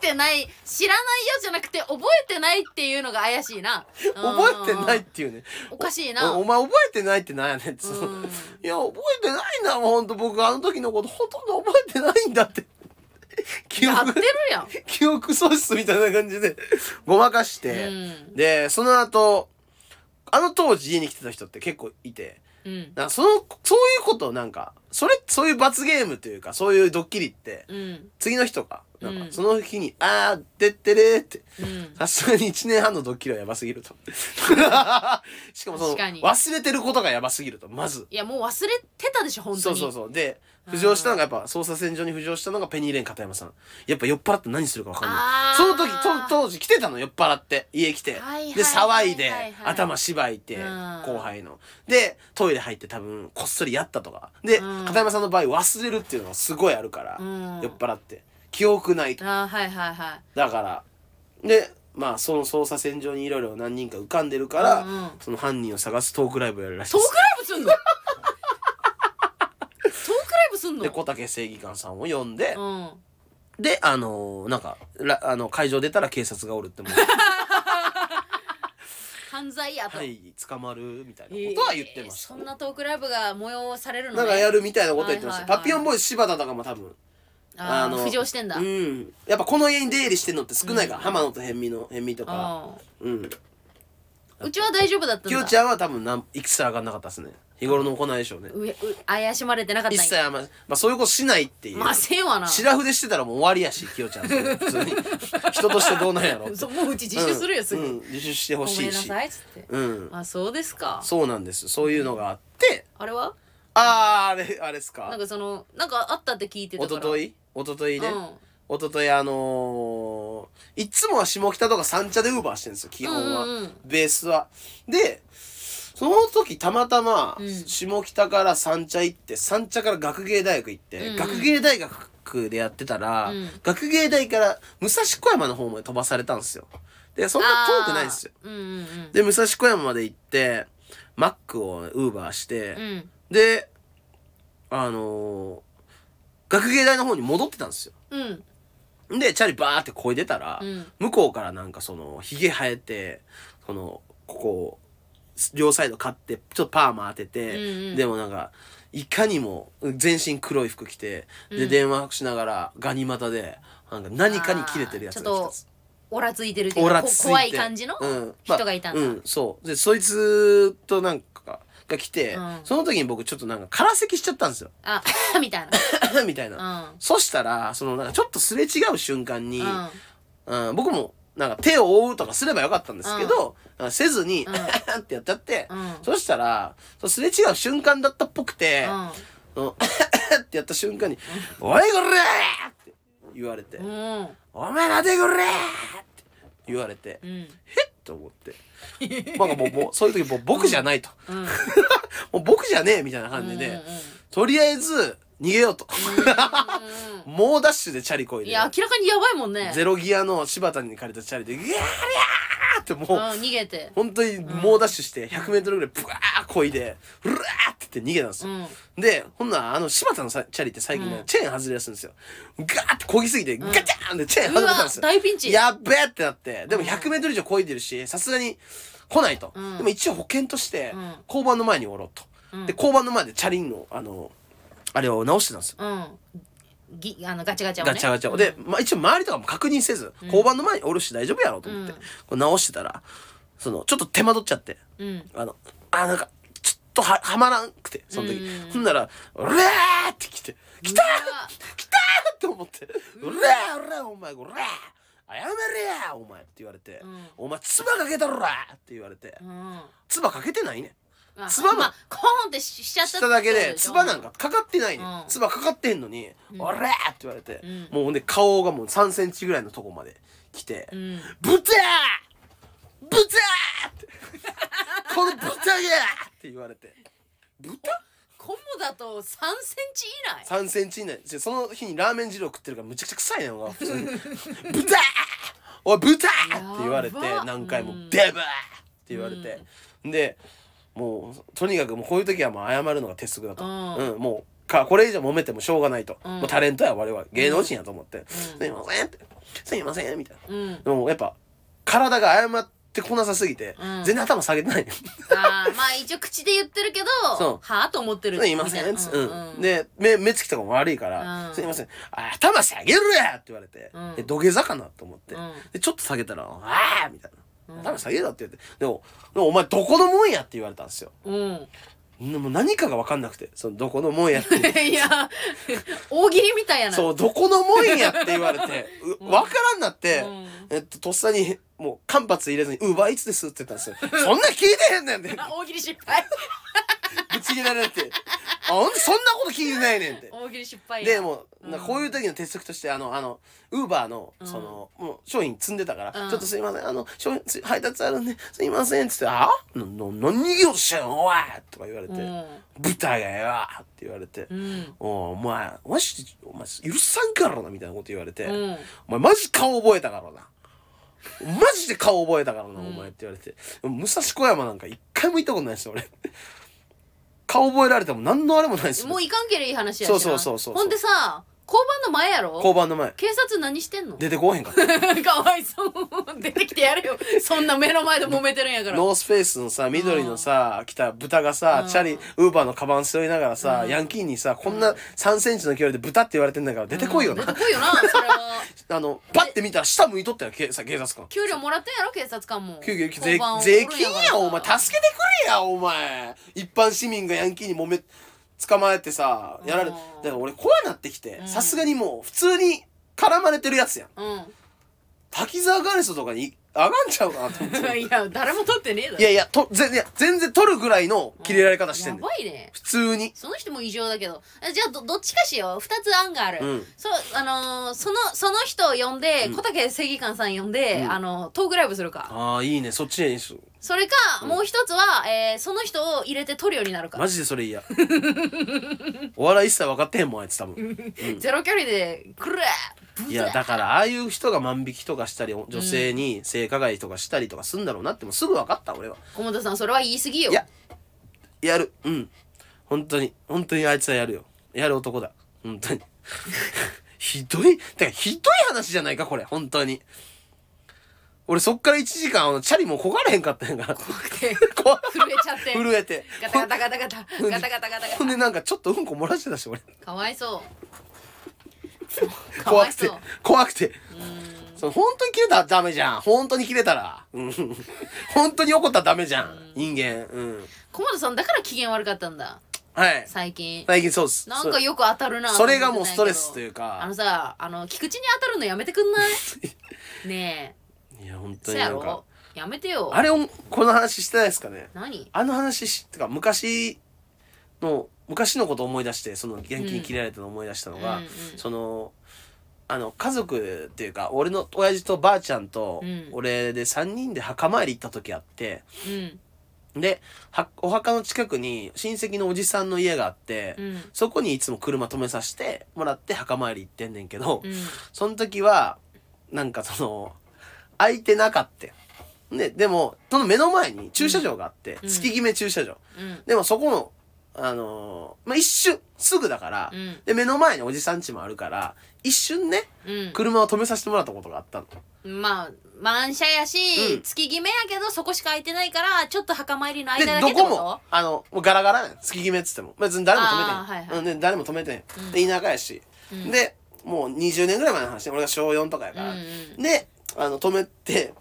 Speaker 1: えてない知らないよじゃなくて覚えてないっていうのが怪しいな
Speaker 2: 覚えてないっ
Speaker 1: うん
Speaker 2: ていうね
Speaker 1: おかしいな
Speaker 2: おお前覚えてないってなんやねんっつうの
Speaker 1: うん
Speaker 2: いや覚えてないんだもんほんと僕あの時のことほとんど覚えてないんだって [LAUGHS] 記
Speaker 1: やって
Speaker 2: 憶
Speaker 1: るやん
Speaker 2: [LAUGHS] 記憶喪失みたいな感じでごまかして、
Speaker 1: うん
Speaker 2: でその後あの当時家に来てた人って結構いて
Speaker 1: うん
Speaker 2: なんかそのそういうことをなんかそれそういう罰ゲームというかそういうドッキリって
Speaker 1: うん
Speaker 2: 次の日とかなんか
Speaker 1: うん
Speaker 2: その日に「あーでってれ」って
Speaker 1: うん
Speaker 2: さすがに1年半のドッキリはやばすぎ
Speaker 1: [LAUGHS]
Speaker 2: ると。しかもそ
Speaker 1: 確
Speaker 2: の
Speaker 1: かに
Speaker 2: 忘れてることがやばすぎるとまず。
Speaker 1: いやもう忘れてたでしょ本当
Speaker 2: そう
Speaker 1: に
Speaker 2: そうそうで浮上したのがやっぱ捜査線上に浮上したのがペニーレン片山さんやっぱ酔っ払って何するか分かんな
Speaker 1: あ
Speaker 2: い
Speaker 1: ー
Speaker 2: その時と当時来てたの酔っ払って家来て、
Speaker 1: はいはい
Speaker 2: で騒い
Speaker 1: は
Speaker 2: で、
Speaker 1: いはいはい
Speaker 2: 頭しばいて、
Speaker 1: うん
Speaker 2: 後輩のでトイレ入って多分こっそりやったとかで、
Speaker 1: うん
Speaker 2: 片山さんの場合忘れるっていうのがすごいあるから、
Speaker 1: うん
Speaker 2: 酔っ払って記憶ないと
Speaker 1: あーはいはいはい
Speaker 2: だからでまあその捜査線上にいろいろ何人か浮かんでるから、
Speaker 1: うんうん
Speaker 2: その犯人を探すトークライブをやるらしい
Speaker 1: ト
Speaker 2: で
Speaker 1: ー
Speaker 2: す
Speaker 1: クライブすんのトークライブすんの
Speaker 2: で小竹正義感さんを呼んで、
Speaker 1: うん
Speaker 2: であのーなんからあの会場出たら警察がお
Speaker 1: [LAUGHS]
Speaker 2: るってもう
Speaker 1: 犯罪やと、
Speaker 2: はい捕まるみたい
Speaker 1: えー
Speaker 2: なことは言ってました、
Speaker 1: そんなトークライブが催されるの、ね、
Speaker 2: なんかやるみたいなことは言ってました、
Speaker 1: はいはいはい
Speaker 2: パピオンボーイズ柴田とかも多分
Speaker 1: あー
Speaker 2: の
Speaker 1: 浮上してんだ、
Speaker 2: うんやっぱこの家に出入りしてんのって少ないから、浜野と辺見の辺見とか
Speaker 1: あ
Speaker 2: うん
Speaker 1: ーうちは大丈夫だったんだ
Speaker 2: きよちゃんは多分なんいくつ上がんなかったですね日頃の行いでしょうね
Speaker 1: うえう怪しまれてなかったん
Speaker 2: 一
Speaker 1: や
Speaker 2: 切あんま、まあ、そういうことしないっていう、
Speaker 1: まあせんわな
Speaker 2: 白筆してたらもう終わりやしきよち
Speaker 1: [LAUGHS]
Speaker 2: ゃん普通に人としてどうなんやろって
Speaker 1: そうもううち [LAUGHS] 自首するよすぐ、
Speaker 2: うんうん自首してほ
Speaker 1: ご
Speaker 2: し
Speaker 1: めん
Speaker 2: い
Speaker 1: な
Speaker 2: し
Speaker 1: さいっつって、
Speaker 2: うん
Speaker 1: あそうですか
Speaker 2: そうなんですそういうのがあって
Speaker 1: あれは
Speaker 2: あーあれあれっす
Speaker 1: なん
Speaker 2: か
Speaker 1: かそのなんかあったって聞いてた
Speaker 2: 一
Speaker 1: から
Speaker 2: 昨
Speaker 1: い
Speaker 2: 日一昨日ね、
Speaker 1: うん
Speaker 2: 一昨日あのーいつもは下北とか三茶でウーバーしてるんですよ基本は、
Speaker 1: うんうんうん
Speaker 2: ベースはでその時たまたま
Speaker 1: うん
Speaker 2: 下北から三茶行って三茶から学芸大学行って、
Speaker 1: うんうん
Speaker 2: 学芸大学でやってたら、
Speaker 1: うん
Speaker 2: 学芸大から武蔵小山の方まで飛ばされたんですよでそんな遠くないんですよ
Speaker 1: あーうんうんうん
Speaker 2: で武蔵小山まで行ってマックをウーバーして、
Speaker 1: うん
Speaker 2: であのー学芸大の方に戻ってたんですよ
Speaker 1: うん
Speaker 2: でチャリバーってこいでたら、
Speaker 1: うん
Speaker 2: 向こうからなんかそのひげ生えてそのここを両サイド買ってちょっとパーマ当てて、
Speaker 1: うんうん
Speaker 2: でもなんかいかにも全身黒い服着てで、
Speaker 1: うん
Speaker 2: 電話しながらガニ股でなんか何かに切れてるやつが
Speaker 1: あーちょ
Speaker 2: 一
Speaker 1: っと
Speaker 2: つ。
Speaker 1: オラついてるっていう
Speaker 2: オ
Speaker 1: か
Speaker 2: ラ
Speaker 1: こ
Speaker 2: ついて
Speaker 1: 怖い感じの、
Speaker 2: うん
Speaker 1: 人がいたんだ
Speaker 2: まあうんそうでそいつとなんかが来て、
Speaker 1: うん
Speaker 2: その時に僕ちょっとなんか空席しちゃったんですよ [COUGHS]
Speaker 1: あ [LAUGHS] みたい
Speaker 2: みたいな、
Speaker 1: な
Speaker 2: そしたらそのなんかちょっとすれ違う瞬間
Speaker 1: う
Speaker 2: に、
Speaker 1: んうん
Speaker 2: うん、僕もなんか手を覆うとかすればよかったんですけど、あせずに、
Speaker 1: う
Speaker 2: [LAUGHS] ってやっちゃって、
Speaker 1: うん
Speaker 2: そしたらそすれ違う瞬間だったっぽくて、その [LAUGHS] ってやった瞬間に「おいこれ!」って言われて「
Speaker 1: うんうん
Speaker 2: お前なでこれ!」って言われて、
Speaker 1: うん
Speaker 2: へっと思ってなんかもうもうそういう時 [LAUGHS] もう僕じゃないと、
Speaker 1: うん
Speaker 2: もう僕じゃねえみたいな感じ
Speaker 1: う
Speaker 2: で、
Speaker 1: んうんうん
Speaker 2: とりあえず逃げようと、 [LAUGHS] 猛ダッシュでチャリこいで
Speaker 1: いや明らかにやばいもんね
Speaker 2: ゼロギアの柴田に借りたチャリで「ギャーリャーっても
Speaker 1: うん
Speaker 2: う、
Speaker 1: 逃げて
Speaker 2: 本当に猛ダッシュして、100メートルぐらい、ブワーこいで、うらーって言って逃げたんです
Speaker 1: う
Speaker 2: よ。
Speaker 1: ん
Speaker 2: で、ほんなら、あの、柴田のさチャリって最近ね、
Speaker 1: うん
Speaker 2: チェーン外れやすいんですよ。ガーって漕ぎすぎて、ガチャーンってチェーン
Speaker 1: う
Speaker 2: 外れたん
Speaker 1: わ
Speaker 2: ですよ。
Speaker 1: 大ピンチ
Speaker 2: やっべえってなって、でも
Speaker 1: うん
Speaker 2: 100メートル以上漕いでるし、さすがに来ないと。
Speaker 1: うん
Speaker 2: でも一応保険として
Speaker 1: うん、
Speaker 2: 交番の前におろうと。
Speaker 1: うん
Speaker 2: で、交番の前でチャリンの、あの、あれを直してたんですよ。
Speaker 1: うんぎあのガチャガチャをね
Speaker 2: ガチャガチャを。で、まあ、一応周りとかも確認せず、交番の前におるし大丈夫やろうと思って、
Speaker 1: うん
Speaker 2: こう直してたら、その、ちょっと手間取っちゃって、
Speaker 1: うん
Speaker 2: あの、あ、なんか、ちょっとは、はまらんくて、その時。
Speaker 1: うん
Speaker 2: ほんなら、うらーって来て、来た
Speaker 1: うわ
Speaker 2: ーって思って、うらーうらーお前、うらーあやめれやお前って言われて、
Speaker 1: うん
Speaker 2: お前、唾かけたろらーって言われて、
Speaker 1: うん
Speaker 2: 唾かけてないねん。
Speaker 1: まあ
Speaker 2: つばも
Speaker 1: まあコーンってししちゃった
Speaker 2: し
Speaker 1: ってこ
Speaker 2: た
Speaker 1: と
Speaker 2: だけで、
Speaker 1: しょ
Speaker 2: 唾なんかかかってないね
Speaker 1: うん
Speaker 2: ん。唾かかってんのに、おらーって言われて
Speaker 1: うん、
Speaker 2: もうほんで顔がもう3センチぐらいのとこまで来て
Speaker 1: う、ん
Speaker 2: ブツーブツーって、このブツーって言われて、ブタ
Speaker 1: コモだと3センチ以内
Speaker 2: 3センチ以内でその日にラーメン汁を食ってるからむちゃくちゃ臭いねん俺普
Speaker 1: [LAUGHS]
Speaker 2: 通に「豚おい豚!」って言われて
Speaker 1: やば
Speaker 2: 何回も
Speaker 1: う
Speaker 2: 「
Speaker 1: ん
Speaker 2: デブ!」って言われて、でもうとにかくもうこういう時はもう謝るのが鉄則だと、
Speaker 1: うん
Speaker 2: うんもうかこれ以上揉めてもしょうがないと、
Speaker 1: うん
Speaker 2: もうタレントや我々芸能人やと思って「
Speaker 1: うん
Speaker 2: すいません」って「すいません」みたいな、
Speaker 1: うん
Speaker 2: でもやっぱ体が謝ってこなさすぎて、
Speaker 1: うん
Speaker 2: 全然頭下げてないねん
Speaker 1: あーまあ一応口で言ってるけど
Speaker 2: そう
Speaker 1: はあと思ってる
Speaker 2: [LAUGHS] すいません
Speaker 1: み
Speaker 2: つ
Speaker 1: た
Speaker 2: う
Speaker 1: い
Speaker 2: ん
Speaker 1: なうんうん
Speaker 2: で目目つきとかも悪いから、
Speaker 1: うん
Speaker 2: すいませんあ頭下げるやって言われて、
Speaker 1: うん
Speaker 2: で土下座かなと思って、
Speaker 1: うん
Speaker 2: でちょっと下げたらああみたい
Speaker 1: う
Speaker 2: な、
Speaker 1: ん
Speaker 2: 頭下げだって言ってでもでもお前どこのもんやって言われたんですよ
Speaker 1: うん
Speaker 2: でも何かが分かんなくてそのどこのもん
Speaker 1: [LAUGHS]
Speaker 2: やって
Speaker 1: いや大喜利みたいやな
Speaker 2: そうどこのもんやって言われてう分からんなって、
Speaker 1: うん
Speaker 2: えっととっさにもう間髪入れずに「ウーバーイーツです」って言ったんですよそんなん聞いてへんねんって
Speaker 1: あ大喜利失敗
Speaker 2: ぶち切られて「あほんでそんなこと聞いてないねん」って
Speaker 1: 大喜利失敗や
Speaker 2: でもうな
Speaker 1: うん
Speaker 2: こういう時の鉄則としてあのあのウーバーのその、もう商品積んでたから、
Speaker 1: うん
Speaker 2: ちょっとすいませんあの商品つ配達あるんですいませんっつって「あなな何よっしゃんおい!」とか言われて
Speaker 1: うん
Speaker 2: 「豚がよ!」って言われて
Speaker 1: う
Speaker 2: 「
Speaker 1: ん
Speaker 2: おお前マジでお前許さんからな」みたいなこと言われて「
Speaker 1: うん
Speaker 2: お前マジ顔覚えたからな」マジで顔覚えたからな、お前って言われて。でも武蔵小山なんか一回も行ったことないですよ、俺。顔覚えられても何のあれもないですよ。
Speaker 1: もういかんけりゃいい話やしな
Speaker 2: そうそうそうそう
Speaker 1: ほんでさ交番の前や
Speaker 2: 交
Speaker 1: ろ
Speaker 2: 番の前。
Speaker 1: 警察何してんの
Speaker 2: 出てこうへんかった。
Speaker 1: [LAUGHS] かわいそう [LAUGHS] 出てきてやれよそんな目の前で揉めてるん
Speaker 2: [LAUGHS]
Speaker 1: やから
Speaker 2: ノースフェイスのさ緑のさ来た豚がさ
Speaker 1: うん
Speaker 2: チャリウーバーのカバン背負いながらさ
Speaker 1: うん
Speaker 2: ヤンキーにさこんな3センチの距離で豚って言われてんだから出てこい
Speaker 1: [LAUGHS]
Speaker 2: よ
Speaker 1: 出
Speaker 2: な
Speaker 1: てこいよなそれは
Speaker 2: あのバッて見たら下向いとったよけさ警察官
Speaker 1: 給料もらってんやろ警察官も
Speaker 2: 急遽
Speaker 1: 交番を
Speaker 2: 税税金
Speaker 1: おるん
Speaker 2: や
Speaker 1: から
Speaker 2: お前助けてくれやお前一般市民がヤンキーに揉め捕まえてさやられ
Speaker 1: う
Speaker 2: だ
Speaker 1: ん
Speaker 2: から俺怖なってきて
Speaker 1: ん
Speaker 2: さすがにもう普通に絡まれてるやつやん
Speaker 1: う
Speaker 2: 滝沢ガレスとかに上がんちゃうかなと思って
Speaker 1: んいや誰も取ってねえだろ
Speaker 2: いやいやと全いや全然取るぐらいの切れられ方してん
Speaker 1: や
Speaker 2: ねん
Speaker 1: ばいね
Speaker 2: 普通に
Speaker 1: その人も異常だけどえじゃあどどっちかしよう2つ案がある、
Speaker 2: うん
Speaker 1: そうあのーそのその人を呼んで、小竹正義感さん呼んで、
Speaker 2: うん
Speaker 1: あのトークライブするか
Speaker 2: ああいいねそっちでいいっす
Speaker 1: それか、もう一つは、えーその人を入れて取るようになるか、
Speaker 2: マジでそれ嫌 [LAUGHS] お笑い一切分かってへんもんあいつ多分
Speaker 1: ゼロ距離でくれ
Speaker 2: いやだからああいう人が万引きとかしたり女性に性加害とかしたりとかすんだろうなってもうすぐ分かった俺は
Speaker 1: 駒田さんそれは言い過ぎよ
Speaker 2: いややるうん本当に本当にあいつはやるよやる男だ本当に [LAUGHS] ひどいてかひどい話じゃないかこれ本当に俺そっから1時間あのチャリもこがれへんかったんやか
Speaker 1: [LAUGHS]
Speaker 2: ら
Speaker 1: 怖くて
Speaker 2: [LAUGHS] 怖っ
Speaker 1: 震えちゃって
Speaker 2: [LAUGHS] 震えて
Speaker 1: ガタガタガタガタガタガタガタ
Speaker 2: ほ
Speaker 1: ガ
Speaker 2: んでなんかちょっとうんこ漏らしてたし俺
Speaker 1: タかわいそうか
Speaker 2: [LAUGHS] 怖
Speaker 1: わい
Speaker 2: く
Speaker 1: そ
Speaker 2: て
Speaker 1: う
Speaker 2: 怖くてその本当に切れたらダメじゃん本当に切れたらうん [LAUGHS] 本当に怒ったらダメじゃん人間うん
Speaker 1: 駒田さんだから機嫌悪かったんだ
Speaker 2: はい
Speaker 1: 最近
Speaker 2: 最近そうです
Speaker 1: なんかよく当たるな
Speaker 2: それがもうストレスというか
Speaker 1: あのさあの菊池に当たるのやめてくん
Speaker 2: [LAUGHS]
Speaker 1: ないね
Speaker 2: いや本
Speaker 1: えそ
Speaker 2: 当に
Speaker 1: や
Speaker 2: なんか
Speaker 1: ろやめてよ
Speaker 2: あれをこの話してないですかね
Speaker 1: 何
Speaker 2: あの話してか昔の昔のこと思い出してそのヤンキーに切れられたの思い出したのが、
Speaker 1: うんうんうん
Speaker 2: そのあの家族っていうか俺の親父とばあちゃんと
Speaker 1: うん
Speaker 2: 俺で3人で墓参り行った時あって、
Speaker 1: うん
Speaker 2: ではお墓の近くに親戚のおじさんの家があって、
Speaker 1: うん
Speaker 2: そこにいつも車止めさせてもらって墓参り行ってんねんけど、
Speaker 1: うん
Speaker 2: その時はなんかその空いてなかったで、でも、その目の前に駐車場があって、
Speaker 1: うん
Speaker 2: 月決め駐車場。
Speaker 1: うん
Speaker 2: でもそこの、あのーまあ、一瞬、すぐだから、
Speaker 1: うん
Speaker 2: で、目の前におじさん家もあるから、一瞬ね、
Speaker 1: うん
Speaker 2: 車を止めさせてもらったことがあったの。
Speaker 1: まあ満車やし、
Speaker 2: うん
Speaker 1: 月決めやけどそこしか空いてないからちょっと墓参りの間だ
Speaker 2: で、
Speaker 1: けっ
Speaker 2: ど
Speaker 1: て
Speaker 2: こ
Speaker 1: こと
Speaker 2: も、あの、もうガラガラなん月決めっつっても。別に誰も止めてへん。
Speaker 1: あーはいはい
Speaker 2: うん、で、誰も止めてへん。
Speaker 1: うん
Speaker 2: で、田舎やし。で、もう20年ぐらい前の話ね俺が小4とかやから。
Speaker 1: うんう
Speaker 2: で、あの、止めて、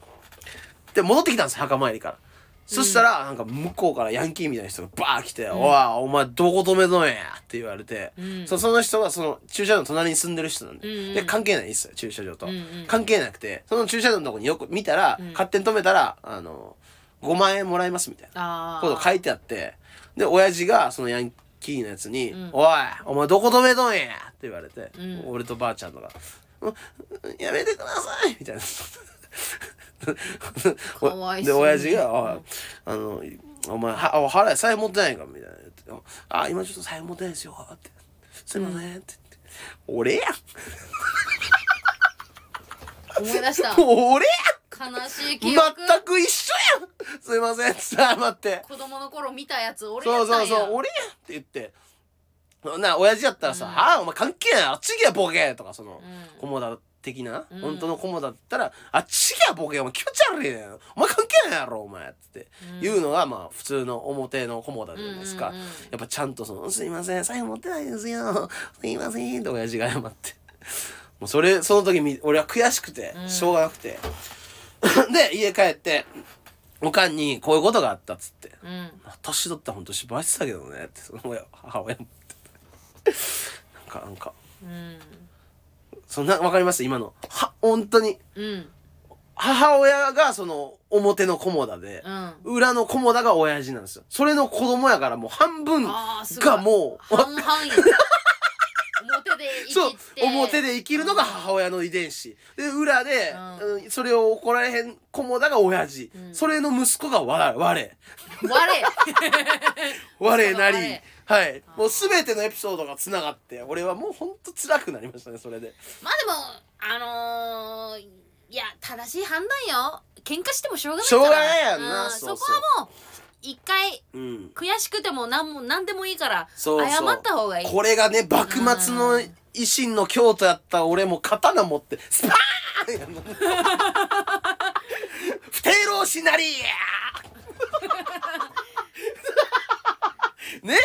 Speaker 2: で、戻ってきたんですよ、墓参りから。そしたら、なんか向こうからヤンキーみたいな人がバー来て、おい、お前どこ止めとんやって言われて、
Speaker 1: うん
Speaker 2: そその人がその駐車場の隣に住んでる人なんで、
Speaker 1: うんうん
Speaker 2: で、関係ないですよ、駐車場と、
Speaker 1: うんうん
Speaker 2: 関係なくて、その駐車場のとこによく見たら、
Speaker 1: うん
Speaker 2: 勝手に止めたら、あの、5万円もらえますみたいな。
Speaker 1: あ
Speaker 2: こと
Speaker 1: あ
Speaker 2: 書いてあってで親父がそのヤンキーのやつに「
Speaker 1: ん
Speaker 2: おいお前どこ止めとんや!」って言われて、
Speaker 1: ん
Speaker 2: 俺とばあちゃんとか「うんやめてください!」みたいな。
Speaker 1: かわいそうに
Speaker 2: で親父が「おいあのお前はお払い財布持ってないんか」みたいな言って「あ今ちょっと財布持ってないですよ」って「すいません」って言って「俺やん
Speaker 1: 思い出
Speaker 2: [LAUGHS]
Speaker 1: した
Speaker 2: 俺
Speaker 1: 悲しい記
Speaker 2: やん
Speaker 1: 憶
Speaker 2: 全く一緒やんすいません」っつって謝って
Speaker 1: 子供の頃見たやつ俺や
Speaker 2: そう
Speaker 1: ったん
Speaker 2: そ
Speaker 1: や
Speaker 2: うそう、俺やって言って。な、親父やったらさ、はあ、お前関係ない、あっち行けやボケとか、その、
Speaker 1: うん
Speaker 2: コモダ的な、
Speaker 1: うん
Speaker 2: 本当のコモダだったら、あっち行けやボケお前気持ち悪いねん。お前関係ないやろ、お前。って
Speaker 1: うん
Speaker 2: 言うのが、まあ、普通の表のコモダじゃないですか。
Speaker 1: うんうんうん
Speaker 2: やっぱちゃんとその、すいません、財布持ってないですよ。すいません、と親父が謝って。もうそれ、その時み、俺は悔しくて、
Speaker 1: うん
Speaker 2: しょうがなくて。 [LAUGHS] で、家帰って、おかんにこういうことがあったっつって。
Speaker 1: うん
Speaker 2: 私だったら本当芝居してたけどねってその親母親も言ってたなんかなんか
Speaker 1: うん
Speaker 2: そんなわかります今のは本当に
Speaker 1: うん
Speaker 2: 母親がその表の菰田で
Speaker 1: う、ん
Speaker 2: 裏の菰田が親父なんですよそれの子供やからもう半分
Speaker 1: あーすごい
Speaker 2: がもう
Speaker 1: 半々や表で生きて
Speaker 2: [LAUGHS] そう表で生きるのが母親の遺伝子で裏で、
Speaker 1: う
Speaker 2: うんそれを怒られへん菰田が親父、
Speaker 1: うん
Speaker 2: それの息子が我我
Speaker 1: 我
Speaker 2: 我な
Speaker 1: そ
Speaker 2: り
Speaker 1: の我
Speaker 2: はいもう全てのエピソードがつながって俺はもうほんと辛くなりましたねそれで
Speaker 1: まあでもあのーいや正しい判断よ喧嘩してもしょうがない
Speaker 2: しょうがないやんな
Speaker 1: うん
Speaker 2: そうそう
Speaker 1: そこはもう一回
Speaker 2: うん
Speaker 1: 悔しくても何も何でもいいから
Speaker 2: そうそう
Speaker 1: 謝った方がいい
Speaker 2: これがね幕末の維新の京都やった俺も刀持ってスパーンやんの不定老師なりやね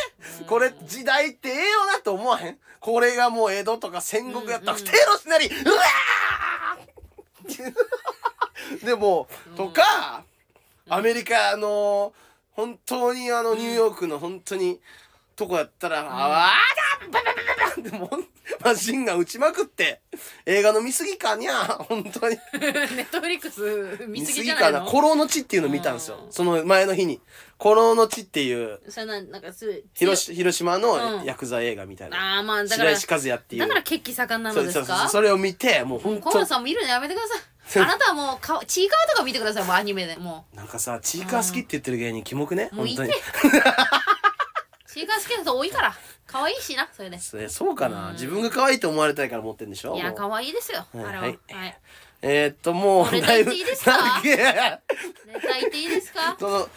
Speaker 2: これ時代ってええよなと思わへんこれがもう江戸とか戦国やったら
Speaker 1: うん
Speaker 2: 不
Speaker 1: うん
Speaker 2: 定老師なりうわーでもとかアメリカの本当にあのニューヨークの本当にとこやったら「ああだバババババン!」ってもうマシンが打ちまくって映画の見過ぎかにゃ本当に
Speaker 1: [LAUGHS] ネットフリックス [LAUGHS] 見過ぎじゃな
Speaker 2: か
Speaker 1: いの
Speaker 2: 「古老の地」っていうの見たんですよその前の日に「古老の地」っていう
Speaker 1: それななんかす
Speaker 2: 広し広島
Speaker 1: う
Speaker 2: の
Speaker 1: ん
Speaker 2: ヤクザ映画みたいな、
Speaker 1: ああまあだか
Speaker 2: 白
Speaker 1: ら
Speaker 2: 石和也っていう
Speaker 1: だから血気盛んなのです
Speaker 2: そうそうそ
Speaker 1: か
Speaker 2: うそれを見てもう本
Speaker 1: 河野
Speaker 2: 当
Speaker 1: さん見るのやめてくださいあなたはもう顔ちいかわとか見てくださいもうアニメでも
Speaker 2: なんかさチーカー好きって言ってる芸人キモくね
Speaker 1: うもう
Speaker 2: 本
Speaker 1: い
Speaker 2: 当
Speaker 1: け
Speaker 2: に [LAUGHS]
Speaker 1: ちいかわ好きな人多いから可愛いしなそれで
Speaker 2: そそうかな自分が可愛いと思われたいから持ってんでしょ
Speaker 1: いや
Speaker 2: もう
Speaker 1: 可愛いですよあれ
Speaker 2: は
Speaker 1: は
Speaker 2: いは
Speaker 1: はいい
Speaker 2: えー、っともう
Speaker 1: これで
Speaker 2: だいぶ
Speaker 1: いいですか
Speaker 2: [LAUGHS] なんや
Speaker 1: ネタ言っていいです
Speaker 2: [LAUGHS]
Speaker 1: か
Speaker 2: その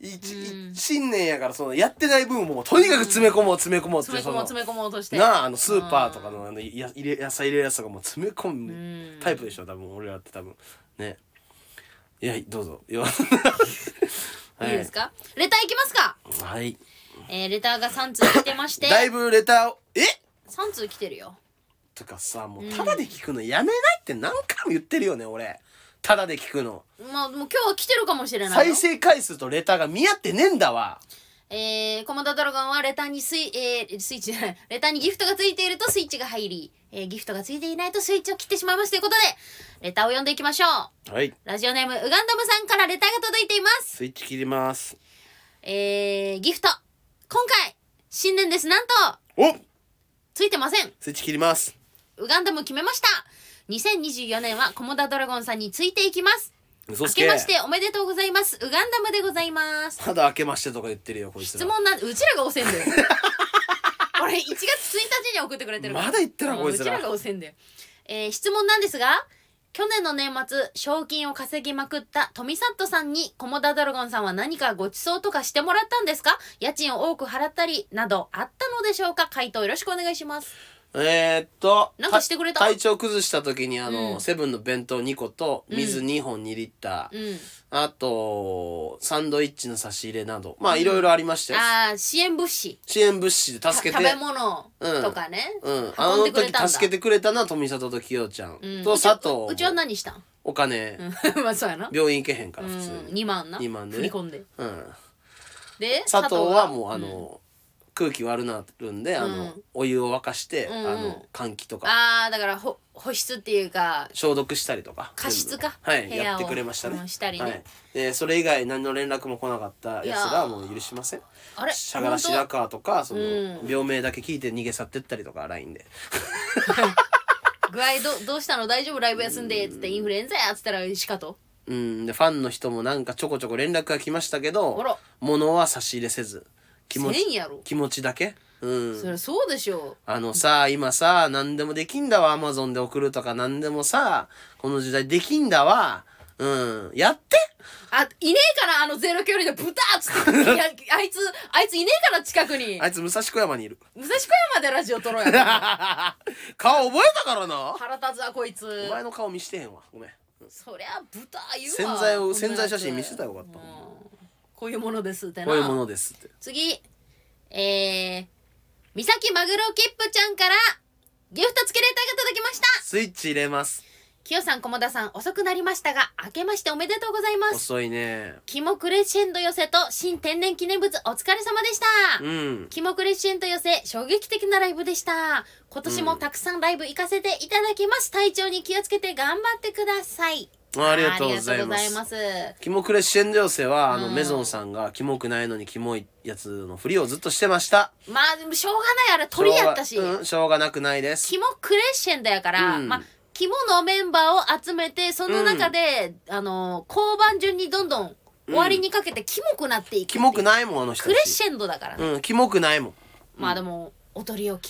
Speaker 2: 一
Speaker 1: うん
Speaker 2: 一新年やからそのやってない分もとにかく詰め込もう詰め込もうって
Speaker 1: 詰め
Speaker 2: そ
Speaker 1: 込もう
Speaker 2: の
Speaker 1: 詰め込もうとして
Speaker 2: なああのスーパーとかのあのや入れ野菜入れるやつとかも詰め込むタイプでしょ多分俺らって多分ねいやどうぞ [LAUGHS] よはい
Speaker 1: いですかレターいきますか
Speaker 2: はい
Speaker 1: えー、レターが3通来てまして
Speaker 2: だいぶレターをえ
Speaker 1: 3通来てるよ
Speaker 2: とかさもうただで聞くのやめないって何回も言ってるよね俺ただで聞くの
Speaker 1: まあもう今日は来てるかもしれないよ
Speaker 2: 再生回数とレターが見合ってねえんだわ
Speaker 1: えー、コモダドラゴンはレターにスイ,、えー、スイッチじゃないレターにギフトがついているとスイッチが入り、えー、ギフトがついていないとスイッチを切ってしまいますということでレターを読んでいきましょう
Speaker 2: はい
Speaker 1: ラジオネームウガンダムさんからレターが届いています
Speaker 2: スイッチ切ります
Speaker 1: えー、ギフト今回新年ですなんと
Speaker 2: お
Speaker 1: ついてません
Speaker 2: スイッチ切ります
Speaker 1: ウガンダム決めました2024年はコモダドラゴンさんについていきます
Speaker 2: 嘘
Speaker 1: 明けましておめでとうございますウガンダムでございます
Speaker 2: まだ明けましてとか言ってるよこいつら
Speaker 1: 質問なんうちらがおせんだよ [LAUGHS] これ1月1日に送ってくれてるから
Speaker 2: まだ言ってるな
Speaker 1: うん
Speaker 2: こいつら
Speaker 1: うちらがおせんだよ、えー質問なんですが去年の年末、賞金を稼ぎまくったトミサットさんに、コモダドラゴンさんは何かご馳走とかしてもらったんですか家賃を多く払ったり、などあったのでしょうか回答よろしくお願いします。
Speaker 2: えーっと
Speaker 1: なんかしてくれた
Speaker 2: 体調崩した時にあの、
Speaker 1: うん
Speaker 2: セブンの弁当2個と水2本2リッター、
Speaker 1: うん。
Speaker 2: あとサンドイッチの差し入れなどまあいろいろありましたよ、
Speaker 1: ああ、支援物資。
Speaker 2: 支援物資で
Speaker 1: た
Speaker 2: 助け
Speaker 1: 食
Speaker 2: て
Speaker 1: べ物とかね。
Speaker 2: うん、あ
Speaker 1: 運ん
Speaker 2: の
Speaker 1: でくれ
Speaker 2: 時
Speaker 1: たんだ
Speaker 2: 助けてくれたな富里と清ちゃん、
Speaker 1: うん
Speaker 2: と
Speaker 1: うち
Speaker 2: 佐藤
Speaker 1: うちは何したん
Speaker 2: お金、
Speaker 1: うん
Speaker 2: [LAUGHS]
Speaker 1: まあそうやな。
Speaker 2: 病院行けへんか
Speaker 1: う
Speaker 2: ら
Speaker 1: ん
Speaker 2: 普通に、
Speaker 1: 2万な。
Speaker 2: 二万で
Speaker 1: 振り込んで。
Speaker 2: うん
Speaker 1: で、
Speaker 2: 佐藤はもうあ
Speaker 1: ん
Speaker 2: の、空気悪なるんであの、
Speaker 1: うん
Speaker 2: お湯を沸かして、
Speaker 1: んうん
Speaker 2: あの換気とか
Speaker 1: ああ、だからほ保湿っていうか、
Speaker 2: 消毒したりとか
Speaker 1: 加湿か
Speaker 2: 全部
Speaker 1: 部屋
Speaker 2: はい
Speaker 1: を
Speaker 2: やってくれましたね
Speaker 1: うんしたりね
Speaker 2: はい、でそれ以外何の連絡も来なかったやつらはもう許しません
Speaker 1: あれ
Speaker 2: しゃがら白川とかその、
Speaker 1: うん
Speaker 2: 病名だけ聞いて逃げ去ってったりとか LINE で
Speaker 1: 具合ど [LAUGHS] どうしたの大丈夫ライブ休んでっつってインフルエンザやっつったらしかと
Speaker 2: うんでファンの人もなんかちょこちょこ連絡が来ましたけ
Speaker 1: あ
Speaker 2: ど
Speaker 1: ら
Speaker 2: 物は差し入れせず気持
Speaker 1: せん
Speaker 2: ち
Speaker 1: やろ
Speaker 2: 気持ちだけうん
Speaker 1: そりゃそうでしょ
Speaker 2: あのさ今さ何でもできんだわアマゾンで送るとか何でもさこの時代できんだわうんやって
Speaker 1: あいねえからあのゼロ距離のブタッつっていや [LAUGHS] あいつあいついねえから近くに
Speaker 2: あいつ武蔵小山にいる
Speaker 1: 武蔵小山でラジオ撮ろうや
Speaker 2: [LAUGHS] 顔覚えたからな
Speaker 1: 腹立つわこいつ
Speaker 2: お前の顔見してへんわごめん
Speaker 1: そりゃブタ言うわ
Speaker 2: 潜在
Speaker 1: こん
Speaker 2: を
Speaker 1: なやつ
Speaker 2: 潜在写真見せたらよかった
Speaker 1: うん
Speaker 2: こ
Speaker 1: こういうものですってな
Speaker 2: ういうものですって
Speaker 1: 次えー、三崎マグロキップちゃんからギフト付きレターが届きました
Speaker 2: スイッチ入れます
Speaker 1: きよさん、こもださん、遅くなりましたが、明けましておめでとうございます。
Speaker 2: 遅いね
Speaker 1: キモクレッシェンド寄せと新天然記念物お疲れ様でした。
Speaker 2: うん
Speaker 1: キモクレッシェンド寄せ、衝撃的なライブでした。今年もたくさんライブ行かせていただきます。体調に気をつけて頑張ってください。
Speaker 2: ありがとうござ
Speaker 1: ありが
Speaker 2: いま
Speaker 1: とうござい
Speaker 2: す
Speaker 1: ます。
Speaker 2: キモクレッシェンド寄せは、あの、
Speaker 1: うん
Speaker 2: メゾンさんが、キモくないのにキモいやつのふりをずっとしてました。
Speaker 1: まあ、でもしょうがない、あれ鳥やったし。
Speaker 2: しょうがうん、しょうがなくないです。
Speaker 1: キモクレッシェンドやから、
Speaker 2: うん
Speaker 1: まあ、キモのメンバーを集めて、その中で、あの、交番順にどんどん終わりにかけてキモくなっていくってい
Speaker 2: キ
Speaker 1: う
Speaker 2: モくないもん、あの人た
Speaker 1: ク
Speaker 2: ち。
Speaker 1: レッシェンドだからね、
Speaker 2: うん、キモくないも
Speaker 1: まあでもお取り置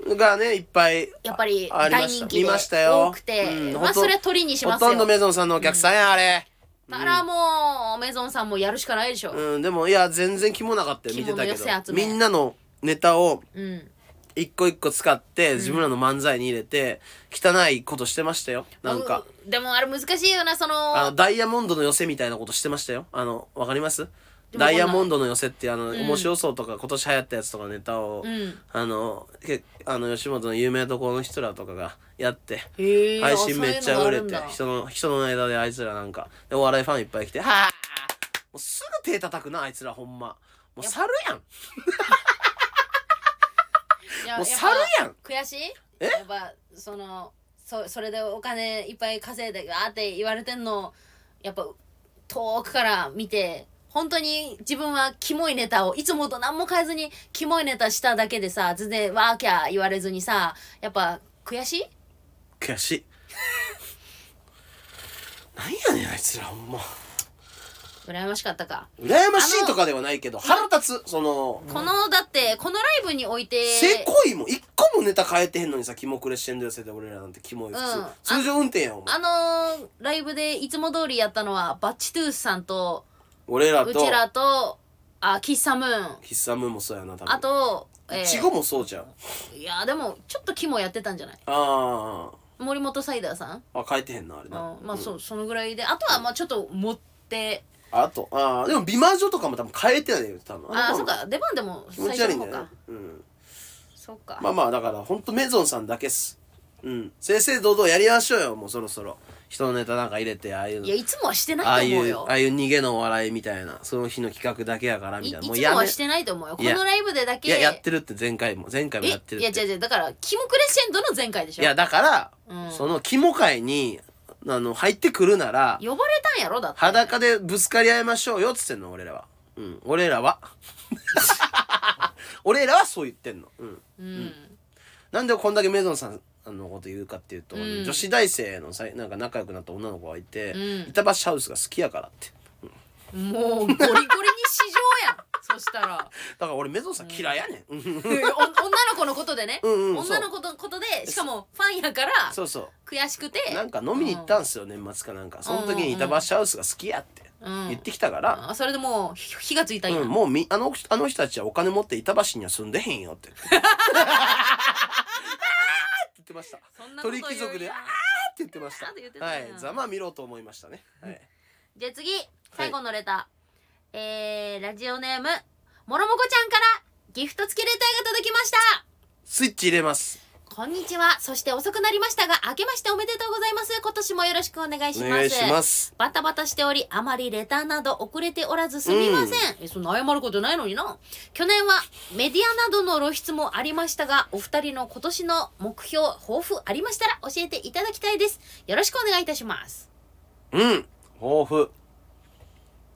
Speaker 1: き
Speaker 2: ん。がね、いっぱい。
Speaker 1: やっぱり
Speaker 2: あありま
Speaker 1: 大
Speaker 2: し
Speaker 1: 人
Speaker 2: た
Speaker 1: 気で
Speaker 2: 見ましたよ
Speaker 1: 多くて、
Speaker 2: うん
Speaker 1: ま
Speaker 2: ほ
Speaker 1: あ
Speaker 2: と
Speaker 1: それは取りにし
Speaker 2: ほ
Speaker 1: ますよ
Speaker 2: とんどメゾンさんのお客さんや、あれ。
Speaker 1: だからもうメゾンさんもやるしかないでしょ
Speaker 2: うん、でも、いや、全然キモなかったよ、見てたけ
Speaker 1: キモの寄せ
Speaker 2: ど。
Speaker 1: 集め
Speaker 2: みんなのネタを、
Speaker 1: うん、
Speaker 2: 一個一個使って、自分らの漫才に入れて、汚いことしてましたよ。なんか。
Speaker 1: うでもあれ難しいよなそ
Speaker 2: あ
Speaker 1: の
Speaker 2: の、ダイヤモンドの寄せみたいなことしてましたよ。あの、わかります
Speaker 1: でもわかんな
Speaker 2: ダ
Speaker 1: い
Speaker 2: イヤモンドの寄せって、あの、面白そうとか、今年流行ったやつとかネタを、
Speaker 1: ん
Speaker 2: あの、けあの、吉本の有名ところの人らとかがやって、
Speaker 1: へえ
Speaker 2: 配信めっちゃ売れて、
Speaker 1: そ
Speaker 2: 人の、人の間であいつらなんか、でお笑いファンいっぱい来て、はぁもうすぐ手叩くな、あいつらほんま。もう猿やん。
Speaker 1: ういうのがあるんだいや
Speaker 2: もう猿やん
Speaker 1: っぱ悔しいえやっぱそのそそれでお金いっぱい稼いでわーって言われてんのやっぱ遠くから見て本当に自分はキモいネタをいつもと何も変えずにキモいネタしただけでさ全然わーきゃー言われずにさやっぱ悔しい
Speaker 2: 悔しい。 [LAUGHS] なんやねん、あいつらほんま。
Speaker 1: 羨ましかったか、
Speaker 2: 羨ましいとかではないけど、腹立つ、その、
Speaker 1: このだってこのライブにおいて
Speaker 2: せこいもん一個もネタ変えてへんのにさキモクレッシェンド寄せで俺らなんてキモい普通、
Speaker 1: うん
Speaker 2: 通常運転やんお前
Speaker 1: あのーライブでいつも通りやったのはバッチトゥースさんと
Speaker 2: 俺ら
Speaker 1: う
Speaker 2: と
Speaker 1: ちらとあキッサムーン
Speaker 2: ヒッサムーンもそうやな多分
Speaker 1: あと、え
Speaker 2: い
Speaker 1: ー
Speaker 2: ちごもそうじゃん
Speaker 1: いやでもちょっと肝やってたんじゃない
Speaker 2: あ
Speaker 1: 森本サイダーさん、
Speaker 2: ーあ変えてへんなあれ
Speaker 1: う
Speaker 2: なん
Speaker 1: まあそそのぐらいであとはまあちょっと持って
Speaker 2: あとあーでも美魔女とかも多分変えてないよ多分
Speaker 1: ああ
Speaker 2: の
Speaker 1: そっか出番でも
Speaker 2: 気持
Speaker 1: 最
Speaker 2: ち悪い
Speaker 1: 初
Speaker 2: ん
Speaker 1: の
Speaker 2: だ
Speaker 1: 方
Speaker 2: よね
Speaker 1: か
Speaker 2: うん
Speaker 1: そっか、
Speaker 2: まあまあだからほんとメゾンさんだけっすうん正々堂々やりましょうよもうそろそろ人のネタなんか入れてああいうの
Speaker 1: いやいつもはして
Speaker 2: ああ
Speaker 1: ない
Speaker 2: い
Speaker 1: と思う
Speaker 2: う
Speaker 1: よ
Speaker 2: ああいう逃げのお笑いみたいなその日の企画だけやから
Speaker 1: い
Speaker 2: みたい
Speaker 1: い
Speaker 2: な
Speaker 1: つも
Speaker 2: うや
Speaker 1: はしてないと思うよこ
Speaker 2: いや
Speaker 1: のライブでだけ
Speaker 2: いや、やってるって前回も、前回も
Speaker 1: え
Speaker 2: やってるっ
Speaker 1: い
Speaker 2: て。
Speaker 1: や
Speaker 2: い
Speaker 1: 違う違うだからキモクレッシェンドの前回でしょ
Speaker 2: や、だから、
Speaker 1: うん
Speaker 2: その肝会に、あの、入ってくるなら、
Speaker 1: 呼ばれたんやろだって
Speaker 2: 裸でぶつかり合いましょうよっつってんの、俺らは。うん、俺らは。 [LAUGHS] 俺らはそう言ってんの。うん。
Speaker 1: うん
Speaker 2: なんでこんだけメゾンさんのこと言うかっていうと、
Speaker 1: ん
Speaker 2: 女子大生のさいなんか仲良くなった女の子がいて、
Speaker 1: うん
Speaker 2: 板橋ハウスが好きやからって。
Speaker 1: もうゴリゴリに市場やん [LAUGHS] そしたら
Speaker 2: から俺メゾンさん嫌いやねん。うん
Speaker 1: お女の子のことでね、
Speaker 2: うんうんそう
Speaker 1: 女の子のことでしかもファンやから
Speaker 2: [LAUGHS] そうそ
Speaker 1: 悔しくて
Speaker 2: う。なんか飲みに行ったんすよ、年末かなんか。その時に板橋ハウスが好きやって
Speaker 1: うん
Speaker 2: 言ってきたから、
Speaker 1: あそれでもうひ火がついたんや、
Speaker 2: うん、もうみあのあの人たちはお金持って板橋には住んでへん
Speaker 1: [LAUGHS]
Speaker 2: よって。あーって言ってました。
Speaker 1: そんなこと
Speaker 2: 鳥
Speaker 1: 言う
Speaker 2: 貴族であーって言ってまし
Speaker 1: あーって言って
Speaker 2: た。
Speaker 1: たん
Speaker 2: は
Speaker 1: や
Speaker 2: い、ざまあ見ろと思いましたね。はい、
Speaker 1: じゃあ次最後のレター、えー、ラジオネームもろもこちゃんからギフト付きレターが届きました
Speaker 2: スイッチ入れます。
Speaker 1: こんにちはそして遅くなりましたが明けましておめでとうございます今年もよろしくお願いし
Speaker 2: お
Speaker 1: ます
Speaker 2: 願いします。
Speaker 1: バタバタしており、あまりレターなど遅れておらずすみません。え、そんな謝ることないのにな。去年はメディアなどの露出もありましたが、お二人の今年の目標、抱負ありましたら教えていただきたいです。よろしくお願いいたします。
Speaker 2: うん、豊富。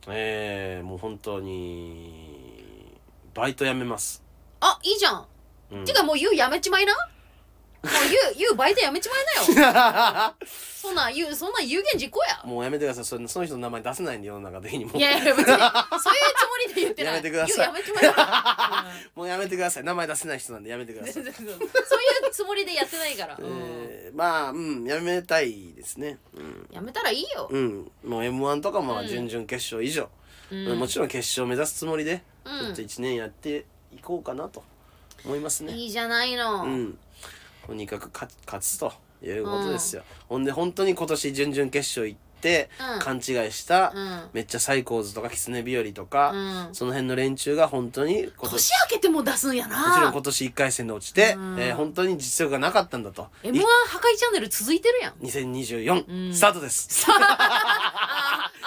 Speaker 2: えー、もう本当に、バイト辞めます。
Speaker 1: あ、いいじゃん。
Speaker 2: うん
Speaker 1: てかもう言うやめちまいな。もう言う、言うバイトやめちまいなよ。 [LAUGHS] そんなん言う、そんなん有言実行や。
Speaker 2: もうやめてください。それその人の名前出せないんで、世の中的にもう。
Speaker 1: いやいや、別に、そういうつもりで言ってない。
Speaker 2: やめてくださ
Speaker 1: [LAUGHS]
Speaker 2: い
Speaker 1: 言うやめちまいな。うん
Speaker 2: もうやめてください。名前出せない人なんでやめてくださ
Speaker 1: そう
Speaker 2: い。
Speaker 1: いうつもりでやってないから。うん
Speaker 2: えー、まあ、うん、やめたいですね。うん。
Speaker 1: やめたらいいよ。
Speaker 2: うん、もう M1 とかも
Speaker 1: うん
Speaker 2: 準々決勝以上、
Speaker 1: うん
Speaker 2: もちろん決勝目指すつもりで、
Speaker 1: うん
Speaker 2: ちょっと1年やっていこうかなと思いますね。
Speaker 1: いいじゃないの。
Speaker 2: うん、とにかく勝勝つということですよ、ほんで本当に今年準々決勝行って、
Speaker 1: うん
Speaker 2: 勘違いした、
Speaker 1: うん
Speaker 2: めっちゃサイコーズとかキツネ日和とか、
Speaker 1: うん
Speaker 2: その辺の連中が本当に今
Speaker 1: 年
Speaker 2: 年
Speaker 1: 明けても出すんやな。
Speaker 2: もちろん今年1回戦で落ちて、
Speaker 1: うん
Speaker 2: えー本当に実力がなかったんだと
Speaker 1: M1 破壊チャンネル続いてるやん。
Speaker 2: 2024、
Speaker 1: うん
Speaker 2: スタートです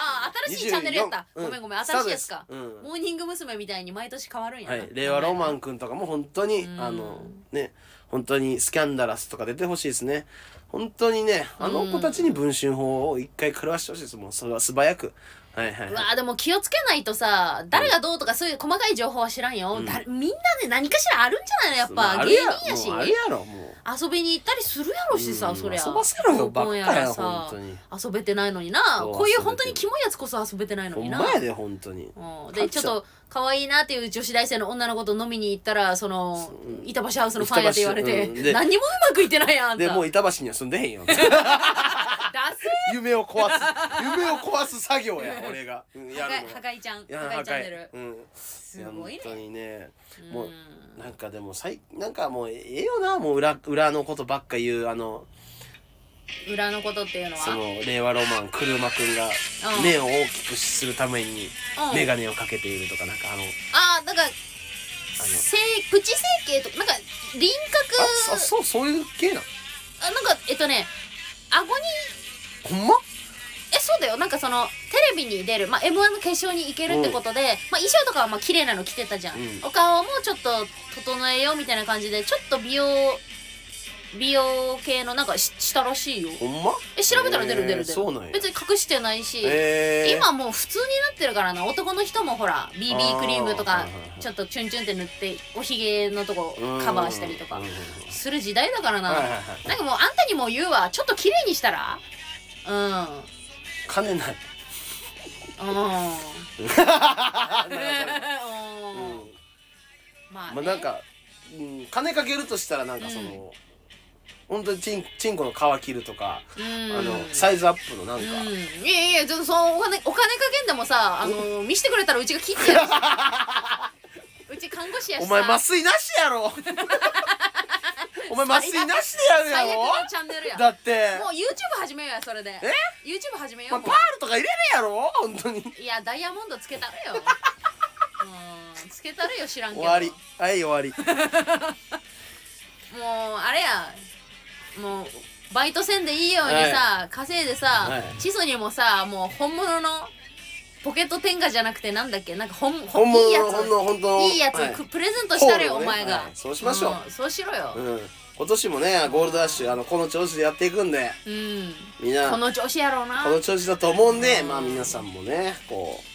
Speaker 1: ああ、新しいチャンネルやった。
Speaker 2: 24
Speaker 1: ごめんごめん、新しいやつか
Speaker 2: スタ。ートですうん
Speaker 1: モーニング娘。みたいに毎年変わるんや
Speaker 2: は
Speaker 1: な。
Speaker 2: い、令和ロマンくんとかも本当に、
Speaker 1: ん
Speaker 2: あのね本当にスキャンダラスとか出てほしいですね本当にねあの子たちに文春法を一回狂わしてほしいですもうそれは素早くはいはいうは
Speaker 1: わあでも気をつけないとさ誰がどうとかそういう細かい情報は知らんよ、だみんなで何かしらあるんじゃないのやっ
Speaker 2: い
Speaker 1: ぱ、
Speaker 2: まあある
Speaker 1: 芸
Speaker 2: や
Speaker 1: 人やし
Speaker 2: もうあれやろも
Speaker 1: 遊びに行ったりするやろしさ、
Speaker 2: うん
Speaker 1: そりゃ
Speaker 2: 遊ばせろよ
Speaker 1: 合コン
Speaker 2: ばっかや
Speaker 1: らさ
Speaker 2: 本当に
Speaker 1: 遊べてないのにな
Speaker 2: そう
Speaker 1: こういう
Speaker 2: 遊べてる
Speaker 1: 本当にキモいやつこそ遊べてないうの
Speaker 2: ほ
Speaker 1: に
Speaker 2: ん
Speaker 1: な
Speaker 2: まやで本当に
Speaker 1: うんでちょっと可愛いなっていう女子大生の女の子と飲みに行ったらその板橋ハウスのファンやって言われて、
Speaker 2: 板橋うんで
Speaker 1: 何にもうまくいってないやんあんた
Speaker 2: でもう板橋には住んでへ [LAUGHS] んよ
Speaker 1: ダセ
Speaker 2: 夢を壊す [LAUGHS] 夢を壊す作業 [LAUGHS] や俺が、うん、やるの
Speaker 1: 破壊ちゃん破
Speaker 2: いや
Speaker 1: 壊チャンネ
Speaker 2: 破
Speaker 1: ル
Speaker 2: 壊うん
Speaker 1: すごいね
Speaker 2: 本当にねもう
Speaker 1: うん
Speaker 2: なんかでもさいなんかもうええよなもう裏裏のことばっか言うあの
Speaker 1: 裏のことっていうの
Speaker 2: そ
Speaker 1: は
Speaker 2: の令和ロマン車くんが
Speaker 1: うん
Speaker 2: 目を大きくするために
Speaker 1: うん
Speaker 2: 眼鏡をかけているとかなんかあのあ
Speaker 1: ああなんか
Speaker 2: の
Speaker 1: せプチ整形とかなんか輪
Speaker 2: あ
Speaker 1: 郭
Speaker 2: そそうそういう系なん
Speaker 1: あなんかえっとね顎に
Speaker 2: ほんま
Speaker 1: えそうだよなんかそのテレビに出る、まあ、m 1の決勝に行けるってことで、まあ、衣装とかはまあ綺麗なの着てたじゃん、
Speaker 2: うん
Speaker 1: お顔もちょっと整えようみたいな感じでちょっと美容美容系のなんかししたらしいよ
Speaker 2: ほんま
Speaker 1: え調べたら出る出る出る、
Speaker 2: えーそうなんや
Speaker 1: 別に隠してないし、
Speaker 2: えー、
Speaker 1: 今もう普通になってるからな男の人もほら BB クリームと
Speaker 2: あ
Speaker 1: か
Speaker 2: ー
Speaker 1: ちょっとチュンチュンって塗っておひげのとこ
Speaker 2: うん
Speaker 1: カバーしたりとか
Speaker 2: うんうんうん
Speaker 1: する時代だからな、
Speaker 2: はいはいはい
Speaker 1: なんかもうあんたにも言うわちょっと綺麗にしたらうん
Speaker 2: 金ない
Speaker 1: う。
Speaker 2: なんかうんん
Speaker 1: まあ、ね、
Speaker 2: まあなんか、うん、金かけるとしたらなんかその、
Speaker 1: う
Speaker 2: 本当にチンチンコの皮切るとか、
Speaker 1: うん、
Speaker 2: あのサイズアップのなんか、
Speaker 1: うん、いやいやちょっとそのお金お金かけんでもさあの見してくれたらうちが切ってやるしうち看護師やし
Speaker 2: お
Speaker 1: さ
Speaker 2: 前麻酔なしやろ [LAUGHS] お前麻酔なしでやるや
Speaker 1: 最悪
Speaker 2: ろ
Speaker 1: のチャンネルや
Speaker 2: だって
Speaker 1: もう YouTube 始めようやそれで
Speaker 2: え
Speaker 1: YouTube 始めよ
Speaker 2: ま
Speaker 1: う
Speaker 2: あ、
Speaker 1: も
Speaker 2: パールとか入れるやろ本当に
Speaker 1: ういやダイヤモンドつけたるようんつけたるよ知らんけど
Speaker 2: 終わりはい終わり
Speaker 1: もうあれやもうバイトせんでいいようにさ、稼いでさ、
Speaker 2: はい
Speaker 1: チソにもさもう本物のポケット天下じゃなくてなんだっけなんか本
Speaker 2: 本物の
Speaker 1: いいやつ
Speaker 2: 本物本当の
Speaker 1: いいやつ、
Speaker 2: はい
Speaker 1: くプレゼントしたれよ、
Speaker 2: コールをね
Speaker 1: お前が、
Speaker 2: はいそうしましょうん
Speaker 1: そうしろよ
Speaker 2: うん今年もねゴールドラッシュあのこの調子でやっていくんで
Speaker 1: うん、
Speaker 2: みんな
Speaker 1: こ
Speaker 2: この
Speaker 1: の調子やろうな
Speaker 2: 調子だと思うんでまあ皆さんもねこう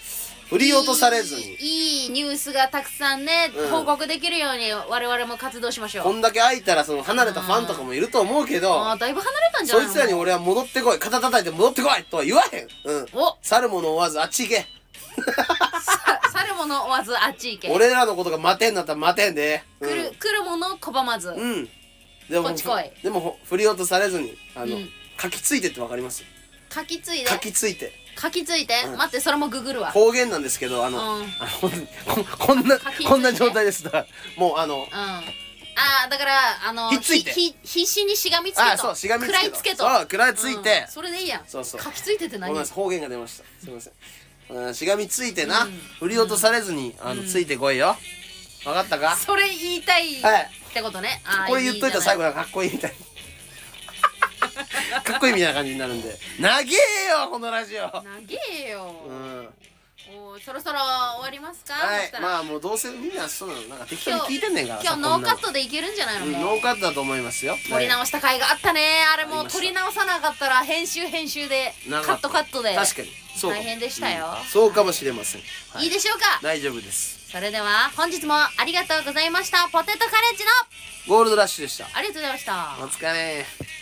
Speaker 2: 振り落とされずに
Speaker 1: いいいいニュースがたくさんね、
Speaker 2: うん
Speaker 1: 報告できるように我々も活動しましょ
Speaker 2: こ
Speaker 1: うん
Speaker 2: だけ空いたらその離れたファンとかもいると思うけど
Speaker 1: あーだいぶ離れたんじゃ
Speaker 2: そ
Speaker 1: ない
Speaker 2: い
Speaker 1: の
Speaker 2: つらに俺は戻ってこい肩叩いて戻ってこいとは言わへんうん
Speaker 1: お
Speaker 2: 去る者追わずあっち行け
Speaker 1: さ猿ももの追わずあっち行け
Speaker 2: 俺らのことが待てんだったら待てんで。うん
Speaker 1: 来る来るもの拒まず、
Speaker 2: うん。でも
Speaker 1: こっち来い
Speaker 2: でもほ振り落とされずに、あの、
Speaker 1: うん
Speaker 2: 書きついてってわかります
Speaker 1: 書きついで
Speaker 2: 書きついて。
Speaker 1: 書きついて、
Speaker 2: うん
Speaker 1: 待ってそれもググるわ
Speaker 2: 方言なんですけど、あの、
Speaker 1: うん
Speaker 2: あの本当にここん
Speaker 1: 書
Speaker 2: な
Speaker 1: きつい、て
Speaker 2: こんな状態です。だから、もうあの
Speaker 1: う、んああだからあの
Speaker 2: ひっついて
Speaker 1: ひひ必死にしがみつけと
Speaker 2: あ、そう、しがみつけと。
Speaker 1: 食らいつけと
Speaker 2: そう、食らいついて
Speaker 1: うん。それでいいやん
Speaker 2: そうそう
Speaker 1: 書きついてって
Speaker 2: ご
Speaker 1: 何
Speaker 2: めんなさい、方言が出ました。すみません。うんしがみついてな、
Speaker 1: うん
Speaker 2: 振り落とされずに、あの、ついてこいよ。わかったか
Speaker 1: それ言いたいっ
Speaker 2: はい
Speaker 1: てことね、あー
Speaker 2: これ言っといたら
Speaker 1: じゃ
Speaker 2: 最
Speaker 1: な
Speaker 2: 後なんかかっこいいみたい [LAUGHS] なかっこいいみたいな感じになるんで長えよこのラジオ
Speaker 1: 長えよ、
Speaker 2: うん
Speaker 1: おーそろそろ終わりますか、
Speaker 2: は
Speaker 1: そし
Speaker 2: い
Speaker 1: たら、
Speaker 2: まあもうどうせみんなそうなのなんか適当に
Speaker 1: 今日
Speaker 2: 聞いてんねんから
Speaker 1: 今日
Speaker 2: さこん
Speaker 1: ノ
Speaker 2: な
Speaker 1: ー
Speaker 2: の
Speaker 1: カットでいけるんじゃないの、
Speaker 2: うん
Speaker 1: もう
Speaker 2: ノーカットだと思いますよ
Speaker 1: 撮り直した回があったねあれも
Speaker 2: ありま
Speaker 1: う
Speaker 2: した
Speaker 1: 撮り直さなかったら編集編集で
Speaker 2: な
Speaker 1: カ
Speaker 2: かっ
Speaker 1: ッ
Speaker 2: た
Speaker 1: トカットで
Speaker 2: 確かにそうかも
Speaker 1: 大変でしたよ
Speaker 2: うんそうかもしれません、はい
Speaker 1: いでしょうか
Speaker 2: 大丈夫です
Speaker 1: それでは本日もありがとうございましたポテトカレッジの
Speaker 2: ゴールドラッシュでした
Speaker 1: ありがとうございました
Speaker 2: お疲れ